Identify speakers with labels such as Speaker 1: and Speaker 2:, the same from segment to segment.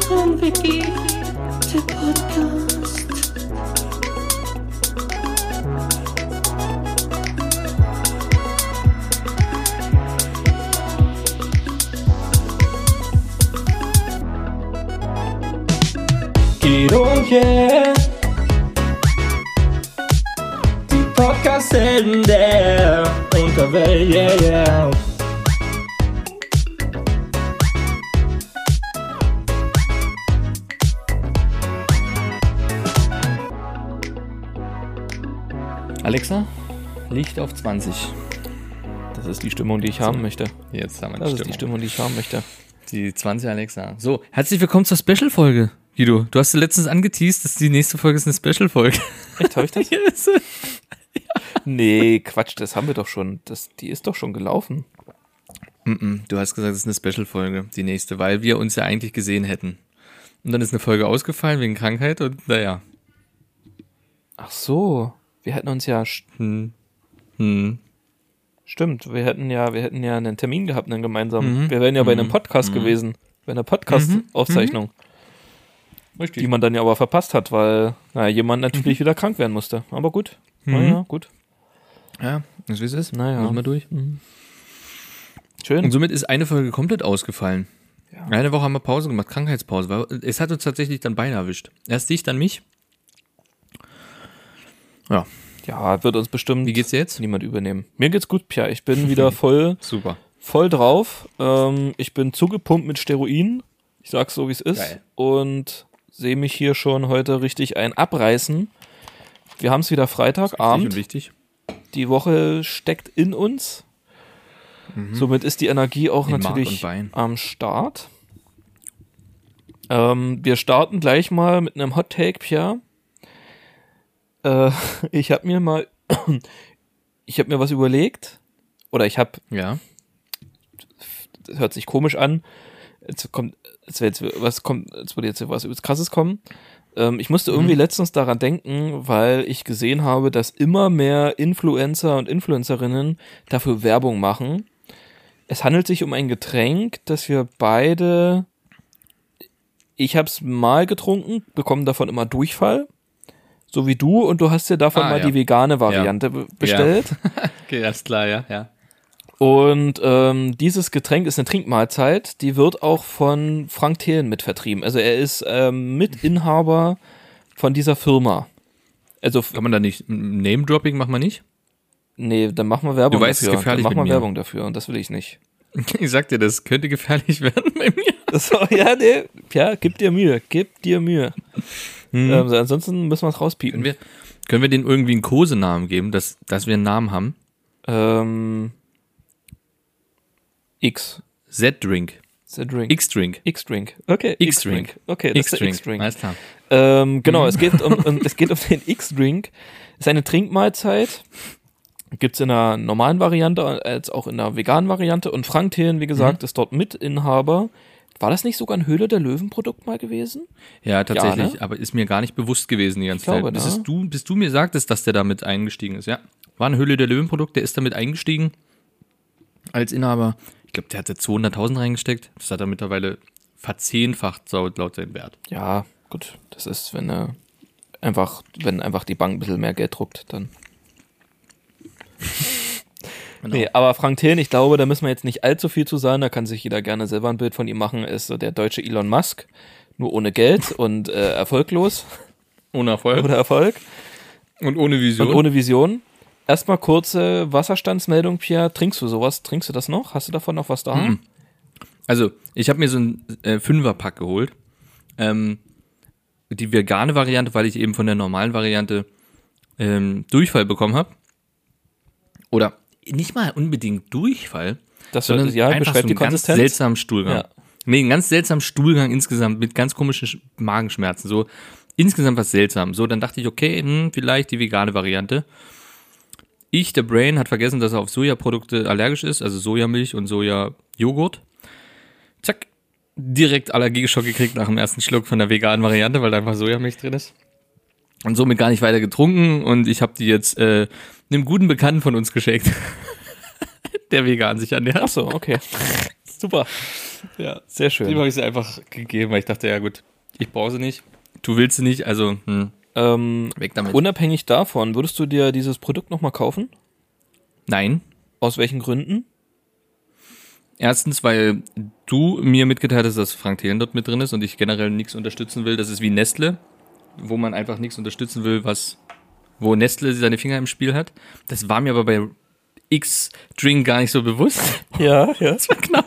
Speaker 1: Tom Vicky, der Podcast.
Speaker 2: Geht und yeah. Die Podcast-Helden der Unterwelt, yeah, yeah.
Speaker 3: Alexa, Licht auf 20.
Speaker 4: Das ist die Stimmung, die ich haben möchte.
Speaker 3: Jetzt haben wir
Speaker 4: Das ist die Stimmung, die ich haben möchte.
Speaker 3: Die 20 Alexa. So, herzlich willkommen zur Special-Folge, Guido. Du hast letztens angeteased, dass die nächste Folge ist eine Special-Folge.
Speaker 4: Echt, habe ich das?
Speaker 3: Yes.
Speaker 4: Nee, Quatsch, das haben wir doch schon. Das, die ist doch schon gelaufen.
Speaker 3: Mm-mm, du hast gesagt, es ist eine Special-Folge, die nächste, weil wir uns ja eigentlich gesehen hätten. Und dann ist eine Folge ausgefallen wegen Krankheit und naja.
Speaker 4: Ach so, wir hätten uns ja st-
Speaker 3: Hm. Hm.
Speaker 4: stimmt, wir hätten ja, wir hätten ja einen Termin gehabt, einen gemeinsamen.
Speaker 2: Mhm.
Speaker 4: Wir wären ja bei einem Podcast gewesen, bei einer Podcast Aufzeichnung,
Speaker 2: Mhm.
Speaker 4: die man dann ja aber verpasst hat, weil naja, jemand
Speaker 2: Mhm.
Speaker 4: natürlich wieder krank werden musste. Aber gut. Naja, gut.
Speaker 3: Ja, das wie es ist.
Speaker 4: Naja.
Speaker 3: Müssen wir durch.
Speaker 2: Mhm.
Speaker 3: Und
Speaker 4: Schön.
Speaker 3: somit ist eine Folge komplett ausgefallen. Eine Woche haben wir Pause gemacht, Krankheitspause. Weil es hat uns tatsächlich dann beinahe erwischt. Erst dich, dann mich. Ja,
Speaker 4: Ja, wird uns bestimmt
Speaker 3: wie geht's dir jetzt?
Speaker 4: niemand übernehmen. Mir geht's gut, Pia. Ich bin wieder voll
Speaker 3: Super.
Speaker 4: voll drauf. Ähm, ich bin zugepumpt mit Steroiden. Ich sag's so, wie's ist.
Speaker 3: Geil.
Speaker 4: Und sehe mich hier schon heute richtig ein abreißen. Wir haben's wieder
Speaker 3: Abend.
Speaker 4: Freitagabend.
Speaker 3: wichtig.
Speaker 4: Die Woche steckt in uns. Somit ist die Energie auch
Speaker 3: Mhm. In Mark und
Speaker 4: natürlich
Speaker 3: Bein.
Speaker 4: am Start. Ähm, wir starten gleich mal mit einem Hot Take, Pia. Äh, ich habe mir mal, ich habe mir was überlegt oder ich habe
Speaker 3: Ja.
Speaker 4: das hört sich komisch an. Jetzt kommt, jetzt, wird jetzt was kommt, jetzt würde jetzt was übelst krasses kommen. Ähm, ich musste
Speaker 3: Mhm.
Speaker 4: irgendwie letztens daran denken, weil ich gesehen habe, dass immer mehr Influencer und Influencerinnen dafür Werbung machen. Es handelt sich um ein Getränk, das wir beide. Ich habe es mal getrunken, bekommen davon immer Durchfall. So wie du, und du hast dir davon
Speaker 3: Ah,
Speaker 4: mal
Speaker 3: ja.
Speaker 4: die vegane Variante be- bestellt.
Speaker 3: Okay, alles klar, ja, ja.
Speaker 4: Und ähm, dieses Getränk ist eine Trinkmahlzeit, die wird auch von Frank Thelen mit vertrieben. Also er ist ähm, Mitinhaber von dieser Firma. Also, f-
Speaker 3: Kann man da nicht, M- Name-Dropping machen wir nicht?
Speaker 4: nee, dann machen wir Werbung
Speaker 3: Du weißt, es ist
Speaker 4: dafür.
Speaker 3: gefährlich
Speaker 4: dann machen
Speaker 3: mit
Speaker 4: wir
Speaker 3: mir.
Speaker 4: Werbung dafür und das will ich nicht.
Speaker 3: Ich sag dir, das könnte gefährlich werden bei mir.
Speaker 4: So, ja, nee, ja, gib dir Mühe, gib dir Mühe. Ähm, so, ansonsten müssen wir es
Speaker 3: Können
Speaker 4: rauspiepen.
Speaker 3: Hm. wir, können wir denen irgendwie einen Kosenamen geben, dass, dass wir einen Namen haben?
Speaker 4: Ähm, X,
Speaker 3: Z-Drink.
Speaker 4: the Drink.
Speaker 3: X-Drink.
Speaker 4: X-Drink. Okay,
Speaker 3: X-Drink.
Speaker 4: Okay, das ist der X-Drink.
Speaker 3: Alles klar.
Speaker 4: Ähm, genau, es geht um, um, es geht um den X-Drink. Ist eine Trinkmahlzeit. Gibt's in einer normalen Variante als auch in einer veganen Variante. Und Frank Thelen, wie gesagt, ist dort Mitinhaber. War das nicht sogar ein Höhle der Löwen-Produkt mal gewesen?
Speaker 3: Ja, tatsächlich,
Speaker 4: Ja, ne?
Speaker 3: aber ist mir gar nicht bewusst gewesen die ganze
Speaker 4: Ich glaube,
Speaker 3: Zeit. Bis,
Speaker 4: ne?
Speaker 3: es du, bis du mir sagtest, dass der damit eingestiegen ist, ja. War eine Höhle der Löwenprodukt, der ist damit eingestiegen als Inhaber. Ich glaube, der hatte 200.000 reingesteckt. Das hat er mittlerweile verzehnfacht so laut seinem Wert.
Speaker 4: Ja, gut. Das ist, wenn äh, einfach, wenn einfach die Bank ein bisschen mehr Geld druckt, dann.
Speaker 3: Genau.
Speaker 4: Nee, aber Frank Thelen, ich glaube, da müssen wir jetzt nicht allzu viel zu sagen. Da kann sich jeder gerne selber ein Bild von ihm machen. Ist so der deutsche Elon Musk, nur ohne Geld und äh, erfolglos
Speaker 3: Ohne Erfolg
Speaker 4: oder Erfolg.
Speaker 3: und ohne Vision.
Speaker 4: Und ohne Vision. Erstmal kurze Wasserstandsmeldung, Pierre. Trinkst du sowas? Trinkst du das noch? Hast du davon noch was da?
Speaker 3: Mhm. Also, ich habe mir so einen äh, Fünferpack geholt. Ähm, die vegane Variante, weil ich eben von der normalen Variante ähm, Durchfall bekommen habe. Oder nicht mal unbedingt Durchfall,
Speaker 4: Das
Speaker 3: sondern
Speaker 4: wird- ja,
Speaker 3: einfach so
Speaker 4: beschreibt
Speaker 3: einen
Speaker 4: die
Speaker 3: ganz
Speaker 4: Konsistenz.
Speaker 3: seltsamen Stuhlgang.
Speaker 4: Ja.
Speaker 3: Nee, einen ganz seltsamen Stuhlgang insgesamt mit ganz komischen Sch Magenschmerzen. So insgesamt was seltsam. So, dann dachte ich, okay, hm, vielleicht die vegane Variante. Ich, der Brain, hat vergessen, dass er auf Sojaprodukte allergisch ist, also Sojamilch und Sojajoghurt. Zack, direkt Allergieschock gekriegt nach dem ersten Schluck von der veganen Variante, weil da einfach Sojamilch drin ist. Und somit gar nicht weiter getrunken und ich habe die jetzt äh, einem guten Bekannten von uns geschenkt, der vegan sich ernährt.
Speaker 4: Achso, okay. Super. Ja, sehr
Speaker 3: Dem
Speaker 4: schön.
Speaker 3: habe ich sie einfach gegeben, weil ich dachte, ja gut, ich brauche sie nicht. Du willst sie nicht, also hm,
Speaker 4: Ähm,
Speaker 3: weg damit.
Speaker 4: unabhängig davon, würdest du dir dieses Produkt nochmal kaufen?
Speaker 3: Nein.
Speaker 4: Aus welchen Gründen?
Speaker 3: Erstens, weil du mir mitgeteilt hast, dass Frank Thelen dort mit drin ist und ich generell nichts unterstützen will. Das ist wie Nestle, wo man einfach nichts unterstützen will, was wo Nestle seine Finger im Spiel hat. Das war mir aber bei X-Drink gar nicht so bewusst. Genau.
Speaker 4: Ja, ja. Das war knapp.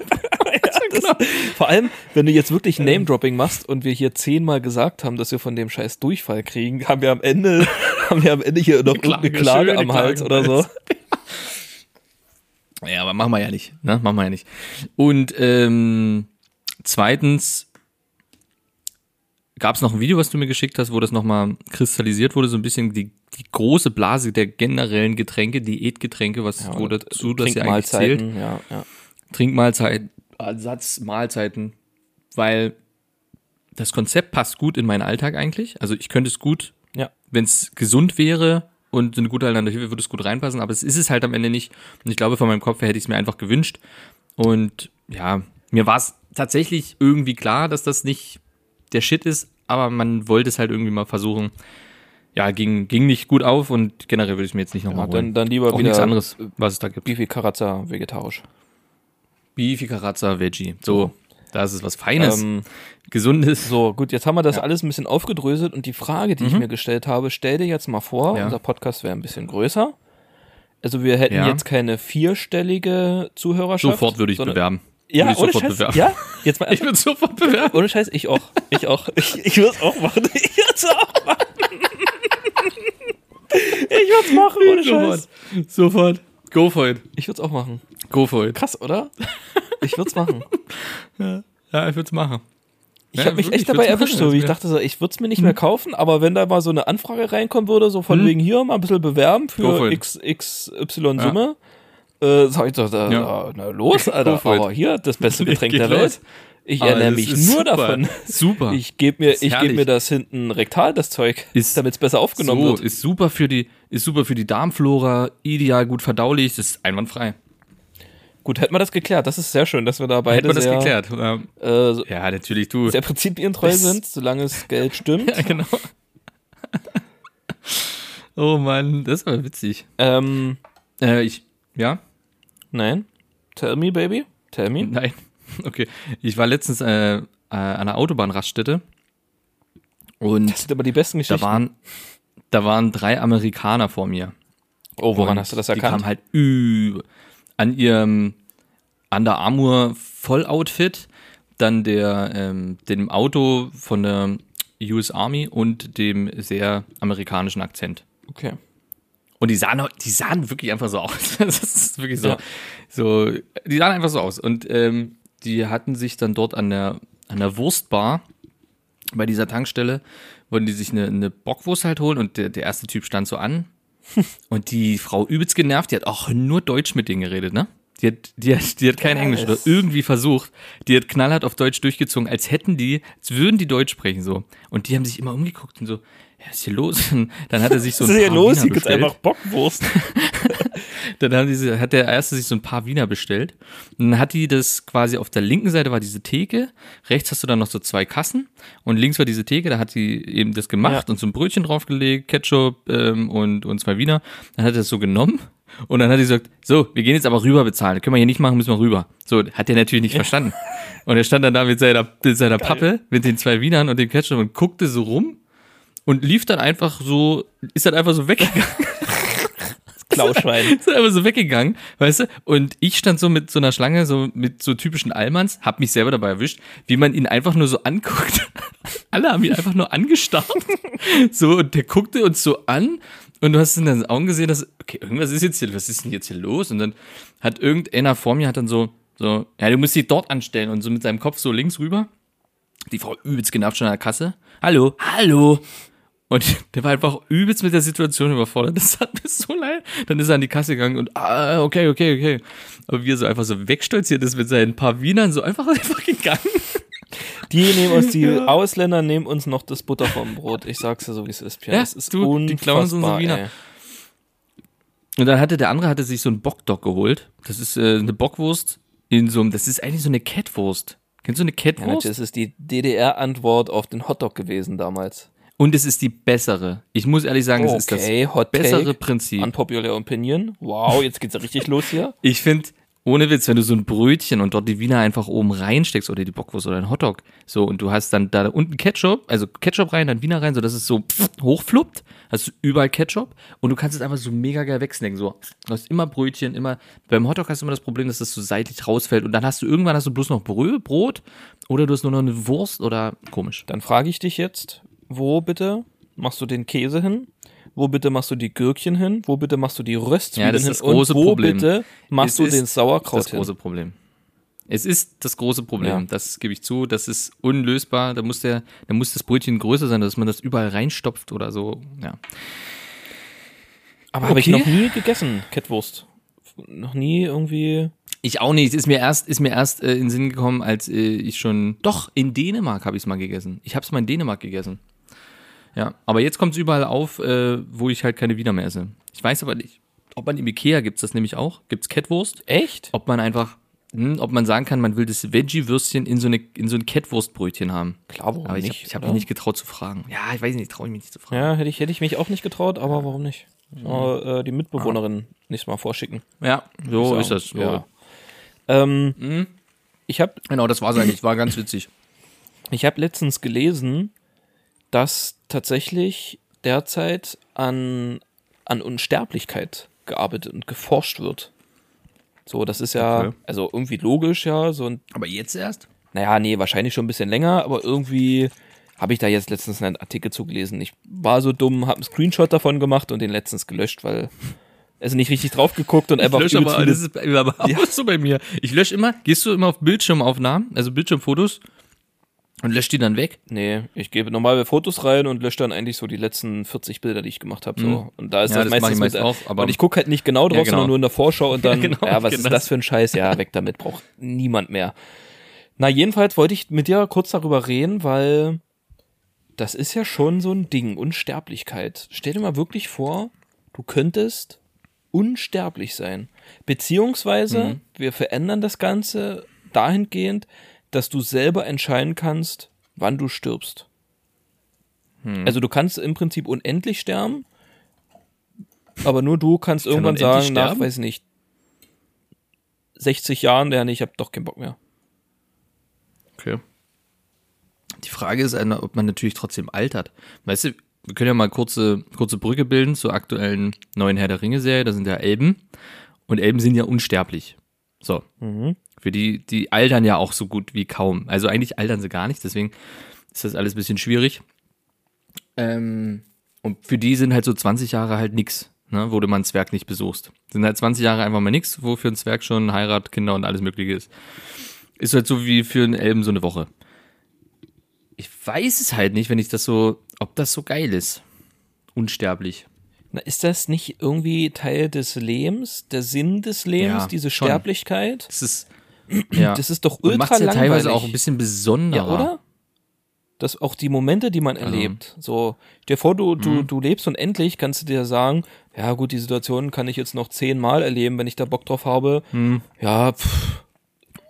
Speaker 4: Vor allem, wenn du jetzt wirklich Name-Dropping machst und wir hier zehnmal gesagt haben, dass wir von dem scheiß Durchfall kriegen, haben wir am Ende, haben wir am Ende hier noch
Speaker 3: Klage,
Speaker 4: eine Klage
Speaker 3: schöne
Speaker 4: am
Speaker 3: Klage
Speaker 4: Hals
Speaker 3: am
Speaker 4: oder so.
Speaker 3: Hals. Ja, aber machen wir ja nicht. Ne? Machen wir ja nicht. Und ähm, zweitens gab es noch ein Video, was du mir geschickt hast, wo das nochmal kristallisiert wurde, so ein bisschen die, die große Blase der generellen Getränke, Diätgetränke, was wo dazu das ja eigentlich
Speaker 4: Trinkmahlzeiten,
Speaker 3: zählt.
Speaker 4: Ja, ja.
Speaker 3: Trinkmahlzeiten, Ersatzmahlzeiten, weil das Konzept passt gut in meinen Alltag eigentlich. Also ich könnte es gut
Speaker 4: ja.
Speaker 3: wenn es gesund wäre und eine gute Alternative würde es gut reinpassen, aber es ist es halt am Ende nicht. Und ich glaube, von meinem Kopf her hätte ich es mir einfach gewünscht. Und ja, mir war es tatsächlich irgendwie klar, dass das nicht der Shit ist, aber man wollte es halt irgendwie mal versuchen. Ja, ging, ging nicht gut auf und generell würde ich es mir jetzt nicht
Speaker 4: Ja,
Speaker 3: nochmal ja,
Speaker 4: dann,
Speaker 3: holen.
Speaker 4: dann lieber
Speaker 3: Auch
Speaker 4: wieder
Speaker 3: nichts anderes, was es da gibt.
Speaker 4: Bifi Karatza vegetarisch.
Speaker 3: Beefy Karazza Veggie. So, das ist was Feines,
Speaker 4: Ähm,
Speaker 3: Gesundes.
Speaker 4: so, gut, jetzt haben wir das alles ein bisschen aufgedröselt und die Frage, die ich mir gestellt habe, stell dir jetzt mal vor,
Speaker 3: Mhm. Ja.
Speaker 4: unser Podcast wäre ein bisschen größer. Also wir hätten
Speaker 3: Ja.
Speaker 4: jetzt keine vierstellige Zuhörerschaft.
Speaker 3: Sofort würde ich
Speaker 4: sondern-
Speaker 3: bewerben.
Speaker 4: Ja,
Speaker 3: würde ich
Speaker 4: ohne
Speaker 3: sofort
Speaker 4: Scheiß.
Speaker 3: bewerben.
Speaker 4: Ja, jetzt mal
Speaker 3: Ich würde sofort bewerben.
Speaker 4: Ohne Scheiß, ich auch. Ich auch. Ich, ich würde es auch machen. Ich würde es auch machen. Ich würde es machen, ohne Scheiß.
Speaker 3: Sofort. Go for it.
Speaker 4: Ich würde es auch machen.
Speaker 3: Go for it.
Speaker 4: Krass, oder? Ich würde es machen.
Speaker 3: Ja, ich würde es machen.
Speaker 4: Ich habe mich echt dabei erwischt. So. Ich dachte so, ich würde es mir nicht
Speaker 3: Mhm.
Speaker 4: mehr kaufen, aber wenn da mal so eine Anfrage reinkommen würde, so von wegen hier mal ein bisschen bewerben
Speaker 3: Go
Speaker 4: für
Speaker 3: for it.
Speaker 4: x, y Summe, äh, sag ich doch, da,
Speaker 3: Ja.
Speaker 4: na los, Alter.
Speaker 3: Go for it.
Speaker 4: Aber hier, das beste Getränk
Speaker 3: Geht
Speaker 4: der
Speaker 3: los.
Speaker 4: Welt. Ich
Speaker 3: Ah,
Speaker 4: ernähre mich nur davon.
Speaker 3: Super.
Speaker 4: Ich gebe mir, ich geb
Speaker 3: herrlich.
Speaker 4: mir das hinten rektal, das Zeug,
Speaker 3: Ist-
Speaker 4: damit es besser aufgenommen
Speaker 3: so,
Speaker 4: wird.
Speaker 3: ist super für die, ist super für die Darmflora, ideal gut verdaulich, das ist einwandfrei.
Speaker 4: Gut, hätten wir das geklärt. Das ist sehr schön, dass wir da beide
Speaker 3: Hätte man das
Speaker 4: sehr,
Speaker 3: geklärt. Ähm,
Speaker 4: Äh, so-
Speaker 3: Ja, natürlich du.
Speaker 4: sehr prinzipientreu
Speaker 3: Das-
Speaker 4: sind, solange es Geld stimmt.
Speaker 3: Ja, genau. oh Mann, das war witzig.
Speaker 4: ähm,
Speaker 3: Äh, ich, ja?
Speaker 4: nein. Tell me, baby. Tell me.
Speaker 3: Nein. Okay. Ich war letztens äh, äh, an einer Autobahnraststätte und
Speaker 4: Das ne? sind aber die besten
Speaker 3: da
Speaker 4: Geschichten.
Speaker 3: waren, da waren drei Amerikaner vor mir.
Speaker 4: oh, woran
Speaker 3: Und
Speaker 4: hast du das
Speaker 3: Die kamen
Speaker 4: erkannt?
Speaker 3: halt übel. An ihrem Under Armour Volloutfit, dann der, ähm, dem Auto von der US Army und dem sehr amerikanischen Akzent.
Speaker 4: Okay.
Speaker 3: Und die sahen, die sahen wirklich einfach so aus. Das ist wirklich so.
Speaker 4: Ja.
Speaker 3: so die sahen einfach so aus. Und ähm, die hatten sich dann dort an der, an der Wurstbar bei dieser Tankstelle, wollten die sich eine, eine Bockwurst halt holen und der, der erste Typ stand so an. Und die Frau übelst genervt, die hat auch nur Deutsch mit denen geredet, ne? Die hat, die hat, die hat kein
Speaker 4: Geil.
Speaker 3: Englisch oder irgendwie versucht. Die hat knallhart auf Deutsch durchgezogen, als hätten die, als würden die Deutsch sprechen so. Und die haben sich immer umgeguckt und so, ja, was ist hier los? Und dann hat er sich so
Speaker 4: Was
Speaker 3: ein
Speaker 4: ist hier
Speaker 3: paar
Speaker 4: los?
Speaker 3: Wiener
Speaker 4: Hier gibt's
Speaker 3: bestellt.
Speaker 4: einfach Bockwurst.
Speaker 3: Dann haben die, sie- hat der Erste sich so ein paar Wiener bestellt. Und dann hat die das quasi auf der linken Seite war diese Theke, rechts hast du dann noch so zwei Kassen und links war diese Theke, da hat die eben das gemacht
Speaker 4: Ja.
Speaker 3: und so ein Brötchen draufgelegt, Ketchup ähm, und, und zwei Wiener. Dann hat er das so genommen und dann hat die gesagt, so, wir gehen jetzt aber rüber bezahlen, können wir hier nicht machen, müssen wir rüber. So, hat der natürlich nicht verstanden. Und er stand dann da mit seiner, mit seiner Pappe, mit den zwei Wienern und dem Ketchup und guckte so rum und lief dann einfach so, ist dann einfach so weggegangen.
Speaker 4: Klauschwein.
Speaker 3: Ist einfach so weggegangen, weißt du? Und ich stand so mit so einer Schlange, so mit so typischen Allmanns, hab mich selber dabei erwischt, wie man ihn einfach nur so anguckt. Alle haben ihn einfach nur angestarrt. So, und der guckte uns so an und du hast in den Augen gesehen, dass, okay, irgendwas ist jetzt hier, was ist denn jetzt hier los? Und dann hat irgendeiner vor mir hat dann so, so, ja, du musst dich dort anstellen und so mit seinem Kopf so links rüber. Die Frau übelst genervt schon an der Kasse. Hallo, hallo. Und der war einfach übelst mit der Situation überfordert. Das hat mir so leid. Dann ist er an die Kasse gegangen und, ah, okay, okay, okay. Aber wie er so einfach so wegstolziert ist mit seinen paar Wienern, so einfach, einfach gegangen.
Speaker 4: Die nehmen uns, die Ausländer nehmen uns noch das Butter vom Brot. Ich sag's dir so, wie es ist, Pierre.
Speaker 3: Ja,
Speaker 4: es ist
Speaker 3: du, die klauen uns
Speaker 4: unfassbar,
Speaker 3: unsere Wiener.
Speaker 4: ey.
Speaker 3: Und dann hatte der andere hatte sich so einen Bockdog geholt. Das ist äh, eine Bockwurst in so einem, das ist eigentlich so eine Catwurst. Kennst du eine
Speaker 4: Ja, natürlich,
Speaker 3: Catwurst?
Speaker 4: das ist die DDR-Antwort auf den Hotdog gewesen damals.
Speaker 3: und es ist die bessere. Ich muss ehrlich sagen, es ist
Speaker 4: okay, Hot
Speaker 3: das bessere
Speaker 4: Take,
Speaker 3: Prinzip.
Speaker 4: Unpopular Opinion. Wow, jetzt geht's ja richtig los hier.
Speaker 3: Ich finde, ohne Witz, wenn du so ein Brötchen und dort die Wiener einfach oben reinsteckst oder die Bockwurst oder ein Hotdog, so und du hast dann da unten Ketchup, also Ketchup rein, dann Wiener rein, so dass es so pff, hochfluppt, hast du überall Ketchup und du kannst es einfach so mega geil wegsnacken, so. Du hast immer Brötchen, immer beim Hotdog hast du immer das Problem, dass das so seitlich rausfällt und dann hast du irgendwann hast du bloß noch Brö, Brot oder du hast nur noch eine Wurst oder komisch.
Speaker 4: Dann frage ich dich jetzt, wo bitte machst du den Käse hin? Wo bitte machst du die Gürkchen hin? Wo bitte machst du die Röstzwiebeln
Speaker 3: Ja, das ist
Speaker 4: hin?
Speaker 3: das große
Speaker 4: Und wo
Speaker 3: Problem.
Speaker 4: bitte machst
Speaker 3: Es
Speaker 4: du
Speaker 3: ist
Speaker 4: den Sauerkraut
Speaker 3: Das große
Speaker 4: hin?
Speaker 3: Problem. Es ist das große Problem,
Speaker 4: Ja.
Speaker 3: das gebe ich zu, das ist unlösbar, da muss der, da muss das Brötchen größer sein, dass man das überall reinstopft oder so, ja.
Speaker 4: Aber habe ich
Speaker 3: Okay.
Speaker 4: noch nie gegessen, Kettwurst. Noch nie irgendwie.
Speaker 3: Ich auch nicht, ist mir erst, ist mir erst äh, in den Sinn gekommen, als äh, ich schon, doch, in Dänemark habe ich es mal gegessen. Ich habe es mal in Dänemark gegessen. Ja, aber jetzt kommt es überall auf, äh, wo ich halt keine Wiener mehr esse. Ich weiß aber nicht, ob man im Ikea gibt es das nämlich auch, gibt es Kettwurst?
Speaker 4: Echt?
Speaker 3: ob man einfach, hm, ob man sagen kann, man will das Veggie-Würstchen in so eine in so ein Kettwurstbrötchen haben.
Speaker 4: Klar, warum
Speaker 3: Aber ich, hab-
Speaker 4: nicht?
Speaker 3: ich habe
Speaker 4: oder?
Speaker 3: mich nicht getraut zu fragen. Ja, ich weiß nicht, traue ich mich nicht zu fragen.
Speaker 4: Ja, hätte ich, hätte ich mich auch nicht getraut, aber warum nicht?
Speaker 3: Mhm.
Speaker 4: Aber, äh, die Mitbewohnerin nächstes Mal vorschicken.
Speaker 3: Ja, Ah. so
Speaker 4: Sagen.
Speaker 3: ist das. So. Mhm.
Speaker 4: Ja. Ähm, Ich habe
Speaker 3: Genau, das war's eigentlich. War ganz witzig.
Speaker 4: Ich habe letztens gelesen, dass tatsächlich derzeit an, an Unsterblichkeit gearbeitet und geforscht wird. So, das ist ja,
Speaker 3: Okay.
Speaker 4: also irgendwie logisch, ja, so ein,
Speaker 3: Aber jetzt erst?
Speaker 4: naja, nee, wahrscheinlich schon ein bisschen länger, aber irgendwie habe ich da jetzt letztens einen Artikel zugelesen. Ich war so dumm, habe einen Screenshot davon gemacht und den letztens gelöscht, weil, also nicht richtig drauf geguckt und
Speaker 3: Ich
Speaker 4: einfach
Speaker 3: lösche
Speaker 4: übelst
Speaker 3: aber,
Speaker 4: viele-
Speaker 3: das ist aber auch so bei mir. Ich lösche immer, gehst du immer auf Bildschirmaufnahmen, also Bildschirmfotos und löscht die dann weg?
Speaker 4: Nee, ich gebe normal bei Fotos rein und lösche dann eigentlich so die letzten 40 Bilder, die ich gemacht habe. So.
Speaker 3: Mhm.
Speaker 4: Und da ist
Speaker 3: Ja,
Speaker 4: das,
Speaker 3: das mach
Speaker 4: meistens
Speaker 3: ich
Speaker 4: mit,
Speaker 3: meist auch, aber-
Speaker 4: Und ich gucke halt nicht genau drauf,
Speaker 3: Ja, genau.
Speaker 4: sondern nur in der Vorschau und dann, ja,
Speaker 3: genau,
Speaker 4: was
Speaker 3: genau.
Speaker 4: ist das für ein Scheiß? Ja, weg damit, braucht niemand mehr. Na, jedenfalls wollte ich mit dir kurz darüber reden, weil das ist ja schon so ein Ding, Unsterblichkeit. Stell dir mal wirklich vor, du könntest unsterblich sein. Beziehungsweise
Speaker 3: Mhm.
Speaker 4: wir verändern das Ganze dahingehend, dass du selber entscheiden kannst, wann du stirbst.
Speaker 3: Mhm.
Speaker 4: Also du kannst im Prinzip unendlich sterben, aber nur du kannst irgendwann
Speaker 3: unendlich
Speaker 4: sagen, nach,
Speaker 3: sterben?
Speaker 4: weiß nicht, 60 Jahren, ja, nee, ich habe doch keinen Bock mehr.
Speaker 3: Okay. Die Frage ist, eine, ob man natürlich trotzdem altert. Weißt du, wir können ja mal kurze, kurze Brücke bilden zur aktuellen neuen Herr der Ringe-Serie. Da sind ja Elben. Und Elben sind ja unsterblich. So. Für die, die altern ja auch so gut wie kaum. Also eigentlich altern sie gar nicht, deswegen ist das alles ein bisschen schwierig. Ähm, und für die sind halt so 20 Jahre halt nix, ne, wo du mal einen Zwerg nicht besuchst. Sind halt 20 Jahre einfach mal nix, wo für einen Zwerg schon Heirat, Kinder und alles Mögliche ist. Ist halt so wie für einen Elben so eine Woche. Ich weiß es halt nicht, wenn ich das so, ob das so geil ist. Unsterblich.
Speaker 4: Na, ist das nicht irgendwie Teil des Lebens, der Sinn des Lebens,
Speaker 3: Ja,
Speaker 4: diese
Speaker 3: schon.
Speaker 4: Sterblichkeit?
Speaker 3: Das ist, ja.
Speaker 4: Das ist doch
Speaker 3: und
Speaker 4: ultra
Speaker 3: macht's ja
Speaker 4: langweilig.
Speaker 3: teilweise auch ein bisschen besonderer.
Speaker 4: Ja, oder? Dass auch die Momente, die man erlebt, so, stell dir vor, du, du, du lebst und endlich kannst du dir sagen, ja gut, die Situation kann ich jetzt noch zehnmal erleben, wenn ich da Bock drauf habe. Ja, pff,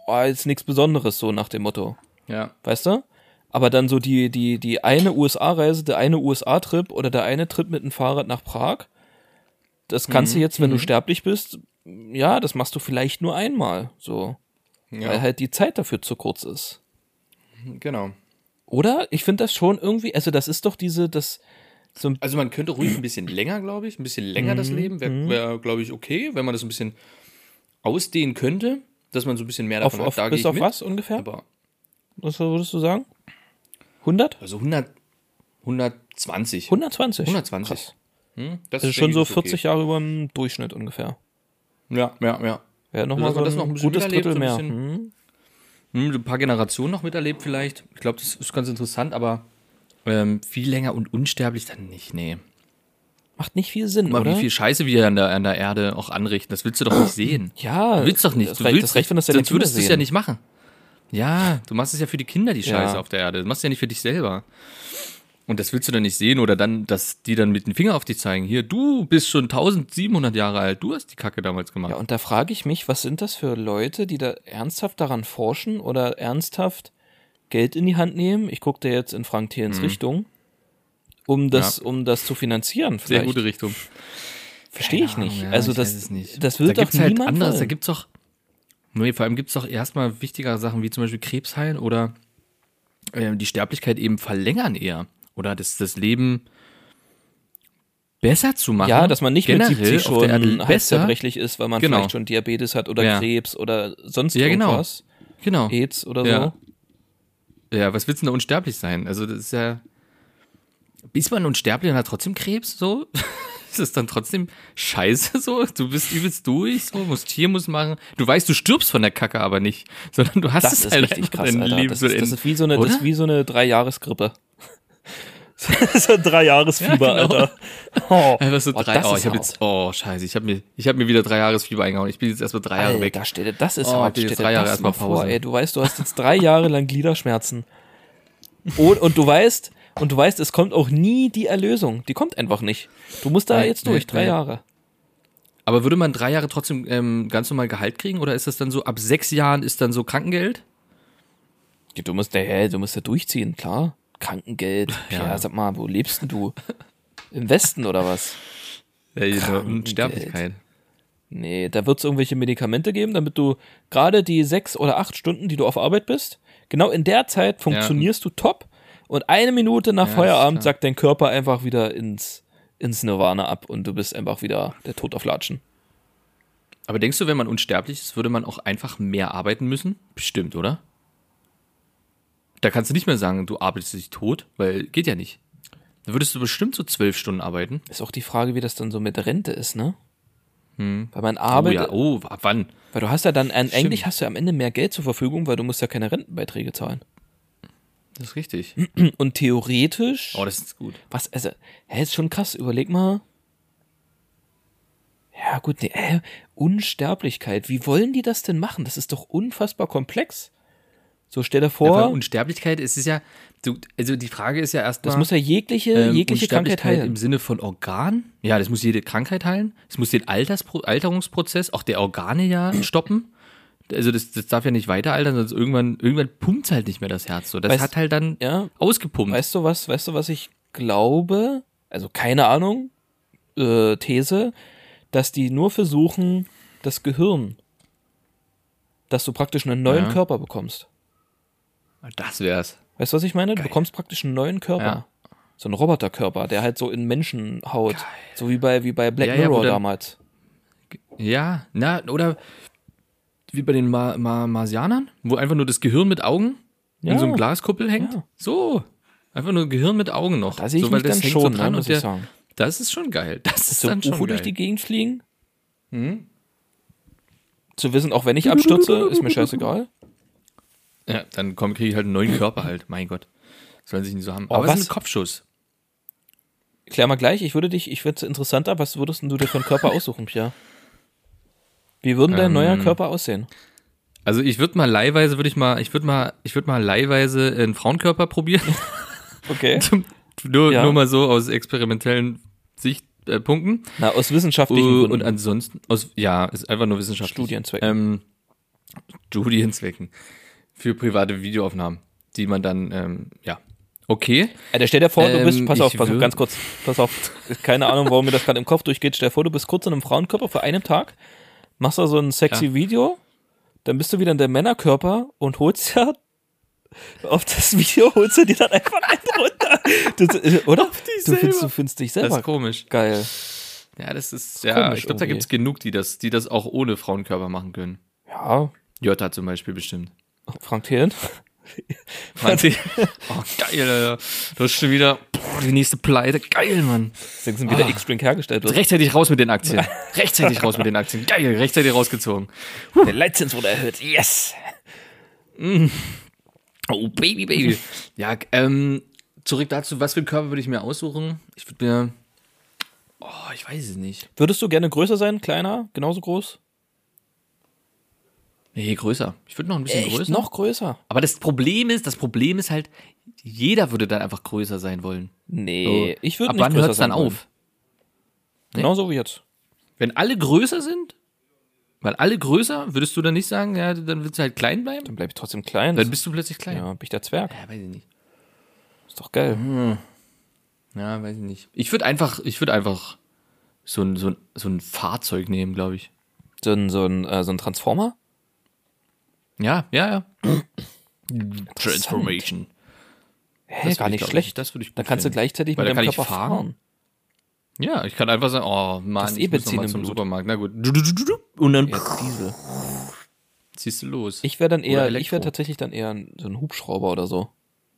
Speaker 4: war jetzt nichts Besonderes, so nach dem Motto.
Speaker 3: Ja.
Speaker 4: Weißt du? Aber dann so die, die, die eine USA-Reise, der eine USA-Trip oder der eine Trip mit dem Fahrrad nach Prag, das kannst du jetzt, wenn du sterblich bist, ja, das machst du vielleicht nur einmal, so. Weil halt die Zeit dafür zu kurz ist.
Speaker 3: genau.
Speaker 4: Oder? Ich finde das schon irgendwie, also das ist doch diese, das, so ein,
Speaker 3: Also man könnte ruhig ein bisschen länger, glaube ich, ein bisschen länger
Speaker 4: Mhm,
Speaker 3: das Leben wäre, wär, glaube ich, okay, wenn man das ein bisschen ausdehnen könnte, dass man so ein bisschen mehr
Speaker 4: auf,
Speaker 3: davon
Speaker 4: auf,
Speaker 3: hat. Da gehe
Speaker 4: bis
Speaker 3: ich
Speaker 4: auf
Speaker 3: mit.
Speaker 4: was ungefähr?
Speaker 3: Aber
Speaker 4: was würdest du sagen? 100?
Speaker 3: also 100, 120.
Speaker 4: 120.
Speaker 3: 120.
Speaker 4: Krass.
Speaker 3: Hm, das
Speaker 4: Das ist schon so 40 Jahre über dem Durchschnitt ungefähr.
Speaker 3: Jahre. Ja, ja, ja.
Speaker 4: Ja,
Speaker 3: Dass
Speaker 4: nochmal so
Speaker 3: man
Speaker 4: ein,
Speaker 3: Also das noch ein bisschen
Speaker 4: gutes
Speaker 3: miterlebt,
Speaker 4: Drittel mehr.
Speaker 3: so ein bisschen-
Speaker 4: Hm.
Speaker 3: Hm, so ein paar Generationen noch miterlebt vielleicht. Ich glaube, das ist ganz interessant, aber ähm, viel länger und unsterblich dann nicht, nee.
Speaker 4: Macht nicht viel Sinn,
Speaker 3: Guck mal,
Speaker 4: oder?
Speaker 3: wie viel Scheiße wir an der, an der Erde auch anrichten. Das willst du doch nicht sehen.
Speaker 4: Ja,
Speaker 3: Du willst doch nicht.
Speaker 4: Das
Speaker 3: du
Speaker 4: Recht,
Speaker 3: willst,
Speaker 4: das Recht, wenn das deine
Speaker 3: sonst würdest du
Speaker 4: Kinder
Speaker 3: es
Speaker 4: sehen.
Speaker 3: ja nicht machen. Ja, du machst es ja für die Kinder, die Scheiße
Speaker 4: Ja.
Speaker 3: auf der Erde. Du machst es ja nicht für dich selber. Und das willst du dann nicht sehen oder dann, dass die dann mit dem Finger auf dich zeigen. Hier, du bist schon 1700 Jahre alt, du hast die Kacke damals gemacht.
Speaker 4: Ja, und da frage ich mich, was sind das für Leute, die da ernsthaft daran forschen oder ernsthaft Geld in die Hand nehmen? Ich gucke da jetzt in Frank Thierens
Speaker 3: Mhm.
Speaker 4: Richtung, um das, um das zu finanzieren.
Speaker 3: Sehr
Speaker 4: Vielleicht.
Speaker 3: gute Richtung.
Speaker 4: Verstehe ich
Speaker 3: Keine
Speaker 4: nicht.
Speaker 3: Ahnung, ja,
Speaker 4: also
Speaker 3: ich weiß
Speaker 4: das,
Speaker 3: es nicht.
Speaker 4: das wird
Speaker 3: da
Speaker 4: doch
Speaker 3: gibt's halt
Speaker 4: niemand
Speaker 3: anderes, da
Speaker 4: wollen.
Speaker 3: gibt's doch, nee, vor allem gibt's doch erstmal wichtigere Sachen, wie zum Beispiel Krebs heilen oder ähm, die Sterblichkeit eben verlängern eher. Oder das, das Leben besser zu machen.
Speaker 4: ja, dass man nicht mit
Speaker 3: generell
Speaker 4: 70
Speaker 3: auf der Erde
Speaker 4: schon
Speaker 3: besser.
Speaker 4: halszerbrechlich ist, weil man
Speaker 3: Genau.
Speaker 4: vielleicht schon Diabetes hat oder
Speaker 3: Ja.
Speaker 4: Krebs oder sonst
Speaker 3: Ja, genau.
Speaker 4: irgendwas.
Speaker 3: Genau.
Speaker 4: AIDS oder
Speaker 3: Ja.
Speaker 4: so.
Speaker 3: ja, was willst du denn da unsterblich sein? Also das ist ja, ist man unsterblich und hat trotzdem Krebs so? Ist das dann trotzdem scheiße so? Du bist übelst durch, so, musst hier, musst machen. Du weißt, du stirbst von der Kacke aber nicht, sondern du hast
Speaker 4: Das,
Speaker 3: es
Speaker 4: ist
Speaker 3: halt
Speaker 4: richtig
Speaker 3: einfach
Speaker 4: krass,
Speaker 3: dein
Speaker 4: Alter.
Speaker 3: Leben
Speaker 4: Das
Speaker 3: zu
Speaker 4: ist, das
Speaker 3: Ende.
Speaker 4: ist wie so eine, das ist
Speaker 3: Oder?
Speaker 4: wie so eine Drei-Jahres-Grippe. so ein Drei-Jahres-Fieber,
Speaker 3: Ja, genau.
Speaker 4: Alter. Oh,
Speaker 3: Einfach so
Speaker 4: oh,
Speaker 3: drei,
Speaker 4: das
Speaker 3: oh,
Speaker 4: ist
Speaker 3: ich habe
Speaker 4: hart.
Speaker 3: jetzt, oh, scheiße, ich habe mir, ich habe mir wieder drei Jahresfieber eingehauen. Ich bin jetzt erstmal drei Jahre
Speaker 4: Alter,
Speaker 3: weg.
Speaker 4: Stell dir, das ist
Speaker 3: Oh,
Speaker 4: hart.
Speaker 3: die
Speaker 4: Stell dir
Speaker 3: drei Jahre
Speaker 4: das
Speaker 3: erstmal
Speaker 4: mal vor,
Speaker 3: Pause.
Speaker 4: ey. Du weißt, du hast jetzt drei Jahre lang Gliederschmerzen. Und, und du weißt, und du weißt, es kommt auch nie die Erlösung. Die kommt einfach nicht. Du musst da
Speaker 3: Nee,
Speaker 4: jetzt
Speaker 3: nee,
Speaker 4: durch, drei
Speaker 3: nee.
Speaker 4: Jahre.
Speaker 3: Aber würde man drei Jahre trotzdem ähm, ganz normal Gehalt kriegen oder ist das dann so ab sechs Jahren ist dann so Krankengeld?
Speaker 4: Ja, Du musst, hä, du musst ja durchziehen, klar. Krankengeld. Ja.
Speaker 3: Ja.
Speaker 4: sag mal, wo lebst denn du? Im Westen oder was?
Speaker 3: Ja, genau, Unsterblichkeit.
Speaker 4: Nee, da wird es irgendwelche Medikamente geben, damit du gerade die sechs oder acht Stunden, die du auf Arbeit bist, genau in der Zeit funktionierst du top und eine Minute nach
Speaker 3: Ja,
Speaker 4: Feierabend
Speaker 3: ist klar.
Speaker 4: sagt dein Körper einfach wieder ins, ins Nirvana ab und du bist einfach wieder der Tod auf Latschen.
Speaker 3: Aber denkst du, wenn man unsterblich ist, würde man auch einfach mehr arbeiten müssen? Bestimmt, oder? Da kannst du nicht mehr sagen, du arbeitest dich tot, weil geht ja nicht. Da würdest du bestimmt so zwölf Stunden arbeiten. Oh
Speaker 4: Ist auch die Frage, wie das dann so mit Rente ist, ne? Weil man arbeitet,
Speaker 3: oh ja, oh, ab wann?
Speaker 4: weil du hast ja dann, ein, eigentlich hast du am Ende mehr Geld zur Verfügung, weil du musst ja keine Rentenbeiträge zahlen.
Speaker 3: Das ist richtig.
Speaker 4: Und theoretisch.
Speaker 3: Oh, das ist gut.
Speaker 4: Was, also, hä, ist schon krass, überleg mal. Ja, gut, nee, hä, Unsterblichkeit, wie wollen die das denn machen? Das ist doch unfassbar komplex. So, stell dir
Speaker 3: Ja, vor allem
Speaker 4: vor,
Speaker 3: Unsterblichkeit es ist ja, du, also die Frage ist ja erstmal.
Speaker 4: das muss ja jegliche,
Speaker 3: ähm,
Speaker 4: jegliche Krankheit
Speaker 3: Unsterblichkeit
Speaker 4: heilen.
Speaker 3: im Sinne von Organ. Ja, das muss jede Krankheit heilen. Es muss den Alterspro Alterungsprozess, auch der Organe ja stoppen. Also das, das darf ja nicht weiter altern, sonst irgendwann, irgendwann pumpt halt nicht mehr das Herz so. Das
Speaker 4: Weißt-
Speaker 3: hat halt dann
Speaker 4: Ja,
Speaker 3: ausgepumpt.
Speaker 4: weißt du was, weißt du was ich glaube? Also, keine Ahnung, äh, These, dass die nur versuchen, das Gehirn, dass du praktisch einen neuen
Speaker 3: Ja.
Speaker 4: Körper bekommst.
Speaker 3: das wär's.
Speaker 4: Weißt du, was ich meine? Du bekommst praktisch einen neuen Körper.
Speaker 3: Ja.
Speaker 4: So einen Roboterkörper, der halt so in Menschenhaut. So wie bei, wie bei Black
Speaker 3: Ja, ja, wo
Speaker 4: Mirror
Speaker 3: dann-
Speaker 4: damals.
Speaker 3: Ja, na, oder wie bei den Ma Ma Marsianern, wo einfach nur das Gehirn mit Augen
Speaker 4: Ja.
Speaker 3: in so einem Glaskuppel hängt.
Speaker 4: Ja.
Speaker 3: So. Einfach nur Gehirn mit Augen noch.
Speaker 4: Da sehe ich
Speaker 3: so, weil
Speaker 4: mich dann
Speaker 3: hängt
Speaker 4: schon,
Speaker 3: so
Speaker 4: ne,
Speaker 3: dran
Speaker 4: muss
Speaker 3: und
Speaker 4: ich
Speaker 3: der,
Speaker 4: sagen.
Speaker 3: Das ist schon geil. Das ist
Speaker 4: So ein
Speaker 3: dann schon
Speaker 4: UFO
Speaker 3: geil.
Speaker 4: durch die Gegend fliegen. Hm? Zu wissen, auch wenn ich abstürze, ist mir scheißegal.
Speaker 3: Ja, dann komm, kriege ich halt einen neuen Körper halt. Mein Gott. Sollen sich nicht so haben.
Speaker 4: Oh,
Speaker 3: Aber was? es
Speaker 4: was?
Speaker 3: ist ein Kopfschuss.
Speaker 4: Klär mal gleich, ich würde dich, ich würde es interessanter, was würdest denn du dir für einen Körper aussuchen, Pia? Wie würde dein
Speaker 3: Ähm.
Speaker 4: neuer Körper aussehen?
Speaker 3: Also ich würde mal leihweise, würde ich mal, ich würde mal, ich würde mal leihweise einen Frauenkörper probieren.
Speaker 4: Okay.
Speaker 3: nur,
Speaker 4: Ja.
Speaker 3: nur mal so aus experimentellen Sichtpunkten. Äh, Punkten.
Speaker 4: Na, aus wissenschaftlichen
Speaker 3: Uh, und
Speaker 4: Gründen.
Speaker 3: ansonsten, aus, ja, ist einfach nur wissenschaftlich.
Speaker 4: Studienzwecken.
Speaker 3: Ähm, Studienzwecken. Für private Videoaufnahmen, die man dann, ähm, ja. Okay.
Speaker 4: Alter, stell dir vor, du bist,
Speaker 3: Ähm,
Speaker 4: pass auf,
Speaker 3: ich
Speaker 4: pass auf,
Speaker 3: würd-
Speaker 4: ganz kurz, pass auf, keine Ahnung, warum mir das gerade im Kopf durchgeht, stell dir vor, du bist kurz in einem Frauenkörper für einen Tag, machst da so ein sexy Video, dann bist du wieder in der Männerkörper und holst ja auf das Video holst du dir dann einfach einen runter. Das, äh, oder? Du findest, du
Speaker 3: selber.
Speaker 4: findest dich
Speaker 3: Das
Speaker 4: selber
Speaker 3: ist komisch.
Speaker 4: geil.
Speaker 3: Ja, das ist, ja,
Speaker 4: komisch
Speaker 3: ich glaube, da
Speaker 4: irgendwie.
Speaker 3: gibt es genug, die das, die das auch ohne Frauenkörper machen können.
Speaker 4: Ja,
Speaker 3: Jota zum Beispiel bestimmt.
Speaker 4: Frank Thelen.
Speaker 3: Manche, oh, geil, Alter. Du hast schon wieder boah, die nächste Pleite. Geil, Mann.
Speaker 4: Deswegen sind
Speaker 3: Ah.
Speaker 4: wieder X-Drink hergestellt. Wird.
Speaker 3: Rechtzeitig raus mit den Aktien. Rechtzeitig raus mit den Aktien. Geil, rechtzeitig rausgezogen.
Speaker 4: Der Leitzins wurde erhöht. Yes! Mm.
Speaker 3: Oh, Baby, Baby. Ja, ähm, zurück dazu, was für einen Körper würde ich mir aussuchen? Ich würde mir. Oh, ich weiß es nicht.
Speaker 4: Würdest du gerne größer sein, kleiner, genauso groß?
Speaker 3: Nee, größer. Ich würde noch ein bisschen
Speaker 4: Echt?
Speaker 3: größer.
Speaker 4: Noch größer?
Speaker 3: Aber das Problem ist, das Problem ist halt, jeder würde dann einfach größer sein wollen.
Speaker 4: Nee,
Speaker 3: So.
Speaker 4: ich würde
Speaker 3: Ab
Speaker 4: nicht
Speaker 3: wann
Speaker 4: größer
Speaker 3: hört's dann
Speaker 4: sein wollen.
Speaker 3: auf?
Speaker 4: Genau so wie jetzt.
Speaker 3: Wenn alle größer sind, weil alle größer, würdest du dann nicht sagen, ja, dann willst du halt klein bleiben?
Speaker 4: Dann bleibe ich trotzdem klein.
Speaker 3: Dann bist du plötzlich klein. Mhm.
Speaker 4: ja, bin Äh, ich der Zwerg.
Speaker 3: Ja, weiß ich nicht.
Speaker 4: Ist doch geil.
Speaker 3: Ja, weiß ich nicht. Ich würde einfach, ich würde einfach so ein, so ein, so ein Fahrzeug nehmen, glaube ich.
Speaker 4: So, ein, so, ein, äh, so ein Transformer?
Speaker 3: Ja, ja, ja. Transformation.
Speaker 4: Hä,
Speaker 3: Das
Speaker 4: gar
Speaker 3: würd ich,
Speaker 4: nicht
Speaker 3: glaub ich,
Speaker 4: schlecht.
Speaker 3: das würd ich gut
Speaker 4: Dann kannst du
Speaker 3: finden.
Speaker 4: gleichzeitig
Speaker 3: Weil
Speaker 4: mit
Speaker 3: da
Speaker 4: deinem
Speaker 3: kann ich
Speaker 4: Körper
Speaker 3: fahren.
Speaker 4: fahren.
Speaker 3: Ja, ich kann einfach sagen, oh
Speaker 4: Das
Speaker 3: Mann,
Speaker 4: ist eh
Speaker 3: ich muss noch
Speaker 4: Benzin
Speaker 3: mal
Speaker 4: im
Speaker 3: zum
Speaker 4: Blut.
Speaker 3: Supermarkt. Na gut. Und dann
Speaker 4: Ja, Diesel.
Speaker 3: ziehst du los.
Speaker 4: Ich wäre dann eher,
Speaker 3: Elektro.
Speaker 4: ich wäre tatsächlich dann eher ein- so ein Hubschrauber oder so.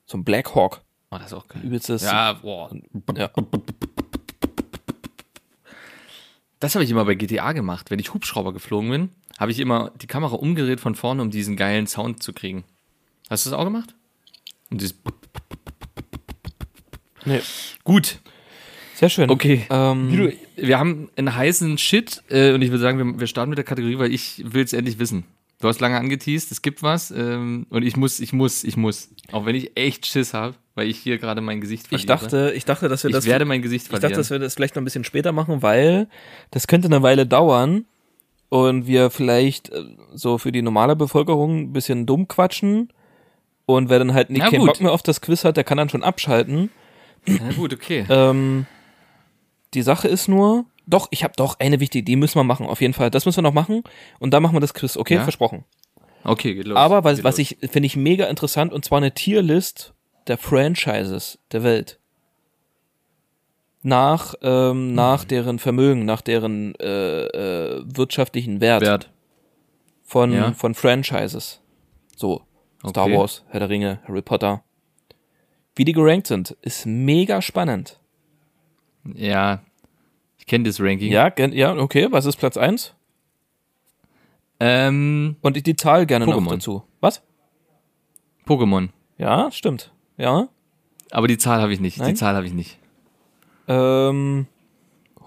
Speaker 4: So ein Black Hawk.
Speaker 3: oh, das ist auch geil.
Speaker 4: Übelstes.
Speaker 3: Ja, boah.
Speaker 4: Ja.
Speaker 3: Das habe ich immer bei GTA gemacht. Wenn ich Hubschrauber geflogen bin, habe ich immer die Kamera umgedreht von vorne, um diesen geilen Sound zu kriegen. Hast du das auch gemacht? Und dieses
Speaker 4: Nee.
Speaker 3: Gut.
Speaker 4: Sehr schön.
Speaker 3: Okay.
Speaker 4: Ähm,
Speaker 3: Wir haben einen heißen Shit äh, und ich würde sagen, wir, wir starten mit der Kategorie, weil ich will es endlich wissen. Du hast lange angeteased, es gibt was ähm, und ich muss, ich muss, ich muss. Auch wenn ich echt Schiss habe, weil ich hier gerade mein Gesicht verliere.
Speaker 4: ich dachte, ich dachte, dass wir
Speaker 3: ich
Speaker 4: das.
Speaker 3: werde mein Gesicht
Speaker 4: ich
Speaker 3: verlieren.
Speaker 4: dachte, dass wir das vielleicht noch ein bisschen später machen, weil das könnte eine Weile dauern und wir vielleicht äh, so für die normale Bevölkerung ein bisschen dumm quatschen und wer dann halt nicht
Speaker 3: Na
Speaker 4: keinen
Speaker 3: gut.
Speaker 4: Bock mehr auf das Quiz hat, der kann dann schon abschalten.
Speaker 3: Na gut, okay.
Speaker 4: Ähm, die Sache ist nur, doch, ich habe doch eine wichtige, die müssen wir machen, auf jeden Fall. Das müssen wir noch machen und dann machen wir das Quiz, okay?
Speaker 3: Ja?
Speaker 4: Versprochen.
Speaker 3: Okay, geht los.
Speaker 4: Aber was,
Speaker 3: geht
Speaker 4: was
Speaker 3: los.
Speaker 4: ich, finde ich mega interessant, und zwar eine Tierlist der Franchises der Welt. Nach, ähm, nach
Speaker 3: Hm.
Speaker 4: deren Vermögen, nach deren äh, äh, wirtschaftlichen Wert,
Speaker 3: Wert.
Speaker 4: Von,
Speaker 3: Ja.
Speaker 4: von Franchises. So, Star
Speaker 3: Okay.
Speaker 4: Wars, Herr der Ringe, Harry Potter. Wie die gerankt sind, ist mega spannend.
Speaker 3: Ja. Ich kenne das Ranking.
Speaker 4: Ja, gen- ja, okay, was ist Platz eins?
Speaker 3: Ähm,
Speaker 4: Und die Zahl gerne noch
Speaker 3: Pokémon.
Speaker 4: dazu. Was?
Speaker 3: Pokémon.
Speaker 4: Ja, stimmt. Ja.
Speaker 3: Aber die Zahl habe ich nicht.
Speaker 4: Nein?
Speaker 3: Die Zahl habe ich nicht.
Speaker 4: Ähm,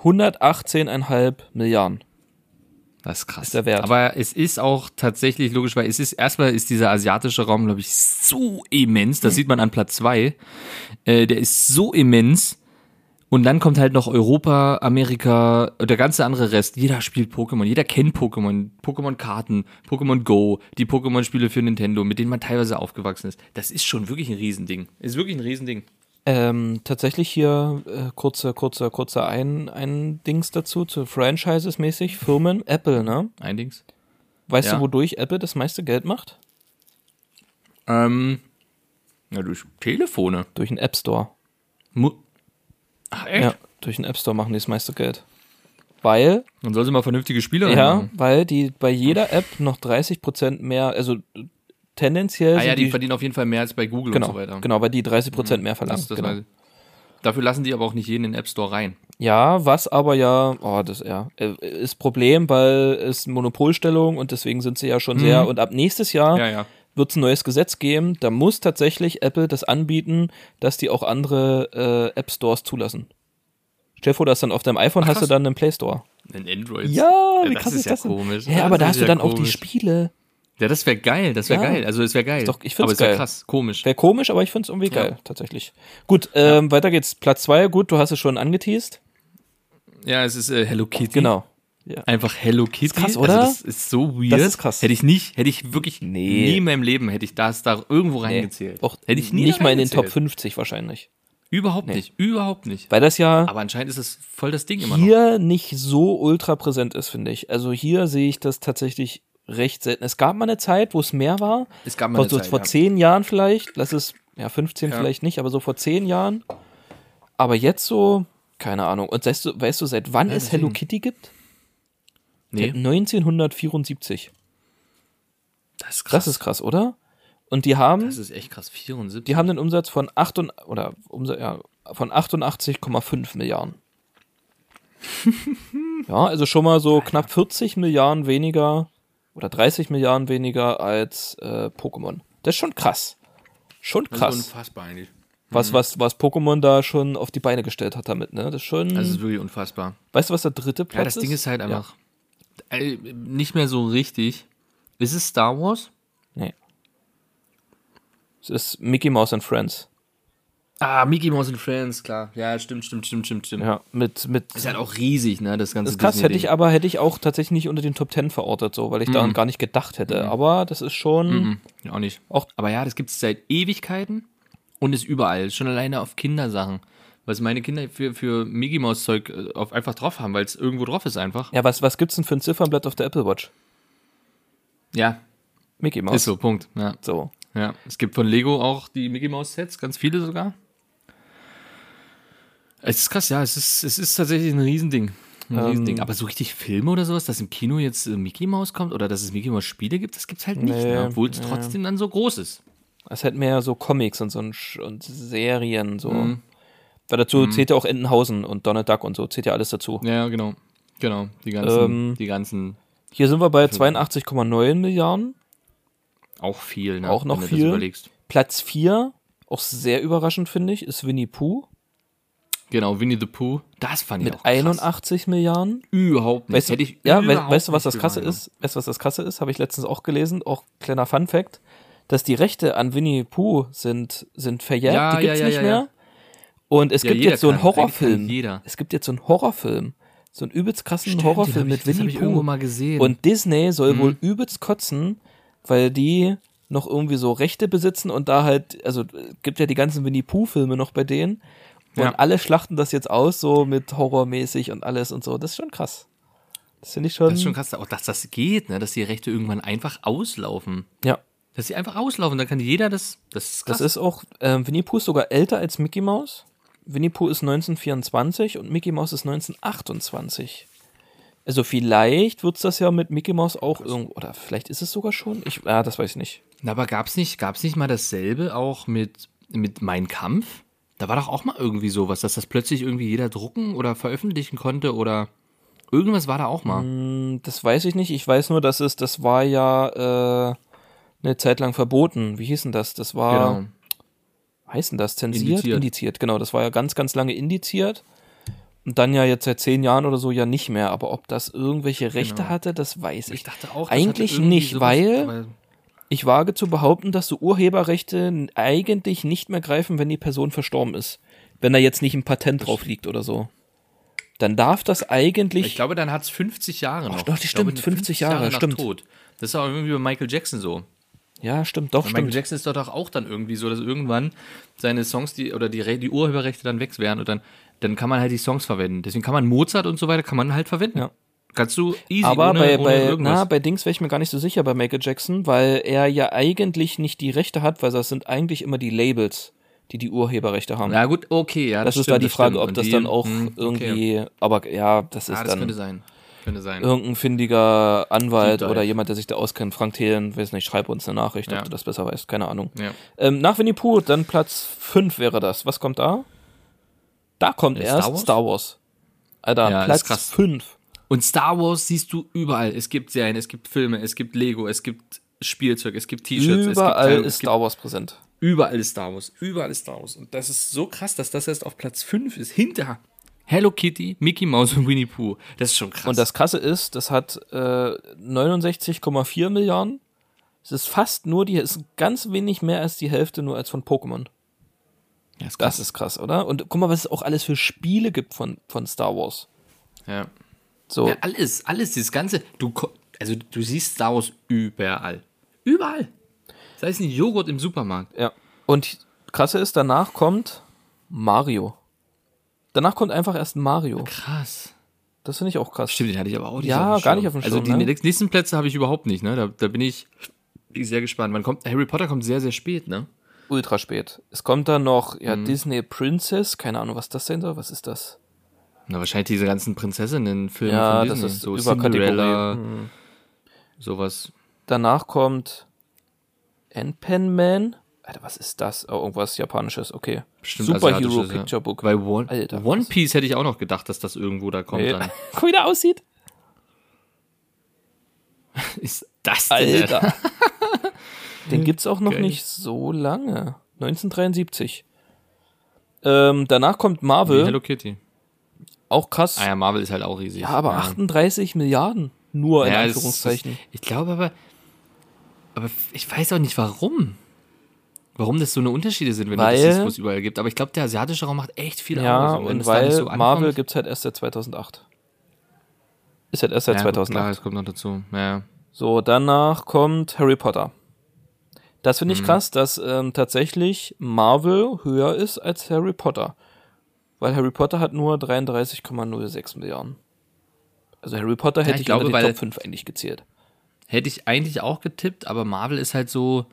Speaker 4: 118,5 Milliarden.
Speaker 3: Das ist krass.
Speaker 4: Ist der Wert.
Speaker 3: Aber es ist auch tatsächlich logisch, weil es ist erstmal ist dieser asiatische Raum, glaube ich, so immens.
Speaker 4: Hm.
Speaker 3: Das sieht man an Platz zwei. Äh, der ist so immens. Und dann kommt halt noch Europa, Amerika, der ganze andere Rest. Jeder spielt Pokémon, jeder kennt Pokémon, Pokémon-Karten, Pokémon Go, die Pokémon-Spiele für Nintendo, mit denen man teilweise aufgewachsen ist. Das ist schon wirklich ein Riesending. Ist wirklich ein Riesending.
Speaker 4: Ähm, tatsächlich hier äh, kurzer, kurzer, kurzer ein, ein Dings dazu, zu Franchises mäßig, Firmen, Apple, ne?
Speaker 3: Ein Dings.
Speaker 4: Weißt
Speaker 3: Ja.
Speaker 4: du, wodurch Apple das meiste Geld macht?
Speaker 3: Ähm, ja, durch Telefone.
Speaker 4: Durch einen App Store.
Speaker 3: Mu Ach, echt?
Speaker 4: Ja, durch einen App Store machen die das meiste Geld. Weil,
Speaker 3: Dann soll sie mal vernünftige Spiele
Speaker 4: ja,
Speaker 3: reinmachen.
Speaker 4: weil die bei jeder App noch 30% mehr, also äh, tendenziell
Speaker 3: Ah ja,
Speaker 4: sind
Speaker 3: die, verdienen auf jeden Fall mehr als bei
Speaker 4: Also
Speaker 3: Google
Speaker 4: genau,
Speaker 3: und so weiter. Mhm.
Speaker 4: genau, weil die 30% mehr verlangen.
Speaker 3: Das, das
Speaker 4: genau.
Speaker 3: weiß ich. Dafür lassen die aber auch nicht jeden in den App Store rein.
Speaker 4: Ja, was aber ja, oh, das ja, äh, ist Problem, weil es Monopolstellung und deswegen sind sie ja schon sehr und ab nächstes Jahr
Speaker 3: Mhm. Ja, ja.
Speaker 4: wird es ein neues Gesetz geben, da muss tatsächlich Apple das anbieten, dass die auch andere äh, App Stores zulassen. Stell dir vor, dass dann auf deinem iPhone hast du
Speaker 3: krass.
Speaker 4: dann einen Play Store.
Speaker 3: In Android.
Speaker 4: Ja, wie
Speaker 3: das
Speaker 4: krass
Speaker 3: ist,
Speaker 4: ist
Speaker 3: ja
Speaker 4: das denn?
Speaker 3: komisch. ne?
Speaker 4: Ja, aber
Speaker 3: Das
Speaker 4: da
Speaker 3: ist
Speaker 4: hast du
Speaker 3: ja
Speaker 4: dann auch die
Speaker 3: komisch.
Speaker 4: Spiele.
Speaker 3: Ja, das wäre geil, das wäre
Speaker 4: Ja.
Speaker 3: geil. Also, das wäre geil.
Speaker 4: Ist doch- ich find's
Speaker 3: aber es wäre
Speaker 4: geil.
Speaker 3: krass, komisch.
Speaker 4: Wäre komisch, aber ich find's irgendwie geil, tatsächlich. Gut, ähm, weiter geht's. Platz zwei. gut, du hast es schon angeteased.
Speaker 3: Ja, es ist äh, Hello Kitty.
Speaker 4: Genau.
Speaker 3: Einfach Hello Kitty.
Speaker 4: krass, oder?
Speaker 3: Also das ist so weird.
Speaker 4: Das ist krass.
Speaker 3: Hätte ich nicht, hätte ich wirklich
Speaker 4: Nee.
Speaker 3: nie in meinem Leben, hätte ich das da irgendwo reingezählt.
Speaker 4: Auch
Speaker 3: hätte ich nie
Speaker 4: nicht mal in den
Speaker 3: reingezählt.
Speaker 4: Top 50 wahrscheinlich.
Speaker 3: Überhaupt nicht, überhaupt nicht.
Speaker 4: Weil das ja
Speaker 3: Aber anscheinend ist das voll das Ding immer noch.
Speaker 4: hier nicht so ultra präsent ist, finde ich. Also hier sehe ich das tatsächlich recht selten. Es gab mal eine Zeit, wo es mehr war.
Speaker 3: Es gab mal
Speaker 4: vor,
Speaker 3: eine
Speaker 4: so
Speaker 3: Zeit,
Speaker 4: vor
Speaker 3: ja.
Speaker 4: zehn Jahren vielleicht. Lass es, ja, 15
Speaker 3: Ja.
Speaker 4: vielleicht nicht, aber so vor zehn Jahren. Aber jetzt so, keine Ahnung. Und weißt du, weißt du seit wann es Hello Kitty gibt? Seit
Speaker 3: Nee,
Speaker 4: 1974.
Speaker 3: das ist krass.
Speaker 4: Das ist krass, oder? Und die haben,
Speaker 3: Das ist echt krass. 74.
Speaker 4: die haben einen Umsatz von 8 und, oder Umsatz, ja, von 88,5 Milliarden. ja, also schon mal so knapp 40 Milliarden weniger oder 30 Milliarden weniger als äh, Pokémon. Das ist schon krass. Schon
Speaker 3: Das ist
Speaker 4: krass.
Speaker 3: unfassbar eigentlich.
Speaker 4: Was, was, was Pokémon da schon auf die Beine gestellt hat damit, ne? Das ist schon.
Speaker 3: Das ist wirklich unfassbar. halt
Speaker 4: weißt du, was der dritte Platz
Speaker 3: Ja, das Ding ist halt einfach äh, nicht mehr so richtig. Ist es Star Wars?
Speaker 4: Es ist Mickey Mouse and Friends.
Speaker 3: Ah, Mickey Mouse and Friends, klar. Ja, stimmt, stimmt, stimmt, stimmt, stimmt.
Speaker 4: Ja, mit, mit
Speaker 3: Ist halt auch riesig, ne, das ganze
Speaker 4: Das ist krass, hätte ich
Speaker 3: ab.
Speaker 4: aber hätte ich auch tatsächlich nicht unter den Top Ten verortet, so,
Speaker 3: Mhm.
Speaker 4: weil ich daran gar nicht gedacht hätte. Aber das ist schon.
Speaker 3: Ja, Hm, auch nicht.
Speaker 4: Auch-
Speaker 3: aber ja, das gibt es seit Ewigkeiten und ist überall. Schon alleine auf Kindersachen. Was meine Kinder für, für Mickey Mouse Zeug äh, auf, einfach drauf haben, weil es irgendwo drauf ist einfach.
Speaker 4: Ja, was, was gibt's denn für ein Ziffernblatt auf der Apple Watch?
Speaker 3: Ja,
Speaker 4: Mickey Mouse.
Speaker 3: ist so, Punkt. Ja.
Speaker 4: So.
Speaker 3: ja. Es gibt von Lego auch die Mickey Mouse Sets, ganz viele sogar. Es ist krass, ja, es ist, es ist tatsächlich ein Riesending.
Speaker 4: Ähm.
Speaker 3: Ein Riesending. Aber so richtig Filme oder sowas, dass im Kino jetzt äh, Mickey Mouse kommt oder dass es Mickey Mouse Spiele gibt, das gibt's halt nicht,
Speaker 4: Nee,
Speaker 3: ne? obwohl es
Speaker 4: ja.
Speaker 3: trotzdem dann so groß ist.
Speaker 4: Es hätten mehr so Comics und so ein Sch- und Serien, so.
Speaker 3: Mhm.
Speaker 4: Weil dazu zählt ja auch Entenhausen und Donald Duck und so, zählt ja alles dazu.
Speaker 3: Ja, genau. Genau. Die ganzen,
Speaker 4: Ähm,
Speaker 3: die ganzen
Speaker 4: Hier sind wir bei 82,9 Milliarden.
Speaker 3: auch viel, ne?
Speaker 4: Auch noch
Speaker 3: wenn du
Speaker 4: viel.
Speaker 3: das überlegst.
Speaker 4: Platz 4, auch sehr überraschend, finde ich, ist Winnie Pooh
Speaker 3: Genau, Winnie the Pooh. Das fand ich
Speaker 4: mit
Speaker 3: auch krass.
Speaker 4: 81 Milliarden.
Speaker 3: überhaupt nicht.
Speaker 4: Weißt, du-
Speaker 3: Hätte ich
Speaker 4: ja, we
Speaker 3: überhaupt
Speaker 4: weißt du, was
Speaker 3: nicht ne?
Speaker 4: das krasse
Speaker 3: überall,
Speaker 4: ist? Weißt du, was das krasse ist? Habe ich letztens auch gelesen, auch kleiner Fun Fact, dass die Rechte an Winnie Pooh sind, sind verjährt,
Speaker 3: Ja,
Speaker 4: die gibt's
Speaker 3: ja, ja,
Speaker 4: nicht
Speaker 3: ja,
Speaker 4: mehr.
Speaker 3: ja.
Speaker 4: Und es
Speaker 3: Ja,
Speaker 4: gibt
Speaker 3: jeder
Speaker 4: jetzt so einen
Speaker 3: kann. Eigentlich kann
Speaker 4: Horrorfilm.
Speaker 3: jeder.
Speaker 4: Es gibt jetzt so einen Horrorfilm. So einen übelst krassen
Speaker 3: Stimmt, den hab
Speaker 4: Horrorfilm
Speaker 3: ich-
Speaker 4: mit
Speaker 3: das hab
Speaker 4: Winnie
Speaker 3: ich
Speaker 4: Pooh.
Speaker 3: irgendwo mal gesehen.
Speaker 4: Und Disney soll
Speaker 3: Mhm.
Speaker 4: wohl übelst kotzen, weil die noch irgendwie so Rechte besitzen und da halt, also äh, gibt ja die ganzen Winnie Pooh-Filme noch bei denen. Und
Speaker 3: Ja.
Speaker 4: alle schlachten das jetzt aus, so mit horrormäßig und alles und so. Das ist schon krass. Das finde ich schon.
Speaker 3: Das ist schon krass, auch dass das geht, ne? dass die Rechte irgendwann einfach auslaufen.
Speaker 4: Ja.
Speaker 3: Dass sie einfach auslaufen, dann kann jeder das. Das ist krass.
Speaker 4: Das ist auch, ähm, Winnie Pooh ist sogar älter als Mickey Mouse. Winnie Pooh ist 1924 und Mickey Mouse ist 1928. Also vielleicht wird's das ja mit Mickey Mouse auch irgendwo, oder vielleicht ist es sogar schon. Ich, ah, das weiß ich nicht.
Speaker 3: Na, aber gab's nicht, gab's nicht mal dasselbe auch mit, mit Mein Kampf? Da war doch auch mal irgendwie sowas, dass das plötzlich irgendwie jeder drucken oder veröffentlichen konnte oder irgendwas war da auch mal.
Speaker 4: Hm, Das weiß ich nicht. Ich weiß nur, dass es, das war ja äh, eine Zeit lang verboten. Wie hieß denn das? Das war,
Speaker 3: Genau.
Speaker 4: heißt denn das? Zensiert?
Speaker 3: Indiziert.
Speaker 4: Indiziert. genau. Das war ja ganz, ganz lange indiziert. Und dann ja jetzt seit zehn Jahren oder so ja nicht mehr. Aber ob das irgendwelche Rechte hatte, das weiß ich.
Speaker 3: Genau. Ich dachte auch. das
Speaker 4: Eigentlich
Speaker 3: hatte irgendwie
Speaker 4: nicht,
Speaker 3: sowas,
Speaker 4: weil-
Speaker 3: aber-
Speaker 4: Ich wage zu behaupten, dass so Urheberrechte n- eigentlich nicht mehr greifen, wenn die Person verstorben ist. Wenn da jetzt nicht ein Patent drauf liegt oder so. Dann darf das eigentlich.
Speaker 3: Ich glaube, dann hat es 50 Jahre noch.
Speaker 4: doch, das
Speaker 3: Ich glaube,
Speaker 4: stimmt, 50 Jahre,
Speaker 3: nach
Speaker 4: stimmt.
Speaker 3: Tod. Das ist auch irgendwie bei Michael Jackson so.
Speaker 4: ja, stimmt, doch,
Speaker 3: Michael
Speaker 4: stimmt.
Speaker 3: Jackson ist doch doch auch dann irgendwie so, dass irgendwann seine Songs die oder die, Re- die Urheberrechte dann weg wären und dann, dann kann man halt die Songs verwenden. Deswegen kann man Mozart und so weiter kann man halt verwenden.
Speaker 4: Ja.
Speaker 3: Kannst du easy
Speaker 4: Aber
Speaker 3: ohne,
Speaker 4: bei,
Speaker 3: ohne
Speaker 4: bei,
Speaker 3: irgendwas.
Speaker 4: na, bei Dings wäre ich mir gar nicht so sicher bei Michael Jackson, weil er ja eigentlich nicht die Rechte hat, weil das sind eigentlich immer die Labels, die die Urheberrechte haben.
Speaker 3: Na gut, okay, ja.
Speaker 4: das, ist
Speaker 3: stimmt,
Speaker 4: da die Frage,
Speaker 3: stimmt.
Speaker 4: ob
Speaker 3: Und
Speaker 4: das
Speaker 3: die-
Speaker 4: dann auch
Speaker 3: hm, Okay.
Speaker 4: irgendwie, aber ja, das ist
Speaker 3: Ah, das könnte
Speaker 4: dann
Speaker 3: sein. Könnte sein.
Speaker 4: irgendein findiger Anwalt
Speaker 3: Deep Dive.
Speaker 4: oder jemand, der sich da auskennt. Frank Thelen, weiß nicht, schreib uns eine Nachricht,
Speaker 3: Ja.
Speaker 4: ob du das besser weißt, keine Ahnung.
Speaker 3: Ja.
Speaker 4: Ähm, nach Winnie Pooh, dann Platz 5 wäre das. Was kommt da? Da kommt
Speaker 3: Äh, Star
Speaker 4: erst
Speaker 3: Wars?
Speaker 4: Star Wars. Alter,
Speaker 3: Ja, das ist
Speaker 4: Platz
Speaker 3: krass.
Speaker 4: 5.
Speaker 3: Und Star Wars siehst du überall. Es gibt Serien, es gibt Filme, es gibt Lego, es gibt Spielzeug, es gibt T-Shirts, es
Speaker 4: Überall
Speaker 3: gibt,
Speaker 4: ist
Speaker 3: es gibt
Speaker 4: Star Wars präsent.
Speaker 3: Überall ist Star Wars. Überall ist Star Wars. Und das ist so krass, dass das erst auf Platz 5 ist. Hinter Hello Kitty, Mickey Mouse und Winnie Pooh. Das ist schon krass.
Speaker 4: Und das Krasse ist, das hat äh, 69,4 Milliarden. Es ist fast nur die, es ist ganz wenig mehr als die Hälfte nur als von Pokémon.
Speaker 3: ja, ist
Speaker 4: Das ist krass, oder? Und guck mal, was es auch alles für Spiele gibt von, von Star Wars.
Speaker 3: Ja.
Speaker 4: So,
Speaker 3: ja, alles, alles, dieses Ganze. Du, ko- also, du siehst Star Wars überall. Überall. Sei es ein Joghurt im Supermarkt.
Speaker 4: ja. Und krasse ist, danach kommt Mario. Danach kommt einfach erst Mario.
Speaker 3: Krass.
Speaker 4: Das finde ich auch krass.
Speaker 3: Stimmt, den hatte ich aber auch nicht
Speaker 4: Ja,
Speaker 3: auf dem
Speaker 4: gar
Speaker 3: Schirm.
Speaker 4: nicht auf dem
Speaker 3: Also,
Speaker 4: Schirm,
Speaker 3: die
Speaker 4: ne?
Speaker 3: nächsten Plätze habe ich überhaupt nicht, ne? Da, da bin ich sehr gespannt. Wann kommt, Harry Potter kommt sehr, sehr spät, ne?
Speaker 4: Ultra spät. Es kommt dann noch, ja, Disney Princess. Keine Ahnung, was das sein soll. Was ist das?
Speaker 3: Na, wahrscheinlich diese ganzen Prinzessinnen-Filme
Speaker 4: Ja,
Speaker 3: von
Speaker 4: das
Speaker 3: Disney.
Speaker 4: ist Hm.
Speaker 3: so
Speaker 4: Überkategorie.
Speaker 3: Cinderella, sowas.
Speaker 4: Danach kommt Pen Man. Alter, was ist das? Oh, irgendwas Japanisches, okay.
Speaker 3: Bestimmt
Speaker 4: Superhero
Speaker 3: asiatisches, ja.
Speaker 4: Picture Book.
Speaker 3: Bei One,
Speaker 4: Alter,
Speaker 3: One
Speaker 4: krass.
Speaker 3: Piece hätte ich auch noch gedacht, dass das irgendwo da kommt.
Speaker 4: Nee.
Speaker 3: Dann.
Speaker 4: Guck, wie der aussieht.
Speaker 3: Ist das denn?
Speaker 4: Alter. Den gibt's auch noch
Speaker 3: Geil.
Speaker 4: nicht so lange. 1973. Ähm, danach kommt Marvel.
Speaker 3: Wie Hello Kitty.
Speaker 4: Auch krass.
Speaker 3: Ah ja, Marvel ist halt auch riesig.
Speaker 4: Ja, aber 38 Milliarden. Nur in
Speaker 3: Ja, das ist-
Speaker 4: Anführungszeichen.
Speaker 3: Ich glaube aber, Aber ich weiß auch nicht warum. Warum das so eine Unterschiede sind, wenn
Speaker 4: Weil-
Speaker 3: es das Rassismus überall gibt. Aber ich glaube, der asiatische Raum macht echt viel
Speaker 4: Ja,
Speaker 3: aus.
Speaker 4: und
Speaker 3: es da
Speaker 4: weil
Speaker 3: nicht
Speaker 4: Marvel
Speaker 3: ankommt-
Speaker 4: gibt's halt erst seit 2008. Ist halt erst seit
Speaker 3: Ja, gut,
Speaker 4: 2008.
Speaker 3: Klar, das kommt noch dazu. Ja.
Speaker 4: So, danach kommt Harry Potter. Das
Speaker 3: Mhm.
Speaker 4: finde ich krass, dass ähm, tatsächlich Marvel höher ist als Harry Potter. Weil Harry Potter hat nur 33,06 Milliarden. Also Harry Potter hätte
Speaker 3: ich
Speaker 4: ich,
Speaker 3: glaube,
Speaker 4: unter die
Speaker 3: weil-
Speaker 4: Top 5 eigentlich gezählt.
Speaker 3: Hätte ich eigentlich auch getippt, aber Marvel ist halt so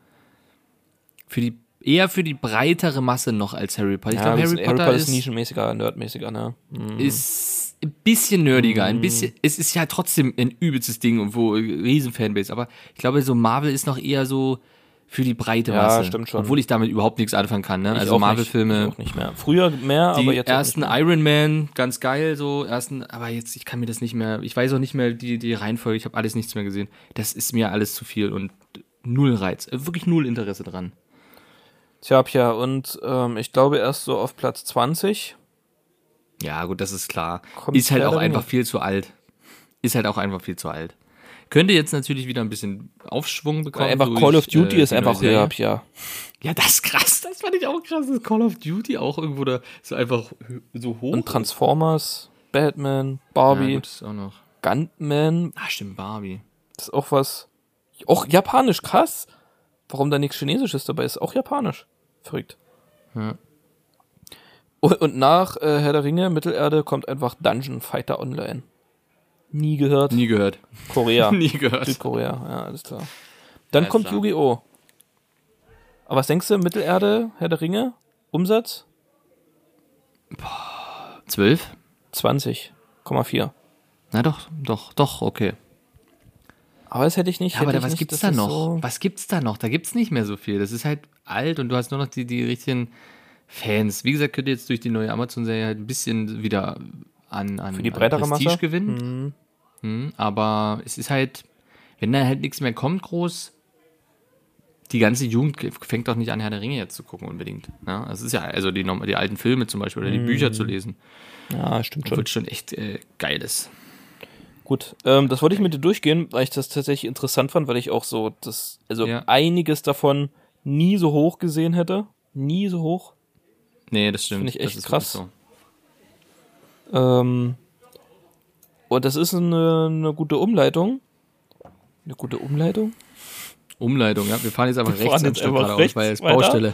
Speaker 3: für die eher für die breitere Masse noch als Harry Potter. Ich
Speaker 4: Ja,
Speaker 3: glaube,
Speaker 4: wir
Speaker 3: Harry,
Speaker 4: sind- Harry
Speaker 3: Potter ist, Also
Speaker 4: nischenmäßiger, nerdmäßiger, ne?
Speaker 3: ist ein bisschen nerdiger,
Speaker 4: Mhm.
Speaker 3: ein bisschen. Es ist ja trotzdem ein übelstes Ding und wo riesen Fanbase. Aber ich glaube, so Marvel ist noch eher so für die breite
Speaker 4: Ja,
Speaker 3: Masse.
Speaker 4: stimmt schon.
Speaker 3: Obwohl ich damit überhaupt nichts anfangen kann. Ne?
Speaker 4: Ich
Speaker 3: Also
Speaker 4: auch nicht,
Speaker 3: Marvel-Filme.
Speaker 4: ich auch nicht mehr. Früher mehr,
Speaker 3: Die
Speaker 4: aber jetzt auch
Speaker 3: ersten Iron Man, ganz geil, so ersten, aber jetzt, ich kann mir das nicht mehr, ich weiß auch nicht mehr die, die Reihenfolge, ich habe alles nichts mehr gesehen. Das ist mir alles zu viel und null Reiz, äh, wirklich null Interesse dran.
Speaker 4: Tja, Pia, und ähm, ich glaube erst so auf Platz 20.
Speaker 3: Ja, gut, das ist klar.
Speaker 4: Kommt
Speaker 3: ist halt
Speaker 4: leider
Speaker 3: auch einfach
Speaker 4: nicht.
Speaker 3: viel zu alt. Ist halt auch einfach viel zu alt. Könnte jetzt natürlich wieder ein bisschen Aufschwung bekommen.
Speaker 4: einfach
Speaker 3: durch,
Speaker 4: Call of Duty
Speaker 3: äh,
Speaker 4: ist
Speaker 3: die
Speaker 4: einfach
Speaker 3: neue
Speaker 4: höher,
Speaker 3: Serie.
Speaker 4: Pia.
Speaker 3: Ja, das ist krass, das fand ich auch krass, dass Call of Duty auch irgendwo da so einfach hö- so hoch.
Speaker 4: Und Transformers, Batman,
Speaker 3: ja,
Speaker 4: Barbie,
Speaker 3: gut, ist auch noch.
Speaker 4: Gunman,
Speaker 3: Ah, stimmt, Barbie.
Speaker 4: das ist auch was. Auch japanisch, krass. Warum da nichts Chinesisches dabei ist, auch japanisch. Verrückt.
Speaker 3: Ja.
Speaker 4: Und, und nach äh, Herr der Ringe, Mittelerde, kommt einfach Dungeon Fighter Online. Nie gehört.
Speaker 3: Nie gehört.
Speaker 4: Korea.
Speaker 3: Nie gehört.
Speaker 4: Südkorea, ja, alles klar. Dann
Speaker 3: Alles
Speaker 4: kommt
Speaker 3: klar.
Speaker 4: Yu-Gi-Oh! Aber was denkst du, Mittelerde, Herr der Ringe, Umsatz?
Speaker 3: 12?
Speaker 4: 20,4.
Speaker 3: Na doch, doch, doch, okay.
Speaker 4: Aber das hätte ich nicht.
Speaker 3: Ja, aber
Speaker 4: hätte
Speaker 3: da,
Speaker 4: ich
Speaker 3: was
Speaker 4: nicht,
Speaker 3: gibt's da
Speaker 4: das ist
Speaker 3: noch?
Speaker 4: So,
Speaker 3: Was gibt's da noch? Da gibt's nicht mehr so viel. Das ist halt alt und du hast nur noch die, die richtigen Fans. Wie gesagt, könnte jetzt durch die neue Amazon-Serie halt ein bisschen wieder an, an,
Speaker 4: Für die
Speaker 3: an
Speaker 4: breitere
Speaker 3: Prestige
Speaker 4: Masse? Hm.
Speaker 3: gewinnen. Mhm, aber es ist halt, wenn da halt nichts mehr kommt, groß, die ganze Jugend fängt doch nicht an, Herr der Ringe jetzt zu gucken unbedingt. Ja, das ist ja, also die, norm- die alten Filme zum Beispiel oder die Bücher zu lesen,
Speaker 4: ja, stimmt Hm, schon.
Speaker 3: wird schon echt äh, geiles.
Speaker 4: Gut, ähm, das wollte ich mit dir durchgehen, weil ich das tatsächlich interessant fand, weil ich auch so das, also
Speaker 3: Ja.
Speaker 4: einiges davon nie so hoch gesehen hätte. Nie so hoch.
Speaker 3: Nee, das stimmt.
Speaker 4: Finde ich echt
Speaker 3: das ist
Speaker 4: krass.
Speaker 3: wirklich
Speaker 4: Ähm, und das ist eine, eine gute Umleitung. Eine gute Umleitung?
Speaker 3: So. Umleitung, ja. Wir fahren jetzt einfach
Speaker 4: fahren
Speaker 3: rechts am
Speaker 4: jetzt
Speaker 3: Stück
Speaker 4: einfach
Speaker 3: geradeaus,
Speaker 4: rechts
Speaker 3: weil es
Speaker 4: weiter.
Speaker 3: Baustelle.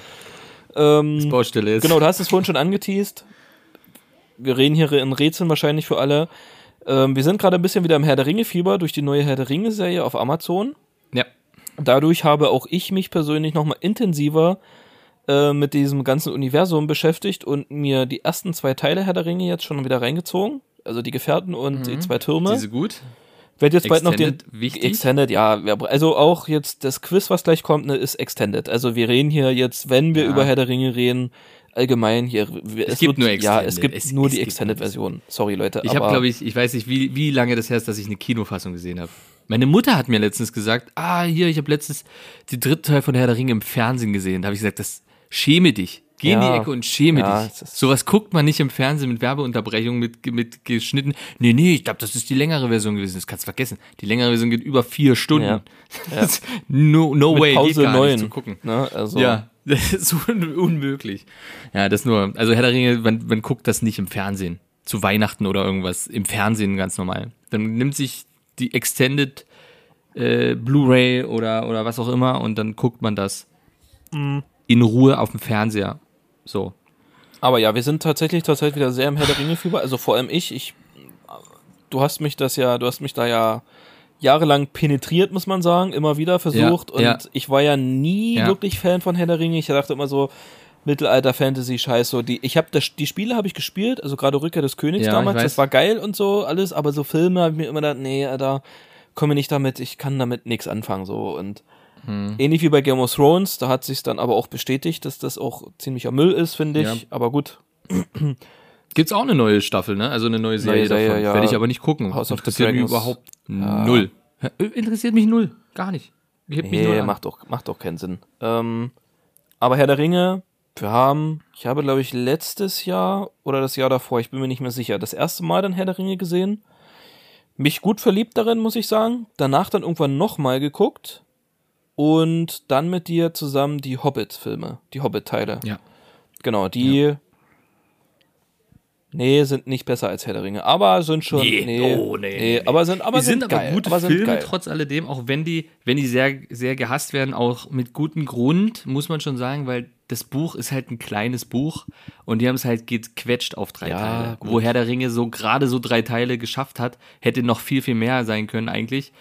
Speaker 4: Ähm,
Speaker 3: Baustelle ist.
Speaker 4: Genau, du hast es vorhin schon angeteased. Wir reden hier in Rätseln wahrscheinlich für alle. Ähm, wir sind gerade ein bisschen wieder im Herr der Ringe-Fieber durch die neue Herr der Ringe-Serie auf Amazon.
Speaker 3: Ja.
Speaker 4: Dadurch habe auch ich mich persönlich nochmal intensiver äh, mit diesem ganzen Universum beschäftigt und mir die ersten zwei Teile Herr der Ringe jetzt schon wieder reingezogen. Also die Gefährten und die zwei Türme.
Speaker 3: Mhm. Diese gut.
Speaker 4: Werd jetzt bald noch den
Speaker 3: Extended wichtig?
Speaker 4: Extended, ja, wir- also auch jetzt das Quiz, was gleich kommt, ne, ist Extended. Also wir reden hier jetzt, wenn wir
Speaker 3: Ja.
Speaker 4: über Herr der Ringe reden, allgemein hier. wir-
Speaker 3: Es gibt nur
Speaker 4: Ja, es
Speaker 3: Extended.
Speaker 4: gibt
Speaker 3: Es-
Speaker 4: nur
Speaker 3: es
Speaker 4: die
Speaker 3: gibt nur
Speaker 4: Extended-Version. Sorry, Leute.
Speaker 3: Ich habe,
Speaker 4: aber-
Speaker 3: glaube ich, ich weiß nicht, wie, wie lange das her ist, dass ich eine Kinofassung gesehen habe. Meine Mutter hat mir letztens gesagt, ah, hier, ich habe letztens den dritten Teil von Herr der Ringe im Fernsehen gesehen. Da habe ich gesagt, das schäme dich. Geh in
Speaker 4: Ja.
Speaker 3: die Ecke und schäme
Speaker 4: Ja,
Speaker 3: dich.
Speaker 4: es ist-
Speaker 3: Sowas guckt man nicht im Fernsehen mit Werbeunterbrechung, mit, mit geschnitten. Nee, nee, ich glaube, das ist die längere Version gewesen. Das kannst du vergessen. Die längere Version geht über vier Stunden.
Speaker 4: Ja.
Speaker 3: Das- No, no
Speaker 4: mit
Speaker 3: way,
Speaker 4: Pause
Speaker 3: oh, geht gar
Speaker 4: neun.
Speaker 3: nicht zu gucken.
Speaker 4: Ne, also,
Speaker 3: Ja, das ist un unmöglich. Ja, das nur. Also Herr der Ringe, man, man guckt das nicht im Fernsehen. Zu Weihnachten oder irgendwas. Im Fernsehen ganz normal. Dann nimmt sich die Extended äh, Blu-ray oder, oder was auch immer und dann guckt man das
Speaker 4: Mhm.
Speaker 3: in Ruhe auf dem Fernseher. So.
Speaker 4: Aber ja, wir sind tatsächlich zurzeit wieder sehr im Herr der Ringe-Fieber. Also vor allem ich. Ich, du hast mich das ja, du hast mich da ja jahrelang penetriert, muss man sagen, immer wieder versucht.
Speaker 3: Ja, ja.
Speaker 4: und ich war ja nie
Speaker 3: Ja.
Speaker 4: wirklich Fan von Herr der Ringe. Ich dachte immer so Mittelalter Fantasy Scheiß so die ich habe das die Spiele habe ich gespielt, also gerade Rückkehr des Königs
Speaker 3: Ja, ich
Speaker 4: damals,
Speaker 3: weiß.
Speaker 4: das war geil und so alles, aber so Filme habe ich mir immer gedacht, nee, da komme nicht damit, ich kann damit nichts anfangen so und ähnlich wie bei Game of Thrones, da hat sich dann aber auch bestätigt, dass das auch ziemlicher Müll ist, finde ich,
Speaker 3: Ja.
Speaker 4: aber gut,
Speaker 3: Gibt's auch eine neue Staffel, ne? Also eine neue Serie
Speaker 4: Serie,
Speaker 3: davon.
Speaker 4: ja.
Speaker 3: Werde ich aber nicht gucken.
Speaker 4: House of the
Speaker 3: Interessiert mich
Speaker 4: Dragons.
Speaker 3: überhaupt null. Interessiert mich null. Gar nicht. Hebt mich null
Speaker 4: Nee,
Speaker 3: an.
Speaker 4: macht doch, macht doch keinen Sinn. Ähm, aber Herr der Ringe, wir haben, ich habe glaube ich letztes Jahr oder das Jahr davor, ich bin mir nicht mehr sicher, das erste Mal dann Herr der Ringe gesehen. Mich gut verliebt darin, muss ich sagen. Danach dann irgendwann nochmal geguckt. und dann mit dir zusammen die Hobbit-Filme, die Hobbit-Teile.
Speaker 3: Ja.
Speaker 4: Genau, die. Nee, sind nicht besser als Herr der Ringe, aber sind schon.
Speaker 3: Nee,
Speaker 4: Nee,
Speaker 3: oh, nee, nee,
Speaker 4: aber sind, aber
Speaker 3: die sind, aber
Speaker 4: geil,
Speaker 3: gute
Speaker 4: aber sind
Speaker 3: Filme
Speaker 4: geil.
Speaker 3: trotz alledem, auch wenn die, wenn die sehr, sehr gehasst werden, auch mit gutem Grund, muss man schon sagen, weil das Buch ist halt ein kleines Buch und die haben es halt gequetscht auf drei
Speaker 4: Ja,
Speaker 3: Teile.
Speaker 4: gut.
Speaker 3: Wo Herr der Ringe so gerade so drei Teile geschafft hat, hätte noch viel, viel mehr sein können eigentlich.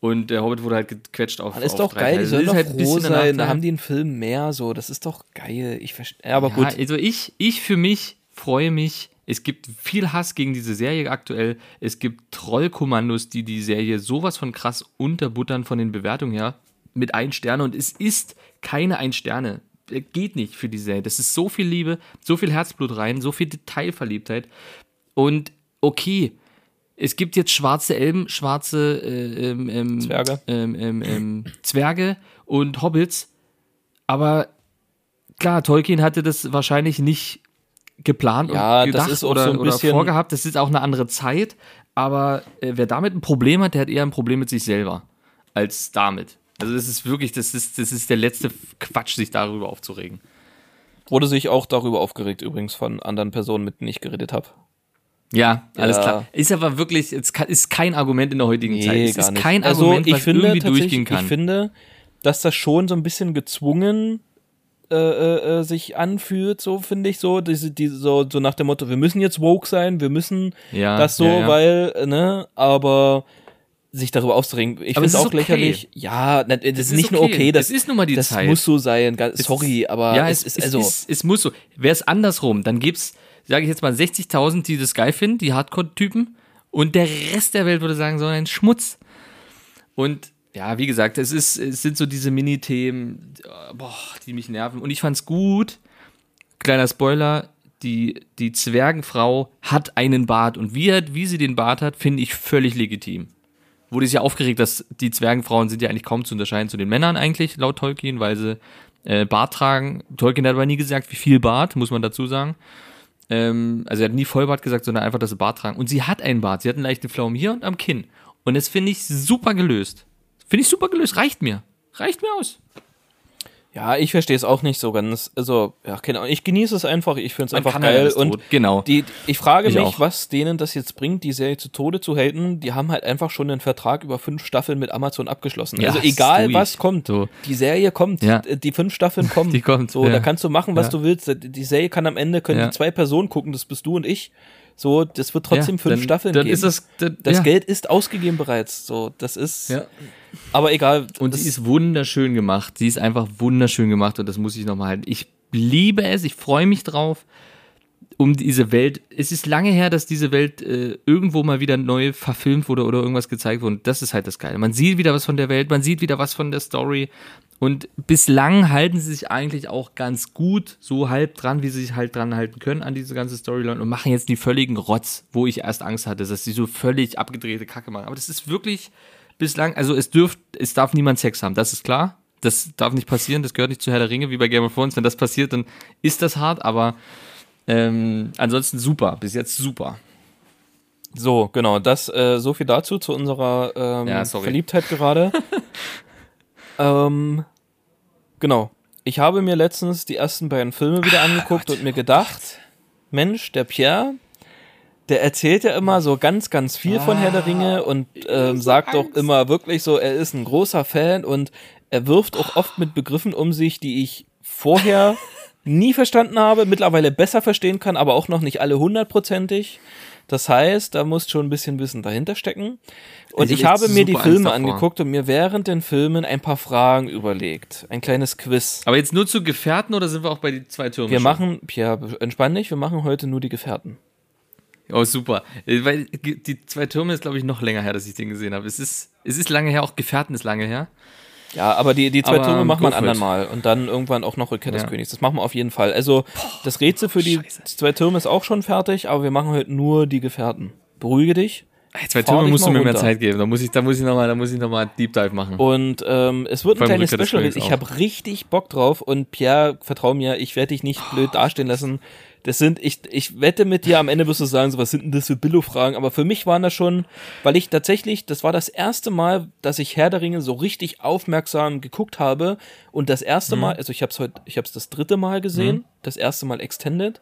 Speaker 3: Und der Hobbit wurde halt gequetscht auf,
Speaker 4: Das ist
Speaker 3: auf
Speaker 4: doch
Speaker 3: drei
Speaker 4: geil, die
Speaker 3: Teile.
Speaker 4: sollen
Speaker 3: Das
Speaker 4: doch
Speaker 3: ist halt ein
Speaker 4: froh
Speaker 3: bisschen der
Speaker 4: sein, da
Speaker 3: Nachteil.
Speaker 4: haben die einen Film mehr, so, das ist doch geil. Ich verstehe. Aber
Speaker 3: Ja,
Speaker 4: gut,
Speaker 3: also ich, ich für mich freue mich. Es gibt viel Hass gegen diese Serie aktuell. Es gibt Trollkommandos, die die Serie sowas von krass unterbuttern von den Bewertungen her mit ein Sterne und es ist keine ein Sterne. Äh, Geht nicht für die Serie. Das ist so viel Liebe, so viel Herzblut rein, so viel Detailverliebtheit. Und okay, es gibt jetzt schwarze Elben, schwarze äh, ähm, ähm,
Speaker 4: Zwerge.
Speaker 3: ähm, ähm, ähm, Zwerge und Hobbits, aber klar, Tolkien hatte das wahrscheinlich nicht geplant
Speaker 4: Ja,
Speaker 3: und
Speaker 4: das
Speaker 3: gedacht
Speaker 4: ist auch
Speaker 3: oder,
Speaker 4: so ein
Speaker 3: oder
Speaker 4: bisschen-
Speaker 3: vorgehabt. Das ist auch eine andere Zeit, aber äh, wer damit ein Problem hat, der hat eher ein Problem mit sich selber als damit. Also das ist wirklich, das ist, das ist der letzte Quatsch, sich darüber aufzuregen.
Speaker 4: wurde sich auch darüber aufgeregt, übrigens von anderen Personen, mit denen ich geredet habe.
Speaker 3: Ja, alles
Speaker 4: Ja.
Speaker 3: klar. Ist aber wirklich, es kann- ist kein Argument in der heutigen
Speaker 4: Nee,
Speaker 3: Zeit. Es
Speaker 4: gar
Speaker 3: ist
Speaker 4: nicht.
Speaker 3: kein
Speaker 4: also,
Speaker 3: Argument,
Speaker 4: ich
Speaker 3: was
Speaker 4: finde
Speaker 3: irgendwie
Speaker 4: tatsächlich-
Speaker 3: durchgehen kann.
Speaker 4: Ich finde, dass das schon so ein bisschen gezwungen äh, äh, äh, sich anfühlt, so finde ich, so, diese, diese, so, so nach dem Motto, wir müssen jetzt woke sein, wir müssen
Speaker 3: Ja,
Speaker 4: das so,
Speaker 3: ja, ja.
Speaker 4: weil, äh, ne, aber sich darüber aufzuregen, ich finde
Speaker 3: Aber es
Speaker 4: es
Speaker 3: ist
Speaker 4: auch
Speaker 3: okay.
Speaker 4: lächerlich. Ja, na, das, ist
Speaker 3: ist
Speaker 4: nicht nur
Speaker 3: okay.
Speaker 4: okay, das
Speaker 3: Es ist nun mal die
Speaker 4: das
Speaker 3: Zeit.
Speaker 4: muss so sein, ga-
Speaker 3: Es
Speaker 4: Äh, sorry,
Speaker 3: ist-
Speaker 4: aber
Speaker 3: ja,
Speaker 4: es, ist also,
Speaker 3: es, es muss so. Wäre es andersrum, dann gibt's, sage ich jetzt mal, 60.000, die das geil finden, die Hardcore-Typen, und der Rest der Welt würde sagen, so ein Schmutz. Und ja, wie gesagt, es ist, es sind so diese Mini-Themen, äh, boah, die mich nerven. Und ich fand's gut. Kleiner Spoiler. Die, die Zwergenfrau hat einen Bart und wie, hat, wie sie den Bart hat, finde ich völlig legitim wurde es ja aufgeregt, dass die Zwergenfrauen sind ja eigentlich kaum zu unterscheiden zu den Männern eigentlich, laut Tolkien, weil sie äh, Bart tragen. Tolkien hat aber nie gesagt, wie viel Bart, muss man dazu sagen. Ähm, also er hat nie Vollbart gesagt, sondern einfach, dass sie Bart tragen. Und sie hat einen Bart, sie hat einen leichten Pflaumen hier und am Kinn. Und das finde ich super gelöst. Finde ich super gelöst, reicht mir. Reicht mir aus.
Speaker 4: ja, ich verstehe es auch nicht so ganz, also, ja, keine Ahnung, ich genieße es einfach, ich finde es
Speaker 3: Man
Speaker 4: einfach
Speaker 3: kann ja
Speaker 4: geil
Speaker 3: alles
Speaker 4: und
Speaker 3: tot. genau.
Speaker 4: Die, ich frage
Speaker 3: Ich
Speaker 4: mich,
Speaker 3: auch.
Speaker 4: was denen das jetzt bringt, die Serie zu Tode zu haten. Die haben halt einfach schon einen Vertrag über fünf Staffeln mit Amazon abgeschlossen.
Speaker 3: Ja,
Speaker 4: also
Speaker 3: das tue
Speaker 4: egal
Speaker 3: ich.
Speaker 4: was kommt,
Speaker 3: So.
Speaker 4: die Serie kommt,
Speaker 3: Ja.
Speaker 4: äh, die fünf Staffeln kommen.
Speaker 3: Die kommt,
Speaker 4: So,
Speaker 3: ja.
Speaker 4: da kannst du machen, was
Speaker 3: Ja.
Speaker 4: du willst. Die Serie kann am Ende können
Speaker 3: Ja.
Speaker 4: die zwei Personen gucken. Das bist du und ich. So, das wird trotzdem
Speaker 3: Ja,
Speaker 4: fünf
Speaker 3: dann,
Speaker 4: Staffeln
Speaker 3: dann
Speaker 4: geben.
Speaker 3: Ist das dann,
Speaker 4: das
Speaker 3: ja.
Speaker 4: Geld ist ausgegeben bereits. So, das ist.
Speaker 3: Ja.
Speaker 4: Aber egal.
Speaker 3: Und
Speaker 4: das,
Speaker 3: sie ist wunderschön gemacht. Sie ist einfach wunderschön gemacht und das muss ich nochmal halten. Ich liebe es, ich freue mich drauf. Um diese Welt. Es ist lange her, dass diese Welt äh, irgendwo mal wieder neu verfilmt wurde oder irgendwas gezeigt wurde. Und das ist halt das Geile. Man sieht wieder was von der Welt, man sieht wieder was von der Story. Und bislang halten sie sich eigentlich auch ganz gut so halb dran, wie sie sich halt dran halten können an diese ganze Storyline und machen jetzt die völligen Rotz, wo ich erst Angst hatte, dass sie so völlig abgedrehte Kacke machen. Aber das ist wirklich bislang, also es dürft, es darf niemand Sex haben, das ist klar. Das darf nicht passieren, das gehört nicht zu Herr der Ringe, wie bei Game of Thrones. Wenn das passiert, dann ist das hart, aber ähm, ansonsten super, bis jetzt super.
Speaker 4: So, genau, das, äh, so viel dazu, zu unserer ähm,
Speaker 3: Ja, sorry.
Speaker 4: Verliebtheit gerade. ähm, genau. Ich habe mir letztens die ersten beiden Filme
Speaker 3: Ah,
Speaker 4: wieder angeguckt und mir gedacht, Mensch, der Pierre, der erzählt ja immer so ganz, ganz viel von Herr der Ringe und ähm, sagt auch immer wirklich so, er ist ein großer Fan und er wirft auch oft mit Begriffen um sich, die ich vorher nie verstanden habe, mittlerweile besser verstehen kann, aber auch noch nicht alle hundertprozentig. Das heißt, da muss schon ein bisschen Wissen dahinter stecken. Und
Speaker 3: Ich
Speaker 4: ich
Speaker 3: hab
Speaker 4: habe
Speaker 3: echt
Speaker 4: mir die
Speaker 3: super Angst
Speaker 4: Filme
Speaker 3: davor.
Speaker 4: angeguckt und mir während den Filmen ein paar Fragen überlegt. Ein kleines Quiz.
Speaker 3: Aber jetzt nur zu Gefährten oder sind wir auch bei den zwei Türmen?
Speaker 4: Wir
Speaker 3: schon?
Speaker 4: machen, Pierre, entspann dich, wir machen heute nur die Gefährten.
Speaker 3: Oh, super. Äh, Weil die zwei Türme ist, glaube ich, noch länger her, dass ich den gesehen habe. Es ist, es ist lange her, auch Gefährten ist lange her.
Speaker 4: Ja, aber die, die zwei
Speaker 3: Aber,
Speaker 4: Türme machen
Speaker 3: go
Speaker 4: wir ein
Speaker 3: for it.
Speaker 4: andern Mal und dann irgendwann auch noch Rückkehr des
Speaker 3: Ja.
Speaker 4: Königs. Das machen wir auf jeden Fall. Also das Rätsel für die
Speaker 3: Scheiße.
Speaker 4: zwei Türme ist auch schon fertig, aber wir machen heute nur die Gefährten. Beruhige dich.
Speaker 3: Ey, Zwei
Speaker 4: Fahr
Speaker 3: Türme
Speaker 4: dich
Speaker 3: musst du
Speaker 4: mal
Speaker 3: mir mehr
Speaker 4: runter.
Speaker 3: Zeit geben. Da muss ich, da muss ich nochmal, da muss ich noch mal Deep Dive machen.
Speaker 4: Und ähm, es wird ein
Speaker 3: Vor allem
Speaker 4: kleines
Speaker 3: Rückkehr des
Speaker 4: Special.
Speaker 3: Königs
Speaker 4: Ich
Speaker 3: auch.
Speaker 4: habe richtig Bock drauf und Pierre, vertrau mir, ich werde dich nicht blöd dastehen lassen. Das sind, ich, ich wette mit dir, am Ende wirst du sagen, so, was sind denn das für Billo-Fragen? Aber für mich waren das schon, weil ich tatsächlich, das war das erste Mal, dass ich Herr der Ringe so richtig aufmerksam geguckt habe. Und das erste
Speaker 3: Mhm.
Speaker 4: Mal, also ich habe es heute, ich habe es das dritte Mal gesehen, das erste Mal Extended,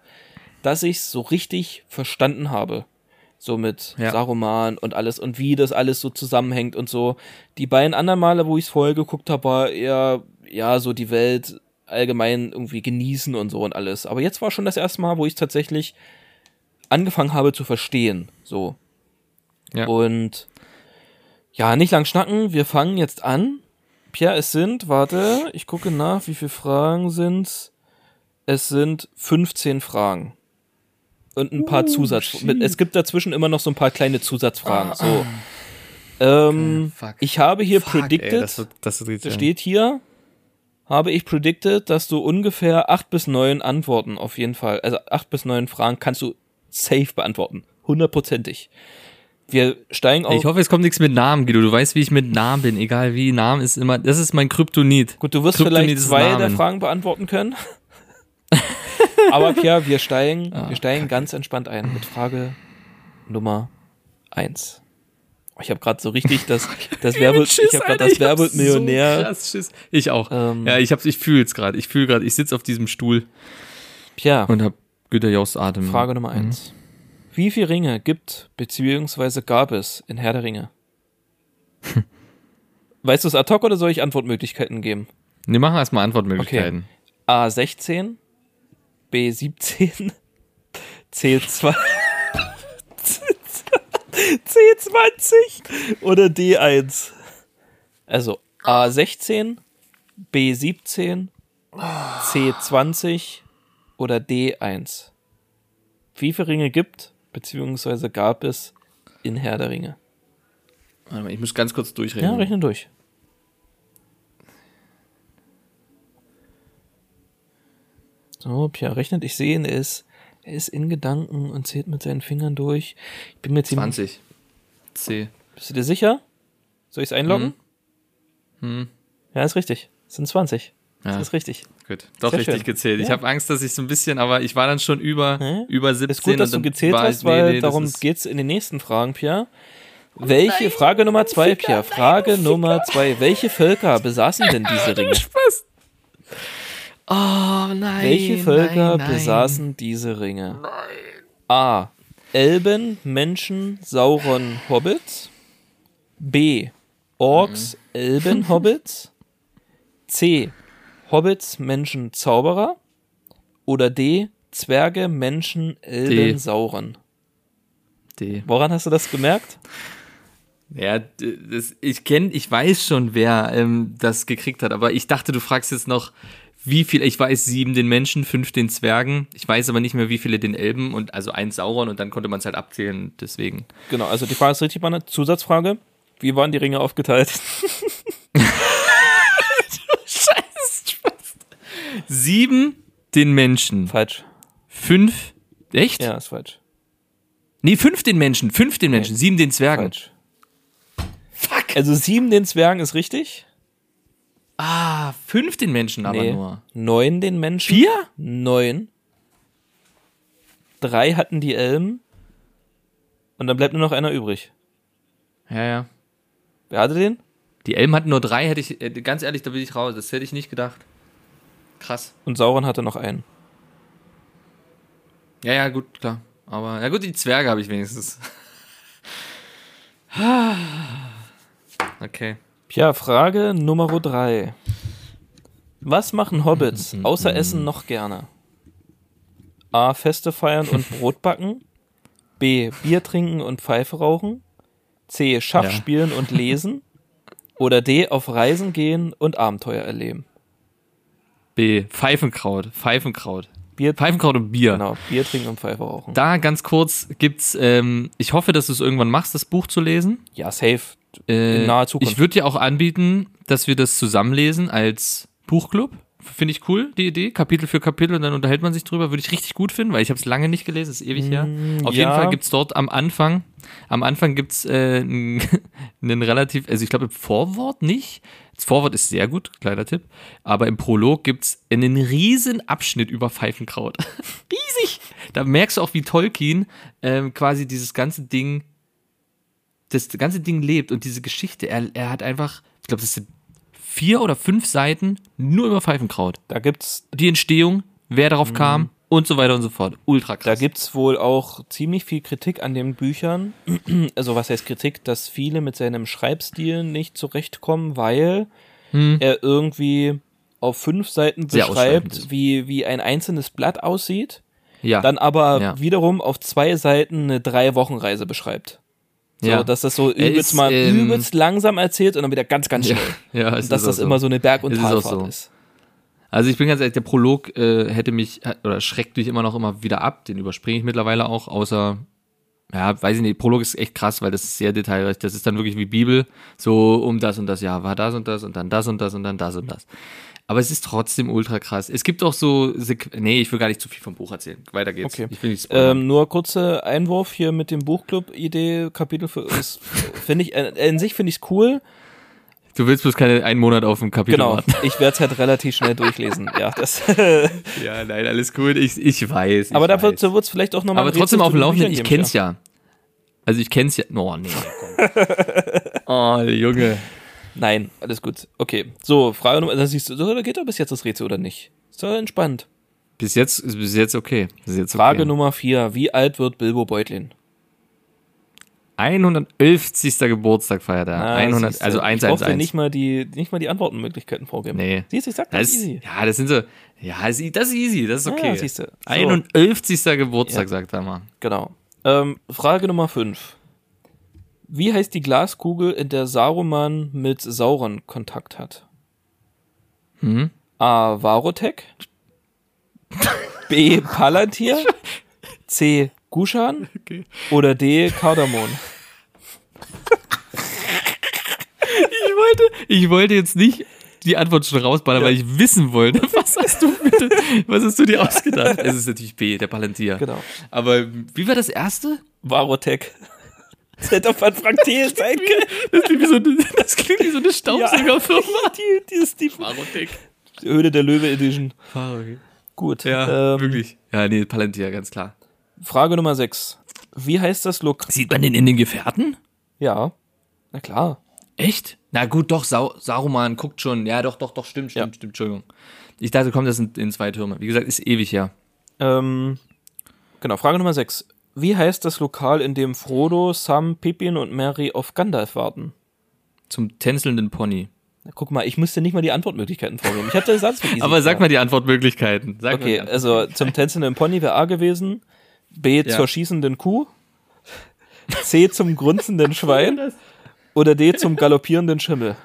Speaker 4: dass ich so richtig verstanden habe. So mit
Speaker 3: Ja.
Speaker 4: Saruman und alles und wie das alles so zusammenhängt und so. Die beiden anderen Male, wo ich es vorher geguckt habe, war eher, ja, so die Welt allgemein irgendwie genießen und so und alles. Aber jetzt war schon das erste Mal, wo ich es tatsächlich angefangen habe zu verstehen. So.
Speaker 3: Ja.
Speaker 4: Und ja, nicht lang schnacken, wir fangen jetzt an. Pierre, es sind, warte, ich gucke nach, wie viele Fragen sind's. Es sind 15 Fragen. Und ein
Speaker 3: Oh,
Speaker 4: paar Zusatzfragen. Es gibt dazwischen immer noch so ein paar kleine Zusatzfragen. So. Ähm,
Speaker 3: Ah, fuck.
Speaker 4: ich habe hier
Speaker 3: Fuck,
Speaker 4: predicted,
Speaker 3: Ey, das, wird- das wird
Speaker 4: da
Speaker 3: jetzt
Speaker 4: steht hier, habe ich predicted, dass du ungefähr acht bis neun Antworten auf jeden Fall, also acht bis neun Fragen kannst du safe beantworten. Hundertprozentig. Wir steigen auf.
Speaker 3: Ich hoffe, es kommt nichts mit Namen, Guido. Du weißt, wie ich mit Namen bin. Egal wie, Namen ist immer, das ist mein Kryptonit.
Speaker 4: Gut, du wirst
Speaker 3: Kryptonit
Speaker 4: vielleicht
Speaker 3: ist
Speaker 4: zwei der
Speaker 3: Namen.
Speaker 4: Fragen beantworten können. Aber Pierre, wir steigen,
Speaker 3: Ah,
Speaker 4: wir steigen ganz entspannt ein mit Frage Nummer eins. Oh, Ich habe gerade so richtig das, das Werbe, ich habe gerade das Werbemillionär.
Speaker 3: ich auch.
Speaker 4: Ähm.
Speaker 3: ja, ich hab's, ich fühl's gerade. Ich fühl gerade, ich sitze auf diesem Stuhl
Speaker 4: Pierre,
Speaker 3: und Mhm. hab Güter Jauchs Atem.
Speaker 4: Frage Nummer eins. Wie viele Ringe gibt beziehungsweise gab es in Herr der Ringe? Weißt du es ad hoc oder soll ich Antwortmöglichkeiten geben?
Speaker 3: Wir machen erstmal Antwortmöglichkeiten.
Speaker 4: A16, B17, C2, C20 oder D1. Also A16, B17, C20 oder D1. Wie viele Ringe gibt, beziehungsweise gab es in Herr der Ringe?
Speaker 3: Warte mal, ich muss ganz kurz
Speaker 4: Ja,
Speaker 3: durchrechnen.
Speaker 4: rechne durch. So, Pia rechnet. Ich sehe ihn, er ist, er ist in Gedanken und zählt mit seinen Fingern durch. Ich bin mir ziemlich.
Speaker 3: 20. C.
Speaker 4: Bist du dir sicher? Soll ich es einloggen?
Speaker 3: Hm.
Speaker 4: Ja, ist richtig. Es sind 20.
Speaker 3: Ja.
Speaker 4: Das ist richtig.
Speaker 3: Gut, doch
Speaker 4: Sehr
Speaker 3: richtig
Speaker 4: schön.
Speaker 3: gezählt. Ich
Speaker 4: Ja.
Speaker 3: habe Angst, dass ich so ein bisschen, aber ich war dann schon über,
Speaker 4: Hä?
Speaker 3: über 17.
Speaker 4: Ist gut, dass du
Speaker 3: und dann
Speaker 4: gezählt
Speaker 3: war ich-
Speaker 4: hast, weil
Speaker 3: nee, nee, das
Speaker 4: darum
Speaker 3: ist-
Speaker 4: geht's in den nächsten Fragen, Pia. Welche Frage Nummer zwei, Pia? Frage Nummer zwei. Welche Völker besaßen denn diese Ringe?
Speaker 3: Oh nein.
Speaker 4: Welche Völker
Speaker 3: nein, nein.
Speaker 4: besaßen diese Ringe? A. Elben, Menschen, Sauron, Hobbits. B. Orks,
Speaker 3: Mhm.
Speaker 4: Elben, Hobbits. C. Hobbits, Menschen, Zauberer. Oder D. Zwerge, Menschen, Elben,
Speaker 3: D.
Speaker 4: Sauron.
Speaker 3: D.
Speaker 4: Woran hast du das gemerkt?
Speaker 3: Ja, d- das, ich kenne, ich weiß schon, wer ähm, das gekriegt hat, aber ich dachte, du fragst jetzt noch, wie viel, ich weiß sieben den Menschen, fünf den Zwergen, ich weiß aber nicht mehr, wie viele den Elben und also ein Sauron und dann konnte man es halt abzählen, deswegen.
Speaker 4: Genau, also die Frage ist richtig, war eine Zusatzfrage. Wie waren die Ringe aufgeteilt?
Speaker 3: Sieben den Menschen,
Speaker 4: falsch.
Speaker 3: fünf, echt?
Speaker 4: Ja, ist falsch.
Speaker 3: Nee, fünf den Menschen, fünf den Menschen, sieben den Zwergen.
Speaker 4: Falsch. Fuck. Also sieben den Zwergen ist richtig.
Speaker 3: Ah, fünf den Menschen aber
Speaker 4: Nee.
Speaker 3: nur.
Speaker 4: Neun den Menschen.
Speaker 3: Vier?
Speaker 4: Neun. Drei hatten die Elben. Und dann bleibt nur noch einer übrig.
Speaker 3: Ja, ja.
Speaker 4: Wer hatte den?
Speaker 3: Die Elben hatten nur drei, hätte ich, äh, ganz ehrlich, da bin ich raus, das hätte ich nicht gedacht. Krass.
Speaker 4: Und Sauron hatte noch einen.
Speaker 3: Ja, ja, gut, klar. Aber, ja gut, die Zwerge habe ich wenigstens. Okay.
Speaker 4: Tja, Frage Nummer drei. Was machen Hobbits außer Essen noch gerne? A. Feste feiern und Brot backen. B. Bier trinken und Pfeife rauchen. C. Schach
Speaker 3: Ja.
Speaker 4: spielen und lesen. Oder D. Auf Reisen gehen und Abenteuer erleben.
Speaker 3: B. Pfeifenkraut. Pfeifenkraut.
Speaker 4: Bier,
Speaker 3: Pfeifenkraut und Bier.
Speaker 4: genau, Bier trinken und Pfeife rauchen.
Speaker 3: Da ganz kurz gibt's, ähm, ich hoffe, dass du es irgendwann machst, das Buch zu lesen.
Speaker 4: ja, safe.
Speaker 3: Äh,
Speaker 4: In naher Zukunft.
Speaker 3: Ich würde dir auch anbieten, dass wir das zusammenlesen als Buchclub Finde ich cool, die Idee. Kapitel für Kapitel und dann unterhält man sich drüber. Würde ich richtig gut finden, weil ich habe es lange nicht gelesen, ist
Speaker 4: Mhm.
Speaker 3: ewig her. Auf jeden
Speaker 4: ja.
Speaker 3: Fall gibt's dort am Anfang, am Anfang gibt's äh, n- einen relativ, also ich glaube im Vorwort nicht. Das Vorwort ist sehr gut, kleiner Tipp. Aber im Prolog gibt's einen riesen Abschnitt über Pfeifenkraut. Riesig! Da merkst du auch, wie Tolkien ähm, quasi dieses ganze Ding das ganze Ding lebt und diese Geschichte, er, er hat einfach, ich glaube, das sind vier oder fünf Seiten nur über Pfeifenkraut.
Speaker 4: Da gibt's,
Speaker 3: Die Entstehung, wer darauf kam und so weiter und so fort. Ultra
Speaker 4: da
Speaker 3: krass.
Speaker 4: gibt's wohl auch ziemlich viel Kritik an den Büchern. Also was heißt Kritik, dass viele mit seinem Schreibstil nicht zurechtkommen, weil
Speaker 3: Hm.
Speaker 4: er irgendwie auf fünf Seiten
Speaker 3: Sehr ausschweifend
Speaker 4: beschreibt,
Speaker 3: ist.
Speaker 4: wie, wie ein einzelnes Blatt aussieht,
Speaker 3: ja.
Speaker 4: dann aber
Speaker 3: Ja.
Speaker 4: wiederum auf zwei Seiten eine Drei-Wochen-Reise beschreibt. So,
Speaker 3: ja.
Speaker 4: dass das so
Speaker 3: Er
Speaker 4: übelst
Speaker 3: ist,
Speaker 4: mal
Speaker 3: ähm,
Speaker 4: übelst langsam erzählt und dann wieder ganz, ganz
Speaker 3: ja,
Speaker 4: schnell.
Speaker 3: ja, es
Speaker 4: Und dass
Speaker 3: ist auch
Speaker 4: das immer so eine Berg- und
Speaker 3: Es ist auch
Speaker 4: Talfahrt ist.
Speaker 3: so. Also ich bin ganz ehrlich, der Prolog äh, hätte mich äh, oder schreckt mich immer noch immer wieder ab. Den überspringe ich mittlerweile auch, außer ja, weiß ich nicht, Prolog ist echt krass, weil das ist sehr detailreich. Das ist dann wirklich wie Bibel, so um das und das, ja, war das und das und dann das und das und dann das und das. Aber es ist trotzdem ultra krass. Es gibt auch so, Sequ- nee, ich will gar nicht zu viel vom Buch erzählen. Weiter geht's.
Speaker 4: Okay.
Speaker 3: Ich will nicht spoilern.
Speaker 4: Ähm, nur kurzer Einwurf hier mit dem Buchclub-Idee, Kapitel für ist, finde ich, äh, in sich finde ich es cool.
Speaker 3: du willst bloß keine einen Monat auf dem Kapitel
Speaker 4: Genau.
Speaker 3: warten.
Speaker 4: Ich werde es halt relativ schnell durchlesen. Ja, das.
Speaker 3: Ja, nein, alles gut. Ich, ich weiß.
Speaker 4: aber
Speaker 3: ich
Speaker 4: da
Speaker 3: weiß.
Speaker 4: wird es vielleicht auch nochmal.
Speaker 3: Aber trotzdem auf dem Laufenden, ich kenn's ja. Also ich kenn's ja. Oh, nee. komm. oh, Junge.
Speaker 4: Nein, alles gut. Okay. So, Frage Nummer, das siehst du, so, da geht doch bis jetzt das Rätsel oder nicht? Ist doch entspannt.
Speaker 3: Bis jetzt, ist bis jetzt okay. Bis jetzt okay.
Speaker 4: Frage Nummer vier. Wie alt wird Bilbo Beutlin?
Speaker 3: 111. Geburtstag feiert er.
Speaker 4: Ah,
Speaker 3: 100,
Speaker 4: siehste.
Speaker 3: also
Speaker 4: ich brauchte
Speaker 3: 111.
Speaker 4: nicht mal die, nicht mal die Antwortenmöglichkeiten vorgeben.
Speaker 3: Nee.
Speaker 4: Siehst du, ich sag das,
Speaker 3: Das ist,
Speaker 4: easy.
Speaker 3: ja, das sind so, ja, das ist e- das ist easy, das ist okay.
Speaker 4: Ja, siehste. So.
Speaker 3: 111. Geburtstag,
Speaker 4: Ja.
Speaker 3: sagt er mal.
Speaker 4: Genau. Ähm, Frage Nummer 5. Wie heißt die Glaskugel, in der Saruman mit Sauron Kontakt hat?
Speaker 3: Mhm.
Speaker 4: A. Varotek. B. Palantir. C. Gushan.
Speaker 3: Okay.
Speaker 4: Oder D. Kardamon.
Speaker 3: Ich wollte, ich wollte jetzt nicht die Antwort schon rausballern, weil ich wissen wollte, was hast du bitte, was hast du dir ausgedacht? Es ist natürlich B, der Palantir.
Speaker 4: Genau.
Speaker 3: Aber wie war das erste?
Speaker 4: Varotek. Das hätte auch von Frank Thiel sein können.
Speaker 3: Das klingt wie so eine, das klingt wie so eine Staubsaugerfirma.
Speaker 4: Die, die ist die
Speaker 3: Varotek.
Speaker 4: Höhle der Löwe Edition.
Speaker 3: Varotek.
Speaker 4: Gut.
Speaker 3: Ja,
Speaker 4: ähm,
Speaker 3: wirklich. Ja, nee, Palantir, ganz klar.
Speaker 4: Frage Nummer 6. Wie heißt das Look?
Speaker 3: Sieht man den in den Gefährten?
Speaker 4: Ja. Na klar.
Speaker 3: Echt? Na gut, doch, Sau Saruman guckt schon. Ja, doch, doch, doch, stimmt, stimmt,
Speaker 4: Ja.
Speaker 3: stimmt, Entschuldigung. Ich dachte, komm, das sind in zwei Türme. Wie gesagt, ist ewig her.
Speaker 4: Ähm, genau, Frage Nummer 6. Wie heißt das Lokal, in dem Frodo, Sam, Pippin und Mary auf Gandalf warten?
Speaker 3: Zum tänzelnden Pony.
Speaker 4: Na, guck mal, ich musste nicht mal die Antwortmöglichkeiten vorgeben. Ich hatte den Satz vergessen.
Speaker 3: Aber sag mal die Antwortmöglichkeiten. Sag
Speaker 4: Okay,
Speaker 3: mal die Antwort-
Speaker 4: also zum tänzelnden Pony wäre A gewesen, B
Speaker 3: Ja.
Speaker 4: zur schießenden Kuh, C zum grunzenden Schwein oder D zum galoppierenden Schimmel.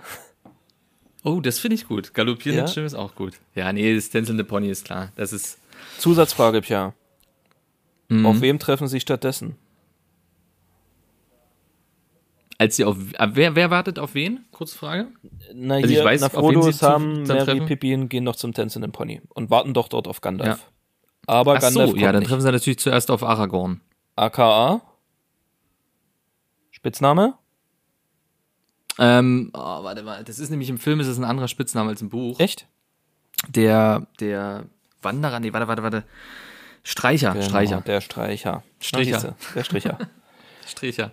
Speaker 3: oh, das finde ich gut. Galoppieren
Speaker 4: Ja?
Speaker 3: ja? Stimme ist auch gut. Ja, nee, das tänzelnde Pony ist klar. Das ist.
Speaker 4: Zusatzfrage, Pia.
Speaker 3: Mhm.
Speaker 4: Auf wem treffen sie stattdessen?
Speaker 3: Als sie auf. ah, Wer, wer wartet auf wen? Kurze Frage.
Speaker 4: Na,
Speaker 3: ich
Speaker 4: hier,
Speaker 3: weiß,
Speaker 4: na,
Speaker 3: auf wen
Speaker 4: Frodo,
Speaker 3: sie zu-
Speaker 4: Sam,
Speaker 3: dann
Speaker 4: Mary,
Speaker 3: treffen.
Speaker 4: Pippin gehen noch zum tänzelnden Pony und warten doch dort auf Gandalf.
Speaker 3: Ja.
Speaker 4: Aber
Speaker 3: Ach
Speaker 4: Gandalf
Speaker 3: so,
Speaker 4: kommt
Speaker 3: ja, dann
Speaker 4: nicht.
Speaker 3: treffen sie natürlich zuerst auf Aragorn.
Speaker 4: AKA Spitzname?
Speaker 3: Ähm, oh, warte mal, das ist nämlich im Film ist es ein anderer Spitzname als im Buch.
Speaker 4: Echt?
Speaker 3: Der, der Wanderer, nee, warte, warte, warte. Streicher,
Speaker 4: Genau.
Speaker 3: Streicher,
Speaker 4: Der Streicher.
Speaker 3: Stricher.
Speaker 4: Na, siehste, Der Stricher.
Speaker 3: Streicher.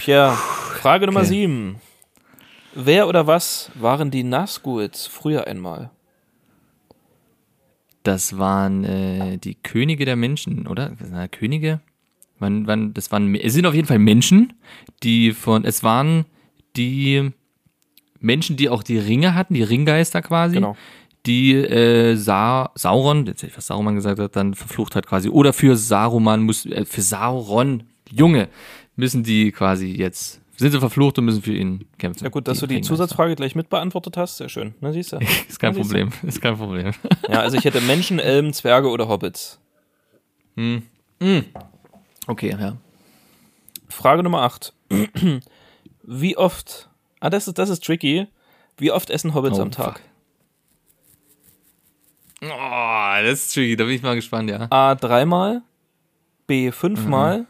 Speaker 4: Pierre, Frage Nummer
Speaker 3: Okay.
Speaker 4: sieben. Wer oder was waren die Nazguls früher einmal?
Speaker 3: Das waren äh, die Könige der Menschen, oder? Na, Könige? Wann, wann, das waren, es sind auf jeden Fall Menschen, die von, es waren die Menschen, die auch die Ringe hatten, die Ringgeister quasi,
Speaker 4: Genau.
Speaker 3: die äh, Sa Sauron, jetzt hätte ich was Saruman gesagt hat, dann verflucht hat quasi, oder für Saruman muss, äh, für Sauron, Junge, müssen die quasi jetzt, sind sie verflucht und müssen für ihn kämpfen.
Speaker 4: Ja gut, dass du die
Speaker 3: Ringgeister.
Speaker 4: Zusatzfrage gleich mitbeantwortet hast. Sehr schön. Na, siehst du.
Speaker 3: Ist
Speaker 4: Na,
Speaker 3: kein
Speaker 4: siehst du.
Speaker 3: Problem, ist kein Problem.
Speaker 4: Ja, also ich hätte Menschen, Elben, Zwerge oder Hobbits.
Speaker 3: Okay, ja.
Speaker 4: Frage Nummer 8. Wie oft, ah, das ist, das ist tricky. Wie oft essen Hobbits
Speaker 3: Oh,
Speaker 4: am Tag?
Speaker 3: Oh, das ist tricky, da bin ich mal gespannt, ja.
Speaker 4: A dreimal, B
Speaker 3: Mhm.
Speaker 4: fünfmal,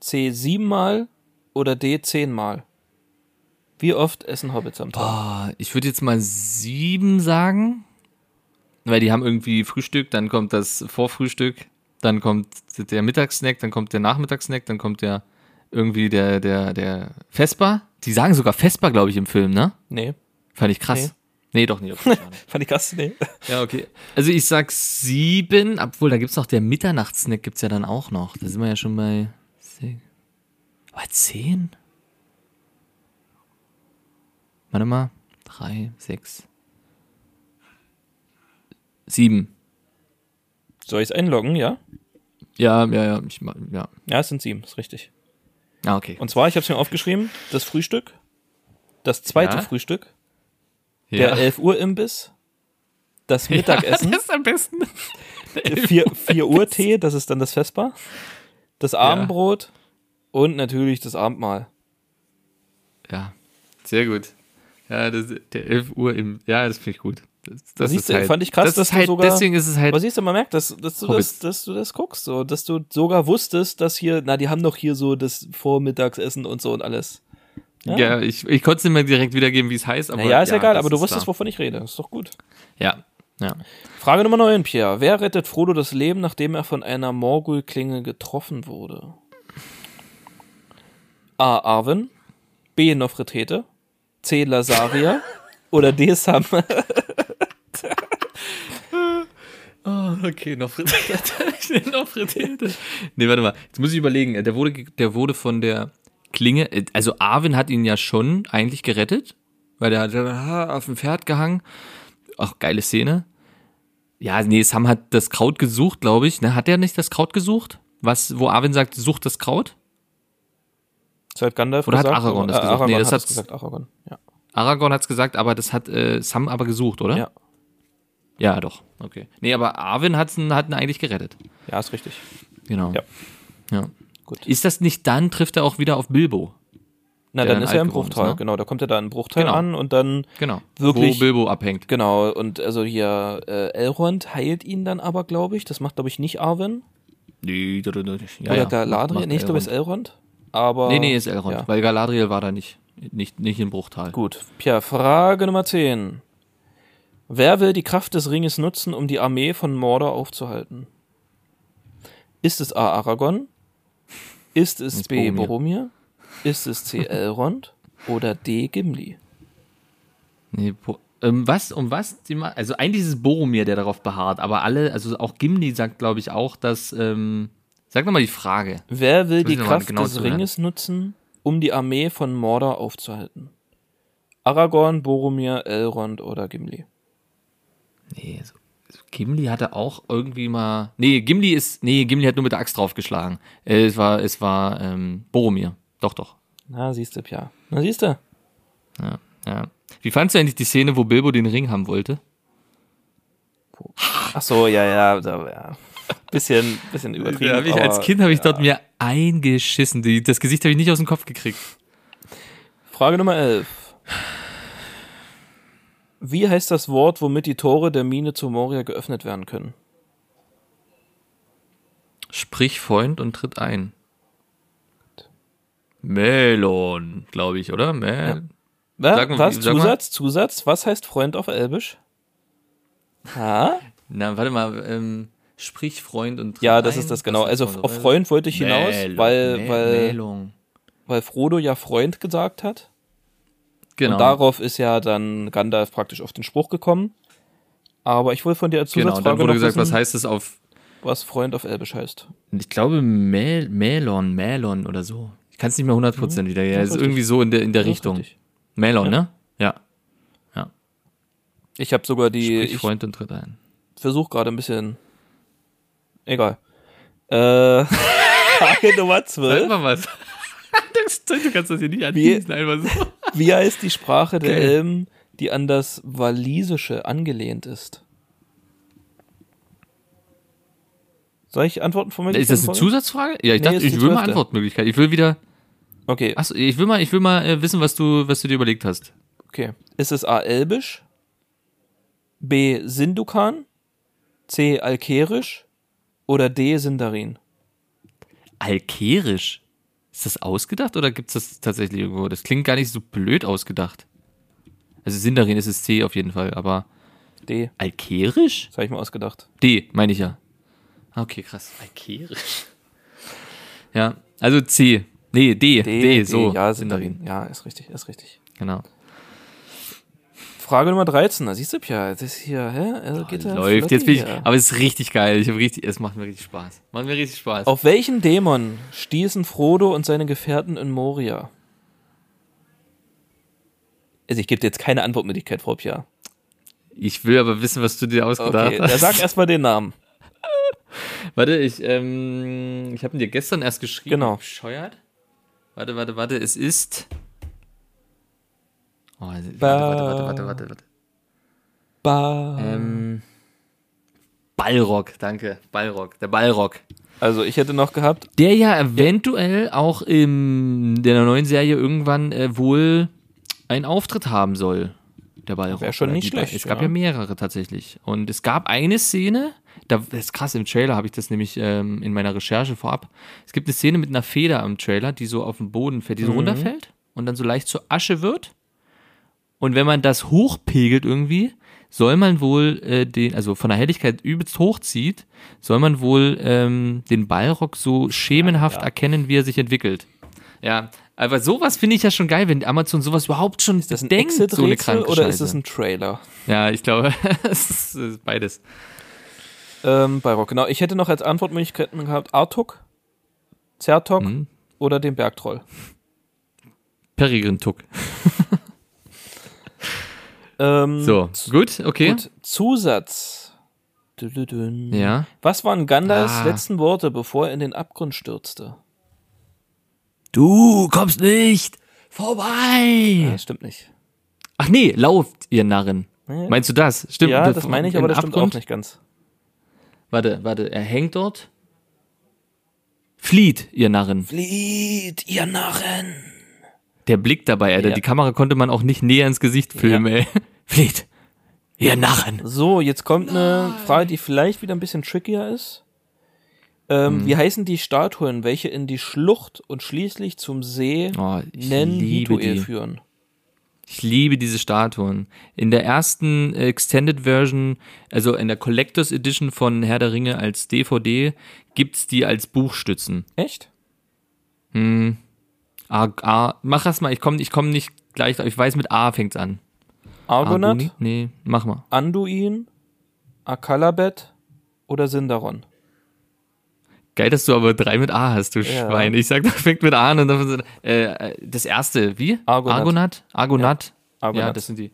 Speaker 4: C siebenmal oder D zehnmal? Wie oft essen Hobbits am Tag?
Speaker 3: Boah, Oh, ich würde jetzt mal sieben sagen, weil die haben irgendwie Frühstück, dann kommt das Vorfrühstück, dann kommt der Mittagssnack, dann kommt der Nachmittagssnack, dann kommt der irgendwie der der der Vesper. Die sagen sogar Vesper, glaube ich, im Film, ne?
Speaker 4: Nee.
Speaker 3: Fand ich krass. Nee, doch nicht. Okay, schade.
Speaker 4: Fand ich krass, nee.
Speaker 3: ja, okay. Also ich sag sieben, obwohl da gibt's noch der Mitternachtssnack, gibt's ja dann auch noch. Da sind wir ja schon bei zehn. Aber zehn? Warte mal. Drei, sechs. Sieben.
Speaker 4: Soll ich es einloggen, ja?
Speaker 3: Ja, ja, ja. Ich, ma- ja.
Speaker 4: Ja, es sind sieben, ist richtig.
Speaker 3: Ah, okay.
Speaker 4: Und zwar, ich habe es mir aufgeschrieben, das Frühstück, das zweite
Speaker 3: Ja?
Speaker 4: Frühstück, der
Speaker 3: ja.
Speaker 4: 11 Uhr Imbiss, das Mittagessen,
Speaker 3: Das ist am besten. Äh,
Speaker 4: 4, Uhr Tee, das ist dann das Vesper, das Abendbrot und natürlich das Abendmahl.
Speaker 3: Ja, sehr gut. Ja, das, der 11 Uhr im. Ja, das finde ich gut. Das, das
Speaker 4: Siehst
Speaker 3: ist
Speaker 4: du,
Speaker 3: halt,
Speaker 4: fand ich krass,
Speaker 3: das
Speaker 4: dass
Speaker 3: ist
Speaker 4: du
Speaker 3: halt,
Speaker 4: sogar-
Speaker 3: Deswegen ist es halt.
Speaker 4: Aber siehst du, man merkt, dass, dass, du das,
Speaker 3: Hobbits.
Speaker 4: dass du das guckst, so, dass du sogar wusstest, dass hier, na, die haben doch hier so das Vormittagsessen und so und alles.
Speaker 3: Ja, ich, ich konnte es nicht mehr direkt wiedergeben, wie es heißt. Aber
Speaker 4: Naja, ist ja, egal,
Speaker 3: das
Speaker 4: aber du
Speaker 3: ist
Speaker 4: wusstest,
Speaker 3: da.
Speaker 4: wovon ich rede. Ist doch gut.
Speaker 3: Ja, ja.
Speaker 4: Frage Nummer 9, Pierre. Wer rettet Frodo das Leben, nachdem er von einer Morgul-Klinge getroffen wurde? A. Arwen, B. Nofretete, C. Lasaria oder D. Sam.
Speaker 3: Okay, noch frittierte. ich nehme noch frittierte. Nee, warte mal. Jetzt muss ich überlegen. äh, Der wurde, ge- der wurde von der Klinge. äh, Also Arwen hat ihn ja schon eigentlich gerettet, weil der hat ah, auf dem Pferd gehangen. Ach, geile Szene. Ja, nee, Sam hat das Kraut gesucht, glaube ich. Ne, hat er nicht das Kraut gesucht? Was, wo Arwen sagt, sucht das Kraut?
Speaker 4: Das hat Gandalf
Speaker 3: Oder hat
Speaker 4: gesagt,
Speaker 3: Aragorn das
Speaker 4: äh,
Speaker 3: gesagt?
Speaker 4: Aragorn
Speaker 3: Nee, das
Speaker 4: hat
Speaker 3: hat-
Speaker 4: es gesagt. Aragorn. Ja.
Speaker 3: Aragorn hat's gesagt, aber das hat äh, Sam aber gesucht, oder?
Speaker 4: Ja.
Speaker 3: Ja, doch. Okay. Nee, aber Arwen hat's, ihn- hat ihn eigentlich gerettet.
Speaker 4: ja, ist richtig.
Speaker 3: Genau.
Speaker 4: Ja.
Speaker 3: ja.
Speaker 4: Gut.
Speaker 3: Ist das nicht dann, trifft er auch wieder auf Bilbo?
Speaker 4: Na,
Speaker 3: der
Speaker 4: dann
Speaker 3: dann
Speaker 4: ist er
Speaker 3: alt
Speaker 4: im
Speaker 3: geworden ist,
Speaker 4: Bruchteil.
Speaker 3: ne?
Speaker 4: Genau, da kommt er da in Bruchteil
Speaker 3: Genau.
Speaker 4: an und dann,
Speaker 3: Genau.
Speaker 4: Wirklich?
Speaker 3: Wo Bilbo abhängt.
Speaker 4: genau, und also hier äh, Elrond heilt ihn dann aber, glaube ich. Das macht, glaube ich, nicht Arwen.
Speaker 3: Nee, da- da- da- ja,
Speaker 4: oder
Speaker 3: ja.
Speaker 4: Galadriel.
Speaker 3: Macht
Speaker 4: Nee, ich glaube, es ist
Speaker 3: Elrond.
Speaker 4: Elrond. Aber.
Speaker 3: Nee, nee, ist Elrond,
Speaker 4: Ja.
Speaker 3: weil Galadriel war da nicht. Nicht, nicht in Bruchtal.
Speaker 4: Gut, Pierre, Frage Nummer 10. Wer will die Kraft des Ringes nutzen, um die Armee von Mordor aufzuhalten? Ist es A. Aragorn? Ist es
Speaker 3: Ist
Speaker 4: B.
Speaker 3: Boromir.
Speaker 4: Boromir? Ist es C. Elrond? Oder D. Gimli?
Speaker 3: Nee, Bo- ähm, was, um was? die ma- Also eigentlich ist es Boromir, der darauf beharrt, aber alle, also auch Gimli sagt, glaube ich, auch, dass, ähm, sag nochmal die Frage.
Speaker 4: Wer will
Speaker 3: Jetzt muss
Speaker 4: die
Speaker 3: ich noch mal
Speaker 4: Kraft
Speaker 3: genau
Speaker 4: des
Speaker 3: zuhören.
Speaker 4: Ringes nutzen, um die Armee von Mordor aufzuhalten? Aragorn, Boromir, Elrond oder Gimli?
Speaker 3: Nee, so, so Gimli hatte auch irgendwie mal, nee, Gimli ist, nee, Gimli hat nur mit der Axt draufgeschlagen. Äh, es war, es war, ähm, Boromir. Doch, doch.
Speaker 4: Na, siehst du, Pierre. Na, siehst du.
Speaker 3: Ja, ja. Wie fandst du eigentlich die Szene, wo Bilbo den Ring haben wollte?
Speaker 4: Ach so, ja, ja, da, ja. Bisschen, bisschen übertrieben.
Speaker 3: Da hab ich, als
Speaker 4: aber-
Speaker 3: Kind habe ich dort mir eingeschissen. Die, das Gesicht habe ich nicht aus dem Kopf gekriegt.
Speaker 4: Frage Nummer 11. Wie heißt das Wort, womit die Tore der Mine zu Moria geöffnet werden können?
Speaker 3: Sprich Freund und tritt ein. Melon, glaube ich, oder? Mel
Speaker 4: Na,
Speaker 3: Sag mal,
Speaker 4: was?
Speaker 3: wie- sag mal.
Speaker 4: Zusatz? Zusatz? Was heißt Freund auf Elbisch? Ha?
Speaker 3: Na, warte mal. Ähm, sprich Freund und tritt
Speaker 4: Ja, das
Speaker 3: ein.
Speaker 4: ist das genau. Also
Speaker 3: Freund
Speaker 4: auf
Speaker 3: oder?
Speaker 4: Freund wollte ich hinaus,
Speaker 3: Melon,
Speaker 4: weil,
Speaker 3: Mel-
Speaker 4: weil,
Speaker 3: Melon.
Speaker 4: weil Frodo ja Freund gesagt hat.
Speaker 3: Genau.
Speaker 4: Und darauf ist ja dann Gandalf praktisch auf den Spruch gekommen. Aber ich will von dir als
Speaker 3: genau.
Speaker 4: Zusatzfrage
Speaker 3: Dann wurde
Speaker 4: noch
Speaker 3: gesagt, was
Speaker 4: wissen,
Speaker 3: heißt es auf.
Speaker 4: was Freund auf Elbisch heißt.
Speaker 3: Ich glaube Mel Melon, Melon oder so. Ich kann es nicht mehr hundertprozentig wieder. Ja,
Speaker 4: das
Speaker 3: es
Speaker 4: ist
Speaker 3: ist irgendwie so in der, in der
Speaker 4: Das ist
Speaker 3: Richtung.
Speaker 4: richtig.
Speaker 3: Melon, ne? Ja.
Speaker 4: Ich habe sogar die,
Speaker 3: Sprich
Speaker 4: Äh, ich
Speaker 3: Freund und tritt ein.
Speaker 4: versuche gerade ein bisschen. Egal. Äh, Frage Nummer 12.
Speaker 3: mal was. Das, du kannst das hier nicht
Speaker 4: anschließen,
Speaker 3: einfach so.
Speaker 4: Wie heißt die Sprache der
Speaker 3: Geil.
Speaker 4: Elben, die an das Walisische angelehnt ist? Soll ich Antworten von mir
Speaker 3: Ist das eine Zusatzfrage? Ja, ich
Speaker 4: Nee,
Speaker 3: dachte,
Speaker 4: ist die
Speaker 3: ich will mal
Speaker 4: zwölfte.
Speaker 3: Antwortmöglichkeit. Ich will wieder,
Speaker 4: Okay,
Speaker 3: achso, ich will mal, ich will mal äh, wissen, was du, was du dir überlegt hast.
Speaker 4: okay. Ist es A. Elbisch? B. Sindukan? C. Alkerisch oder D. Sindarin?
Speaker 3: Alkerisch. Ist das ausgedacht oder gibt es das tatsächlich irgendwo? Das klingt gar nicht so blöd ausgedacht. Also Sindarin ist es C auf jeden Fall, aber
Speaker 4: D.
Speaker 3: Alkerisch?
Speaker 4: Das habe ich mir ausgedacht.
Speaker 3: D, meine ich ja. Ah, okay, krass. Alkerisch. Ja, also C. Nee, D. D, so.
Speaker 4: Ja, Sindarin. Oh, Ja, ist richtig, ist richtig.
Speaker 3: Genau.
Speaker 4: Frage Nummer 13. Da siehst du, Pia, das ist hier, hä? Also geht da
Speaker 3: Läuft.
Speaker 4: flotti
Speaker 3: Jetzt bin ich,
Speaker 4: hier.
Speaker 3: aber es ist richtig geil. Ich hab richtig, es macht mir richtig Spaß. Macht mir richtig Spaß.
Speaker 4: Auf welchen Dämon stießen Frodo und seine Gefährten in Moria? Also ich gebe dir jetzt keine Antwortmöglichkeit, Frau Pia.
Speaker 3: Ich will aber wissen, was du dir ausgedacht
Speaker 4: Okay, dann
Speaker 3: hast.
Speaker 4: sag erstmal den Namen.
Speaker 3: Warte, ich, ähm, ich habe dir gestern erst geschrieben.
Speaker 4: Genau.
Speaker 3: Bescheuert. Warte, warte, warte, es ist. Oh, warte,
Speaker 4: Ba-
Speaker 3: warte, warte, warte, warte, warte.
Speaker 4: Ba.
Speaker 3: Ähm, Ballrock, danke. Ballrock, der Ballrock.
Speaker 4: Also ich hätte noch gehabt,
Speaker 3: Der ja eventuell auch in der neuen Serie irgendwann äh, wohl einen Auftritt haben soll. Der Ballrock.
Speaker 4: Wär schon
Speaker 3: Oder
Speaker 4: nicht
Speaker 3: die
Speaker 4: schlecht,
Speaker 3: Ball- Es gab
Speaker 4: ja.
Speaker 3: ja. mehrere tatsächlich. Und es gab eine Szene, da, das ist krass, im Trailer habe ich das nämlich ähm, in meiner Recherche vorab. Es gibt eine Szene mit einer Feder am Trailer, die so auf den Boden fällt,
Speaker 4: Mhm.
Speaker 3: die so runterfällt und dann so leicht zur Asche wird. Und wenn man das hochpegelt irgendwie, soll man wohl äh, den, also von der Helligkeit übelst hochzieht, soll man wohl ähm, den Ballrock so schemenhaft erkennen, wie er sich entwickelt. Ja, aber sowas finde ich ja schon geil, wenn Amazon sowas überhaupt schon
Speaker 4: das ist ein
Speaker 3: denkt,
Speaker 4: exit
Speaker 3: so eine kranke
Speaker 4: oder ist
Speaker 3: Scheiße.
Speaker 4: es ein Trailer?
Speaker 3: Ja, ich glaube, es ist, es ist beides.
Speaker 4: Ähm, bei Rock, genau. Ich hätte noch als Antwortmöglichkeiten gehabt Artuk, Zertok
Speaker 3: Mhm.
Speaker 4: oder den Bergtroll.
Speaker 3: Peregrin Tuck.
Speaker 4: Ähm,
Speaker 3: So, gut, okay.
Speaker 4: Gut, Zusatz. Dü-dü-dün.
Speaker 3: Ja.
Speaker 4: Was waren Gandalfs
Speaker 3: Ah.
Speaker 4: letzten Worte, bevor er in den Abgrund stürzte?
Speaker 3: Du kommst nicht vorbei.
Speaker 4: Das stimmt nicht.
Speaker 3: Ach nee, lauft, ihr Narren.
Speaker 4: Nee.
Speaker 3: Meinst du das? Stimmt.
Speaker 4: Ja, das meine ich,
Speaker 3: im
Speaker 4: aber das stimmt
Speaker 3: Abgrund?
Speaker 4: auch nicht ganz.
Speaker 3: Warte, warte, er hängt dort. Flieht, ihr Narren.
Speaker 4: Flieht, ihr Narren!
Speaker 3: Der Blick dabei, Alter.
Speaker 4: Ja.
Speaker 3: Die Kamera konnte man auch nicht näher ins Gesicht filmen, ey. Flieht, ihr Narren.
Speaker 4: So, jetzt kommt eine Frage, die vielleicht wieder ein bisschen trickier ist. Ähm,
Speaker 3: Hm.
Speaker 4: Wie heißen die Statuen, welche in die Schlucht und schließlich zum See
Speaker 3: Oh, ich liebe
Speaker 4: Nenhitue
Speaker 3: die.
Speaker 4: führen?
Speaker 3: Ich liebe diese Statuen. In der ersten äh, Extended Version, also in der Collectors Edition von Herr der Ringe als DVD, gibt's die als Buchstützen.
Speaker 4: Echt?
Speaker 3: A, A, mach erst mal, ich komme ich komm nicht gleich, ich weiß, mit A fängt's an.
Speaker 4: Argonath,
Speaker 3: Agoni? Nee, mach mal.
Speaker 4: Anduin, Akalabet oder Sindaron?
Speaker 3: Geil, dass du aber drei mit A hast, du
Speaker 4: Ja.
Speaker 3: Schwein. Ich sag, das fängt mit A an und dann äh, das erste, wie?
Speaker 4: Argonath.
Speaker 3: Argonath? Argonath. Ja,
Speaker 4: Argonath.
Speaker 3: das sind die.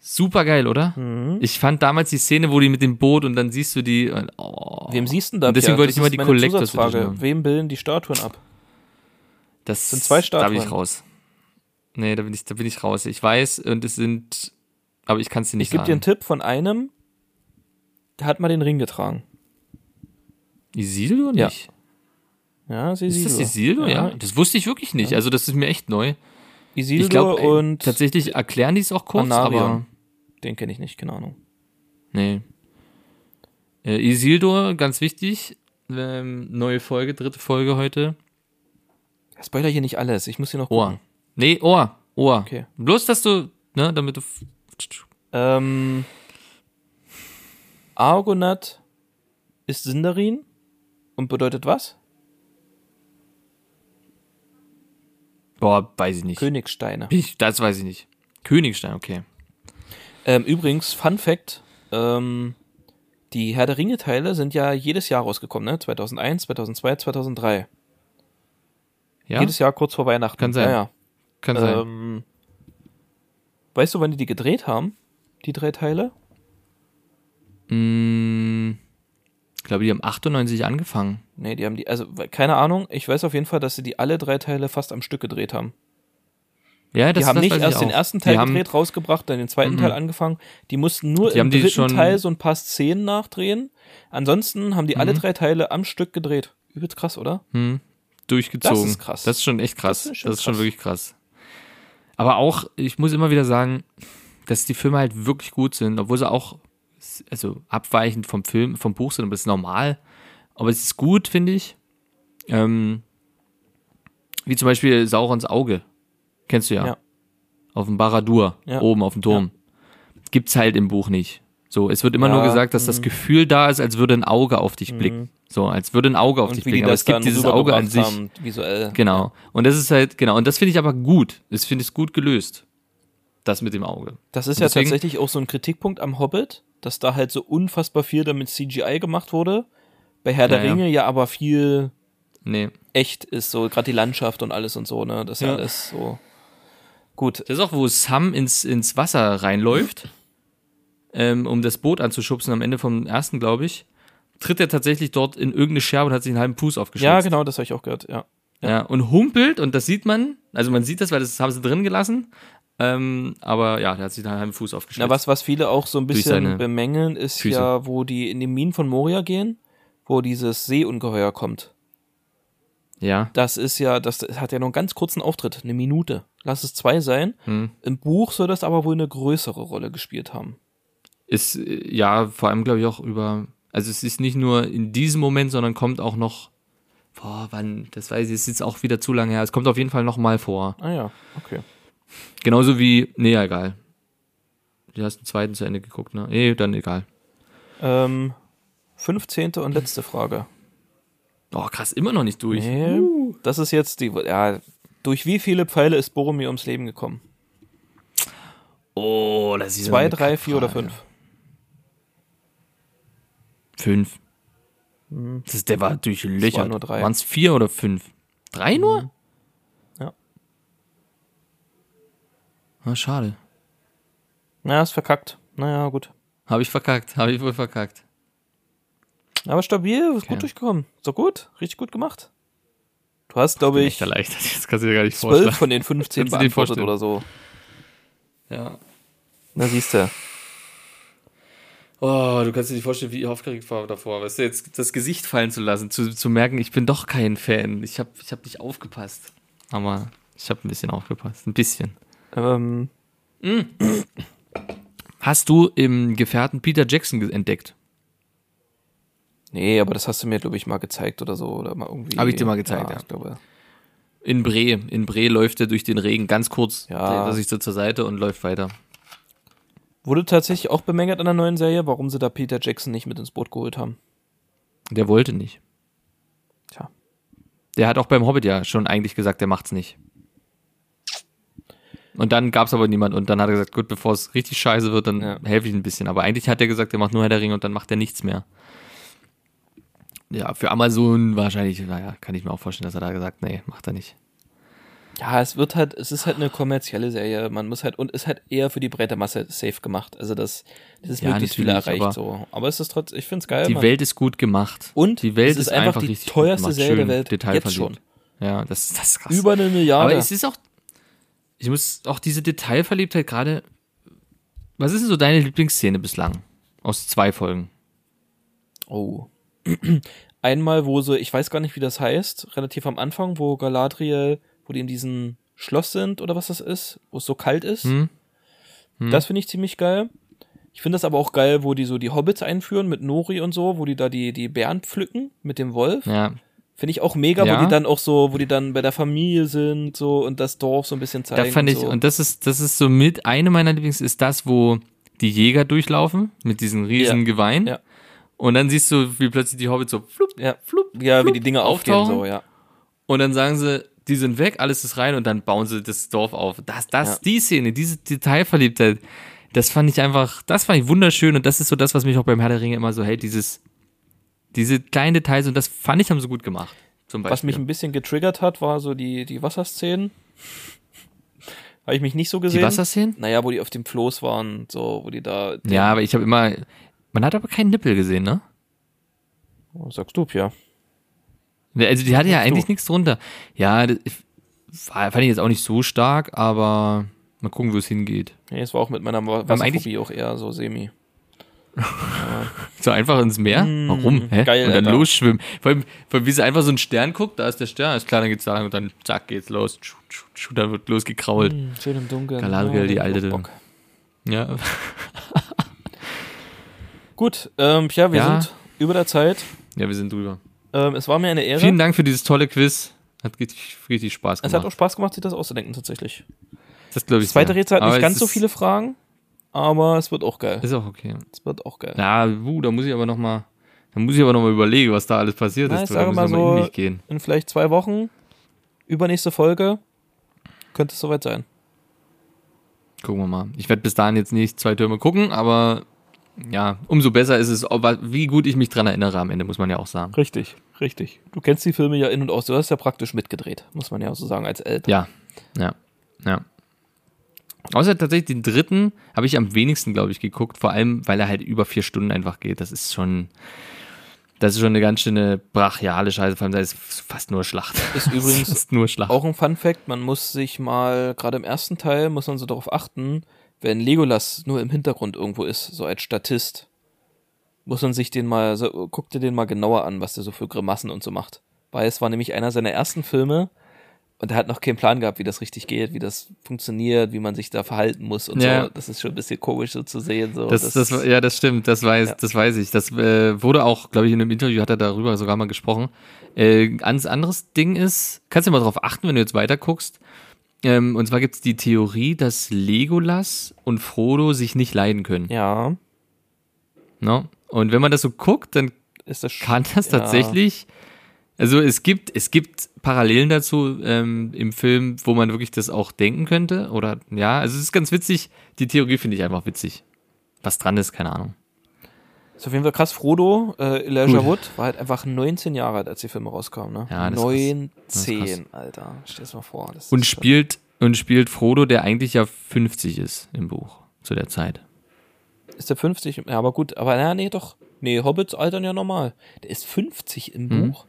Speaker 3: Super geil, oder?
Speaker 4: Mhm.
Speaker 3: Ich fand damals die Szene, wo die mit dem Boot und dann siehst du die. Und, oh,
Speaker 4: Wem siehst du denn da?
Speaker 3: Und deswegen
Speaker 4: Pierre?
Speaker 3: wollte
Speaker 4: Das
Speaker 3: ich immer
Speaker 4: ist
Speaker 3: die
Speaker 4: meine
Speaker 3: Collectors
Speaker 4: Zusatzfrage.
Speaker 3: Edition haben.
Speaker 4: Wem bilden die Statuen ab?
Speaker 3: das
Speaker 4: sind zwei
Speaker 3: Da bin ich
Speaker 4: Statuen.
Speaker 3: raus. Nee, da bin ich, da bin ich raus. Ich weiß und es sind. Aber ich kann es dir
Speaker 4: Ich
Speaker 3: nicht
Speaker 4: gebe dir einen
Speaker 3: sagen.
Speaker 4: Tipp von einem, der hat mal den Ring getragen.
Speaker 3: Isildur
Speaker 4: Ja.
Speaker 3: nicht?
Speaker 4: Ja, ist Isildur.
Speaker 3: Ist das Isildur? Ja. Das wusste ich wirklich nicht. Also, das ist mir echt neu.
Speaker 4: Isildur
Speaker 3: ich glaube,
Speaker 4: und
Speaker 3: tatsächlich erklären die es auch kurz,
Speaker 4: Anarion.
Speaker 3: aber.
Speaker 4: den kenne ich nicht, keine Ahnung.
Speaker 3: Nee. Äh, Isildur, ganz wichtig. Ähm, neue Folge, dritte Folge heute.
Speaker 4: Spoiler hier nicht alles, ich muss hier noch
Speaker 3: Ohr. Nee, Ohr. Ohr.
Speaker 4: Okay.
Speaker 3: Bloß, dass du, ne, damit du. f-
Speaker 4: Ähm, Argonath ist Sindarin und bedeutet was?
Speaker 3: Boah, weiß ich nicht.
Speaker 4: Königsteine.
Speaker 3: ich, das weiß ich nicht. Königstein, okay.
Speaker 4: Ähm, übrigens, Fun Fact, ähm, die Herr der Ringe-Teile sind ja jedes Jahr rausgekommen, ne? 2001, 2002, 2003.
Speaker 3: Ja,
Speaker 4: Jedes Jahr kurz vor Weihnachten.
Speaker 3: Kann sein.
Speaker 4: Ja, ja.
Speaker 3: kann sein.
Speaker 4: Ähm, weißt du, wann die die gedreht haben? Die drei Teile?
Speaker 3: Mm, ich glaube, die haben 98 angefangen.
Speaker 4: Nee, die haben die, also we- keine Ahnung. Ich weiß auf jeden Fall, dass sie die alle drei Teile fast am Stück gedreht haben.
Speaker 3: Ja, das
Speaker 4: Die haben
Speaker 3: das
Speaker 4: nicht
Speaker 3: weiß ich
Speaker 4: erst den
Speaker 3: auch.
Speaker 4: ersten
Speaker 3: Die
Speaker 4: Teil
Speaker 3: haben- Mhm.
Speaker 4: gedreht, rausgebracht, dann den zweiten Teil angefangen. Die mussten nur
Speaker 3: Die
Speaker 4: im
Speaker 3: haben die
Speaker 4: dritten
Speaker 3: schon-
Speaker 4: Teil so ein paar Szenen nachdrehen. Ansonsten haben die alle
Speaker 3: Mhm.
Speaker 4: drei Teile am Stück gedreht. Übelst krass, oder?
Speaker 3: Hm. durchgezogen.
Speaker 4: Das ist krass.
Speaker 3: Das ist schon echt krass.
Speaker 4: Das
Speaker 3: Das
Speaker 4: ist
Speaker 3: ist
Speaker 4: schon
Speaker 3: schon,
Speaker 4: krass.
Speaker 3: wirklich krass. Aber auch, ich muss immer wieder sagen, dass die Filme halt wirklich gut sind, obwohl sie auch ist also abweichend vom Film, vom Buch sind, aber es ist normal. Aber es ist gut, finde ich. Ähm, wie zum Beispiel Saurons Auge. Kennst du ja.
Speaker 4: Ja.
Speaker 3: Auf dem Baradur,
Speaker 4: Ja.
Speaker 3: oben auf dem Turm. Gibt's halt im Buch nicht. So, es wird immer
Speaker 4: Ja, Mhm.
Speaker 3: nur gesagt, dass das Gefühl da ist, als würde ein Auge auf dich blicken. So, als würde ein Auge auf dich blicken. Aber es gibt dieses Auge an sich.
Speaker 4: rübergebracht haben, visuell.
Speaker 3: Genau. Und das ist halt, genau. Und das finde ich aber gut. Das finde ich gut gelöst. Das mit dem Auge.
Speaker 4: Das ist
Speaker 3: Und
Speaker 4: ja
Speaker 3: deswegen-
Speaker 4: tatsächlich auch so ein Kritikpunkt am Hobbit, dass da halt so unfassbar viel damit CGI gemacht wurde. Bei Herr der
Speaker 3: Ja, ja.
Speaker 4: Ringe ja aber viel
Speaker 3: Nee.
Speaker 4: echt ist, so gerade die Landschaft und alles und so, ne? Das ist ja,
Speaker 3: Ja.
Speaker 4: alles so. Gut.
Speaker 3: Das ist auch, wo Sam ins, ins Wasser reinläuft, ähm, um das Boot anzuschubsen am Ende vom ersten, glaube ich. Tritt er tatsächlich dort in irgendeine Scherbe und hat sich einen halben Fuß aufgeschnitzt.
Speaker 4: Ja, genau, das habe ich auch gehört, ja.
Speaker 3: Ja, und humpelt, und das sieht man, also man sieht das, weil das haben sie drin gelassen. Ähm, aber ja, der hat sich einen halben Fuß aufgeschnitzt.
Speaker 4: Na, was, was viele auch so ein bisschen
Speaker 3: seine
Speaker 4: bemängeln, ist
Speaker 3: Füße.
Speaker 4: ja, wo die in die Minen von Moria gehen, wo dieses Seeungeheuer kommt.
Speaker 3: ja,
Speaker 4: Das ist ja, das hat ja noch einen ganz kurzen Auftritt, eine Minute. Lass es zwei sein.
Speaker 3: Hm.
Speaker 4: Im Buch soll das aber wohl eine größere Rolle gespielt haben.
Speaker 3: ist, äh, ja, vor allem, glaube ich, auch über, also es ist nicht nur in diesem Moment, sondern kommt auch noch, boah, wann, das weiß ich, es ist jetzt auch wieder zu lange her, es kommt auf jeden Fall nochmal vor.
Speaker 4: Ah ja, okay.
Speaker 3: Genauso wie, nee, ja, egal. Du hast den zweiten zu Ende geguckt, ne? Nee, dann egal.
Speaker 4: Ähm, 15. und letzte Frage.
Speaker 3: Oh, krass, immer noch nicht durch.
Speaker 4: Nee, das ist jetzt die. Ja, durch wie viele Pfeile ist Boromir ums Leben gekommen?
Speaker 3: Oh, das ist wieder
Speaker 4: Zwei,
Speaker 3: eine
Speaker 4: drei, vier oder
Speaker 3: Kackfrage.
Speaker 4: fünf?
Speaker 3: Fünf. Das, der war durch Löcher.
Speaker 4: Mhm. nur drei. Mhm.
Speaker 3: Waren es vier oder fünf? Drei nur?
Speaker 4: Ja.
Speaker 3: Ah, schade.
Speaker 4: Na, ist verkackt. Naja, gut.
Speaker 3: Habe ich verkackt, habe ich wohl verkackt.
Speaker 4: Aber stabil, ist gut durchgekommen. So gut, richtig gut gemacht. Du hast, glaube ich,
Speaker 3: Echt erleichtert, das kannst du dir gar nicht
Speaker 4: zwölf
Speaker 3: vorstellen.
Speaker 4: von den 15
Speaker 3: Kannst du dir
Speaker 4: beantwortet
Speaker 3: vorstellen.
Speaker 4: oder so.
Speaker 3: Ja.
Speaker 4: Na, siehst du.
Speaker 3: Oh, du kannst dir nicht vorstellen, wie ich aufgeregt war davor. Weißt du, jetzt das Gesicht fallen zu lassen, zu, zu merken, ich bin doch kein Fan. Ich habe ich hab nicht aufgepasst. Aber ich habe ein bisschen aufgepasst. Ein bisschen.
Speaker 4: Ähm,
Speaker 3: Hast du im Gefährten Peter Jackson ge- entdeckt?
Speaker 4: nee, aber das hast du mir, glaube ich, mal gezeigt oder so. Oder mal irgendwie.
Speaker 3: Hab ich dir mal gezeigt, ja.
Speaker 4: Ich glaube.
Speaker 3: In Bre. In Bre läuft er durch den Regen ganz kurz,
Speaker 4: Ja.
Speaker 3: dreht er sich so zur Seite und läuft weiter.
Speaker 4: Wurde tatsächlich auch bemängelt an der neuen Serie, warum sie da Peter Jackson nicht mit ins Boot geholt haben.
Speaker 3: Der wollte nicht.
Speaker 4: Tja.
Speaker 3: Der hat auch beim Hobbit ja schon eigentlich gesagt, der macht's nicht. Und dann gab's aber niemand und dann hat er gesagt, gut, bevor es richtig scheiße wird, dann
Speaker 4: Ja.
Speaker 3: helfe ich ein bisschen. Aber eigentlich hat er gesagt, er macht nur Herr der Ringe und dann macht er nichts mehr. Ja, für Amazon wahrscheinlich, naja, kann ich mir auch vorstellen, dass er da gesagt, nee, macht er nicht.
Speaker 4: Ja, es wird halt, es ist halt eine kommerzielle Serie. Man muss halt, und ist halt eher für die breite Masse safe gemacht. Also das, das ist
Speaker 3: Ja,
Speaker 4: möglichst viel
Speaker 3: natürlich,
Speaker 4: erreicht
Speaker 3: aber-
Speaker 4: so. Aber es ist trotz, ich finde es geil.
Speaker 3: Die
Speaker 4: man-
Speaker 3: Welt ist gut gemacht.
Speaker 4: Und
Speaker 3: die Welt
Speaker 4: es ist
Speaker 3: ist
Speaker 4: einfach
Speaker 3: einfach
Speaker 4: die
Speaker 3: richtig gut
Speaker 4: teuerste
Speaker 3: gemacht.
Speaker 4: Serie der
Speaker 3: Schön
Speaker 4: Welt,
Speaker 3: Detailverliebt.
Speaker 4: jetzt schon.
Speaker 3: Ja, das, das ist krass.
Speaker 4: über eine
Speaker 3: Aber
Speaker 4: Milliarde.
Speaker 3: es ist auch. Ich muss auch diese Detailverliebtheit gerade. Was ist denn so deine Lieblingsszene bislang? Aus zwei Folgen.
Speaker 4: oh. Einmal, wo so, ich weiß gar nicht, wie das heißt, relativ am Anfang, wo Galadriel, wo die in diesem Schloss sind oder was das ist, wo es so kalt ist.
Speaker 3: Hm?
Speaker 4: Das finde ich ziemlich geil. Ich finde das aber auch geil, wo die so die Hobbits einführen mit Nori und so, wo die da die, die Bären pflücken mit dem Wolf.
Speaker 3: Ja.
Speaker 4: Finde ich auch mega,
Speaker 3: Ja.
Speaker 4: wo die dann auch so, wo die dann bei der Familie sind, so und das Dorf so ein bisschen zeigen.
Speaker 3: Da fand ich,
Speaker 4: so.
Speaker 3: und das ist, das ist so mit, eine meiner Lieblings ist das, wo die Jäger durchlaufen mit diesen riesen
Speaker 4: Ja.
Speaker 3: Geweih.
Speaker 4: Ja.
Speaker 3: Und dann siehst du, wie plötzlich die Hobbits so flupp,
Speaker 4: ja,
Speaker 3: flupp,
Speaker 4: ja, wie
Speaker 3: flupp
Speaker 4: die Dinge aufgehen,
Speaker 3: auftauchen.
Speaker 4: so, ja.
Speaker 3: Und dann sagen sie, die sind weg, alles ist rein und dann bauen sie das Dorf auf. Das, das,
Speaker 4: Ja.
Speaker 3: die Szene, diese Detailverliebtheit, das fand ich einfach, das fand ich wunderschön und das ist so das, was mich auch beim Herr der Ringe immer so hält, dieses, diese kleinen Details und das fand ich, haben sie gut gemacht. Zum Beispiel.
Speaker 4: Was mich ein bisschen getriggert hat, war so die, die Wasserszenen. Habe ich mich nicht so gesehen.
Speaker 3: die Wasserszenen?
Speaker 4: Naja, wo die auf dem Floß waren, so, wo die da.
Speaker 3: Ja, aber ich habe immer, man hat aber keinen Nippel gesehen, ne?
Speaker 4: Oh, sagst du, ja.
Speaker 3: Also die hatte ja
Speaker 4: Sagst du.
Speaker 3: eigentlich nichts drunter. Ja, das, ich- fand ich jetzt auch nicht so stark, aber mal gucken, wo es hingeht.
Speaker 4: Nee, es war auch mit meiner Wa-
Speaker 3: haben eigentlich-
Speaker 4: Wasserphobie auch eher so semi.
Speaker 3: So einfach ins Meer? Warum? Hä?
Speaker 4: Mm. geil,
Speaker 3: und dann
Speaker 4: Alter.
Speaker 3: losschwimmen. Vor allem, vor allem, wie sie einfach so einen Stern guckt, da ist der Stern, ist klar, dann geht's da rein und dann zack, geht's los. Tschu, tschu, tschu, Dann wird losgekrault.
Speaker 4: Hm, Schön im Dunkeln. Mm.
Speaker 3: Galadriel, die
Speaker 4: hab ich
Speaker 3: alte-
Speaker 4: auch Bock.
Speaker 3: Ja.
Speaker 4: Gut, ähm, Pia, wir
Speaker 3: Ja.
Speaker 4: sind über der Zeit.
Speaker 3: Ja, wir sind drüber.
Speaker 4: Ähm, es war mir eine Ehre.
Speaker 3: Vielen Dank für dieses tolle Quiz. Hat richtig, richtig Spaß
Speaker 4: es hat auch
Speaker 3: gemacht.
Speaker 4: Spaß gemacht, sich das auszudenken tatsächlich.
Speaker 3: Das glaube ich.
Speaker 4: Das zweite
Speaker 3: sehr.
Speaker 4: Rätsel hat
Speaker 3: Aber
Speaker 4: nicht
Speaker 3: es
Speaker 4: ganz so
Speaker 3: ist-
Speaker 4: viele Fragen, aber es wird auch geil.
Speaker 3: Ist auch okay.
Speaker 4: Es wird auch geil.
Speaker 3: Ja, wuh, da muss ich aber noch mal, da muss ich aber noch mal überlegen, was da alles passiert
Speaker 4: Na,
Speaker 3: ist.
Speaker 4: ich
Speaker 3: Da
Speaker 4: sage
Speaker 3: muss
Speaker 4: mal
Speaker 3: ich
Speaker 4: so-
Speaker 3: in mich gehen.
Speaker 4: In vielleicht zwei Wochen, übernächste Folge, könnte es soweit sein.
Speaker 3: Gucken wir mal. Ich werde bis dahin jetzt nicht zwei Türme gucken, aber ja, umso besser ist es, ob- wie gut ich mich dran erinnere am Ende, muss man ja auch sagen.
Speaker 4: Richtig, richtig. Du kennst die Filme ja in- und aus. Du hast ja praktisch mitgedreht, muss man ja auch so sagen, als Eltern.
Speaker 3: Ja, ja, ja. Außer tatsächlich den dritten habe ich am wenigsten, glaube ich, geguckt, vor allem, weil er halt über vier Stunden einfach geht. Das ist schon, das ist schon eine ganz schöne brachiale Scheiße, vor allem da ist fast nur Schlacht.
Speaker 4: Ist übrigens
Speaker 3: fast nur Schlacht.
Speaker 4: Auch ein Fun Fact, man muss sich mal, gerade im ersten Teil, muss man so darauf achten, wenn Legolas nur im Hintergrund irgendwo ist, so als Statist, muss man sich den mal, so, guck dir den mal genauer an, was der so für Grimassen und so macht. Weil es war nämlich einer seiner ersten Filme und er hat noch keinen Plan gehabt, wie das richtig geht, wie das funktioniert, wie man sich da verhalten muss und
Speaker 3: Ja.
Speaker 4: so. Das ist schon ein bisschen komisch so zu sehen. So.
Speaker 3: Das, das, ja, das stimmt, das weiß,
Speaker 4: Ja.
Speaker 3: das weiß ich. Das äh, wurde auch, glaube ich, in einem Interview hat er darüber sogar mal gesprochen. Äh, ganz anderes Ding ist, kannst du mal drauf achten, wenn du jetzt weiter guckst. Ähm, und zwar gibt es die Theorie, dass Legolas und Frodo sich nicht leiden können.
Speaker 4: ja,
Speaker 3: Ne? Und wenn man das so guckt, dann
Speaker 4: ist das sch-
Speaker 3: kann das
Speaker 4: ja.
Speaker 3: tatsächlich. Also es gibt, es gibt Parallelen dazu ähm, im Film, wo man wirklich das auch denken könnte. Oder ja, also es ist ganz witzig. Die Theorie finde ich einfach witzig. Was dran ist, keine Ahnung.
Speaker 4: Ist auf jeden Fall krass. Frodo, äh, Elijah
Speaker 3: Gut.
Speaker 4: Wood, war halt einfach 19 Jahre alt, als die Filme rauskamen, ne?
Speaker 3: Ja, das ist krass.
Speaker 4: 19,
Speaker 3: ist krass.
Speaker 4: Alter. Stell's mal vor. Das
Speaker 3: Und
Speaker 4: ist-
Speaker 3: spielt, und spielt Frodo, der eigentlich ja 50 ist im Buch zu der Zeit.
Speaker 4: Ist der 50? Ja, aber gut. Aber naja, nee, doch. Nee, Hobbits altern ja normal. Der ist 50 im
Speaker 3: Mhm.
Speaker 4: Buch.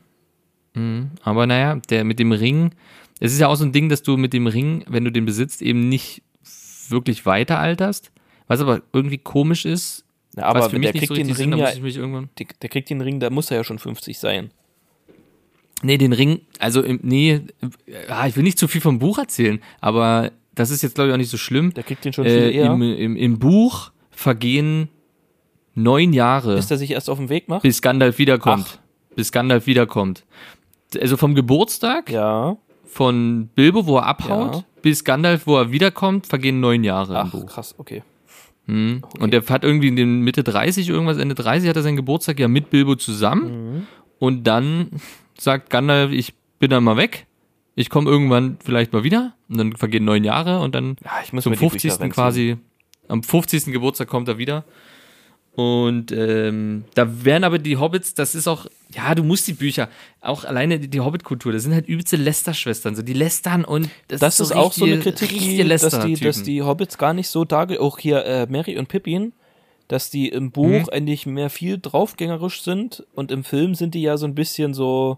Speaker 3: Aber naja, der mit dem Ring, es ist ja auch so ein Ding, dass du mit dem Ring, wenn du den besitzt, eben nicht wirklich weiter alterst. Was aber irgendwie komisch ist,
Speaker 4: Na, aber
Speaker 3: was für mich
Speaker 4: der
Speaker 3: nicht
Speaker 4: kriegt
Speaker 3: so
Speaker 4: den
Speaker 3: richtig
Speaker 4: Ring
Speaker 3: Sinn,
Speaker 4: ja,
Speaker 3: da muss ich mich irgendwann.
Speaker 4: der, der kriegt den Ring, da muss er ja schon 50 sein.
Speaker 3: Nee, den Ring, also im- nee, äh, ah, ich will nicht zu viel vom Buch erzählen, aber das ist jetzt glaube ich auch nicht so schlimm.
Speaker 4: Der kriegt den schon viel
Speaker 3: Äh,
Speaker 4: eher.
Speaker 3: im, im, Im Buch vergehen neun Jahre.
Speaker 4: Bis er sich erst auf den Weg macht.
Speaker 3: Bis Gandalf wiederkommt. Bis Gandalf wiederkommt. Also vom Geburtstag
Speaker 4: Ja.
Speaker 3: von Bilbo, wo er abhaut,
Speaker 4: Ja.
Speaker 3: bis Gandalf, wo er wiederkommt, vergehen neun Jahre im
Speaker 4: Ach,
Speaker 3: Buch.
Speaker 4: krass, okay.
Speaker 3: Mhm. Und der hat irgendwie in den Mitte 30, irgendwas Ende 30, hat er seinen Geburtstag ja mit Bilbo zusammen.
Speaker 4: Mhm.
Speaker 3: Und dann sagt Gandalf, ich bin dann mal weg. Ich komme irgendwann vielleicht mal wieder. Und dann vergehen neun Jahre und dann
Speaker 4: Ja, ich muss
Speaker 3: zum
Speaker 4: mir die Bücher
Speaker 3: 50.
Speaker 4: reinziehen.
Speaker 3: quasi, am 50. Geburtstag kommt er wieder. Und ähm, da werden aber die Hobbits, das ist auch, ja, du musst die Bücher, auch alleine die, die Hobbit-Kultur, das sind halt übelste Lästerschwestern, so die lästern und das,
Speaker 4: Das ist auch so eine
Speaker 3: richtige-
Speaker 4: Kritik, die,
Speaker 3: richtige
Speaker 4: dass, die, dass
Speaker 3: Lästerer-Typen.
Speaker 4: die Hobbits gar nicht so darge... Auch hier äh, Mary und Pippin, dass die im Buch
Speaker 3: Mhm.
Speaker 4: eigentlich mehr viel draufgängerisch sind und im Film sind die ja so ein bisschen so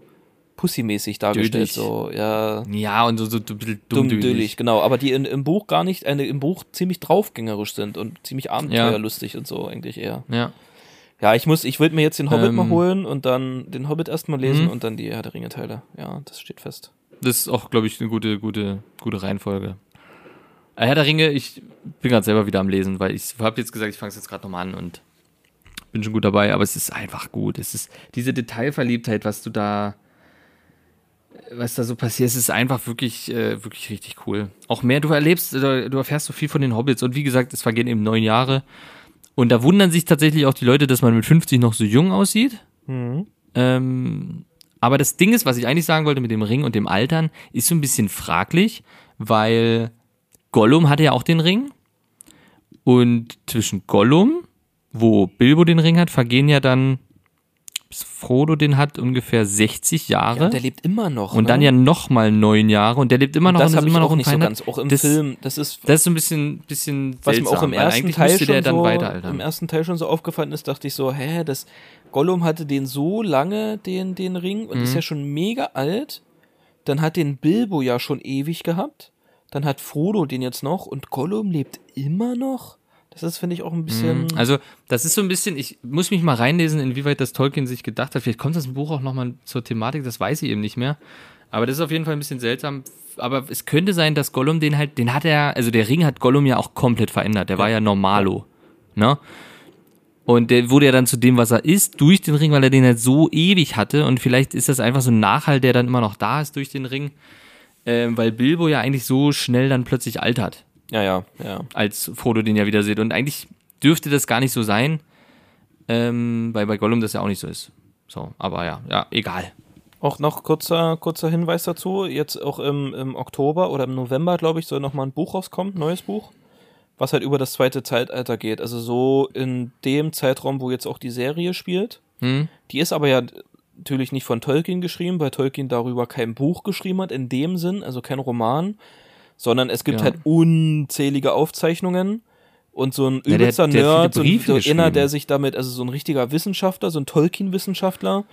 Speaker 4: pussymäßig dargestellt.
Speaker 3: Dödig.
Speaker 4: So, ja,
Speaker 3: Ja, und so, so ein bisschen
Speaker 4: dummdödig,
Speaker 3: dummdödig.
Speaker 4: genau. Aber die in, im Buch gar nicht, eine, im Buch ziemlich draufgängerisch sind und ziemlich abenteuerlustig und so eigentlich eher.
Speaker 3: Ja.
Speaker 4: Ja, ich muss, ich würde mir jetzt den Hobbit
Speaker 3: Ähm.
Speaker 4: mal holen und dann den Hobbit erstmal lesen
Speaker 3: Mhm.
Speaker 4: und dann die Herr der Ringe-Teile. Ja, das steht fest.
Speaker 3: Das ist auch, glaube ich, eine gute, gute, gute Reihenfolge. Äh, Herr der Ringe, ich bin gerade selber wieder am Lesen, weil ich habe jetzt gesagt, ich fange es jetzt gerade nochmal an und bin schon gut dabei, aber es ist einfach gut. Es ist diese Detailverliebtheit, was du da, was da so passiert, es ist einfach wirklich, äh, wirklich richtig cool. Auch mehr, du erlebst, äh, du erfährst so viel von den Hobbits und wie gesagt, es vergehen eben neun Jahre. Und da wundern sich tatsächlich auch die Leute, dass man mit 50 noch so jung aussieht. Ähm, aber das Ding ist, was ich eigentlich sagen wollte mit dem Ring und dem Altern, ist so ein bisschen fraglich, weil Gollum hatte ja auch den Ring. Und zwischen Gollum, wo Bilbo den Ring hat, vergehen ja dann, bis Frodo den hat, ungefähr 60 Jahre.
Speaker 4: Ja, und der lebt immer noch.
Speaker 3: und
Speaker 4: ne?
Speaker 3: dann ja nochmal neun Jahre und der lebt immer noch
Speaker 4: das
Speaker 3: und ist
Speaker 4: habe ich
Speaker 3: immer noch
Speaker 4: auch nicht so
Speaker 3: unverändert.
Speaker 4: ganz. Auch im
Speaker 3: das,
Speaker 4: Film, das ist
Speaker 3: Das ist so ein bisschen, bisschen
Speaker 4: was mir
Speaker 3: seltsam,
Speaker 4: auch im
Speaker 3: weil
Speaker 4: ersten
Speaker 3: eigentlich
Speaker 4: Teil
Speaker 3: müsste
Speaker 4: schon
Speaker 3: der dann
Speaker 4: so,
Speaker 3: weiter altern.
Speaker 4: im ersten Teil schon so aufgefallen ist, dachte ich so, hä, das Gollum hatte den so lange den den Ring und
Speaker 3: Mhm.
Speaker 4: ist ja schon mega alt. Dann hat den Bilbo ja schon ewig gehabt. Dann hat Frodo den jetzt noch und Gollum lebt immer noch. Das ist finde ich auch ein bisschen
Speaker 3: Also, das ist so ein bisschen, ich muss mich mal reinlesen, inwieweit das Tolkien sich gedacht hat. Vielleicht kommt das im Buch auch nochmal zur Thematik, das weiß ich eben nicht mehr. Aber das ist auf jeden Fall ein bisschen seltsam. Aber es könnte sein, dass Gollum den halt, den hat er, also der Ring hat Gollum ja auch komplett verändert. Der war ja normalo. Ne? Und der wurde ja dann zu dem, was er ist, durch den Ring, weil er den halt so ewig hatte. Und vielleicht ist das einfach so ein Nachhall, der dann immer noch da ist durch den Ring. Ähm, weil Bilbo ja eigentlich so schnell dann plötzlich altert,
Speaker 4: Ja, ja, ja.
Speaker 3: als Frodo den ja wieder sieht. Und eigentlich dürfte das gar nicht so sein, ähm, weil bei Gollum das ja auch nicht so ist. So, aber ja, ja, egal.
Speaker 4: Auch noch kurzer, kurzer Hinweis dazu. Jetzt auch im, im Oktober oder im November, glaube ich, soll nochmal ein Buch rauskommen, neues Buch, was halt über das zweite Zeitalter geht. Also so in dem Zeitraum, wo jetzt auch die Serie spielt.
Speaker 3: Hm?
Speaker 4: Die ist aber ja natürlich nicht von Tolkien geschrieben, weil Tolkien darüber kein Buch geschrieben hat, in dem Sinn, also kein Roman, sondern es gibt
Speaker 3: Ja.
Speaker 4: halt unzählige Aufzeichnungen und so ein
Speaker 3: Ja, der
Speaker 4: übelster
Speaker 3: hat- der hat viele
Speaker 4: Nerd, so ein,
Speaker 3: Briefe
Speaker 4: so einer,
Speaker 3: geschrieben.
Speaker 4: der sich damit, also so ein richtiger Wissenschaftler, so ein Tolkien-Wissenschaftler,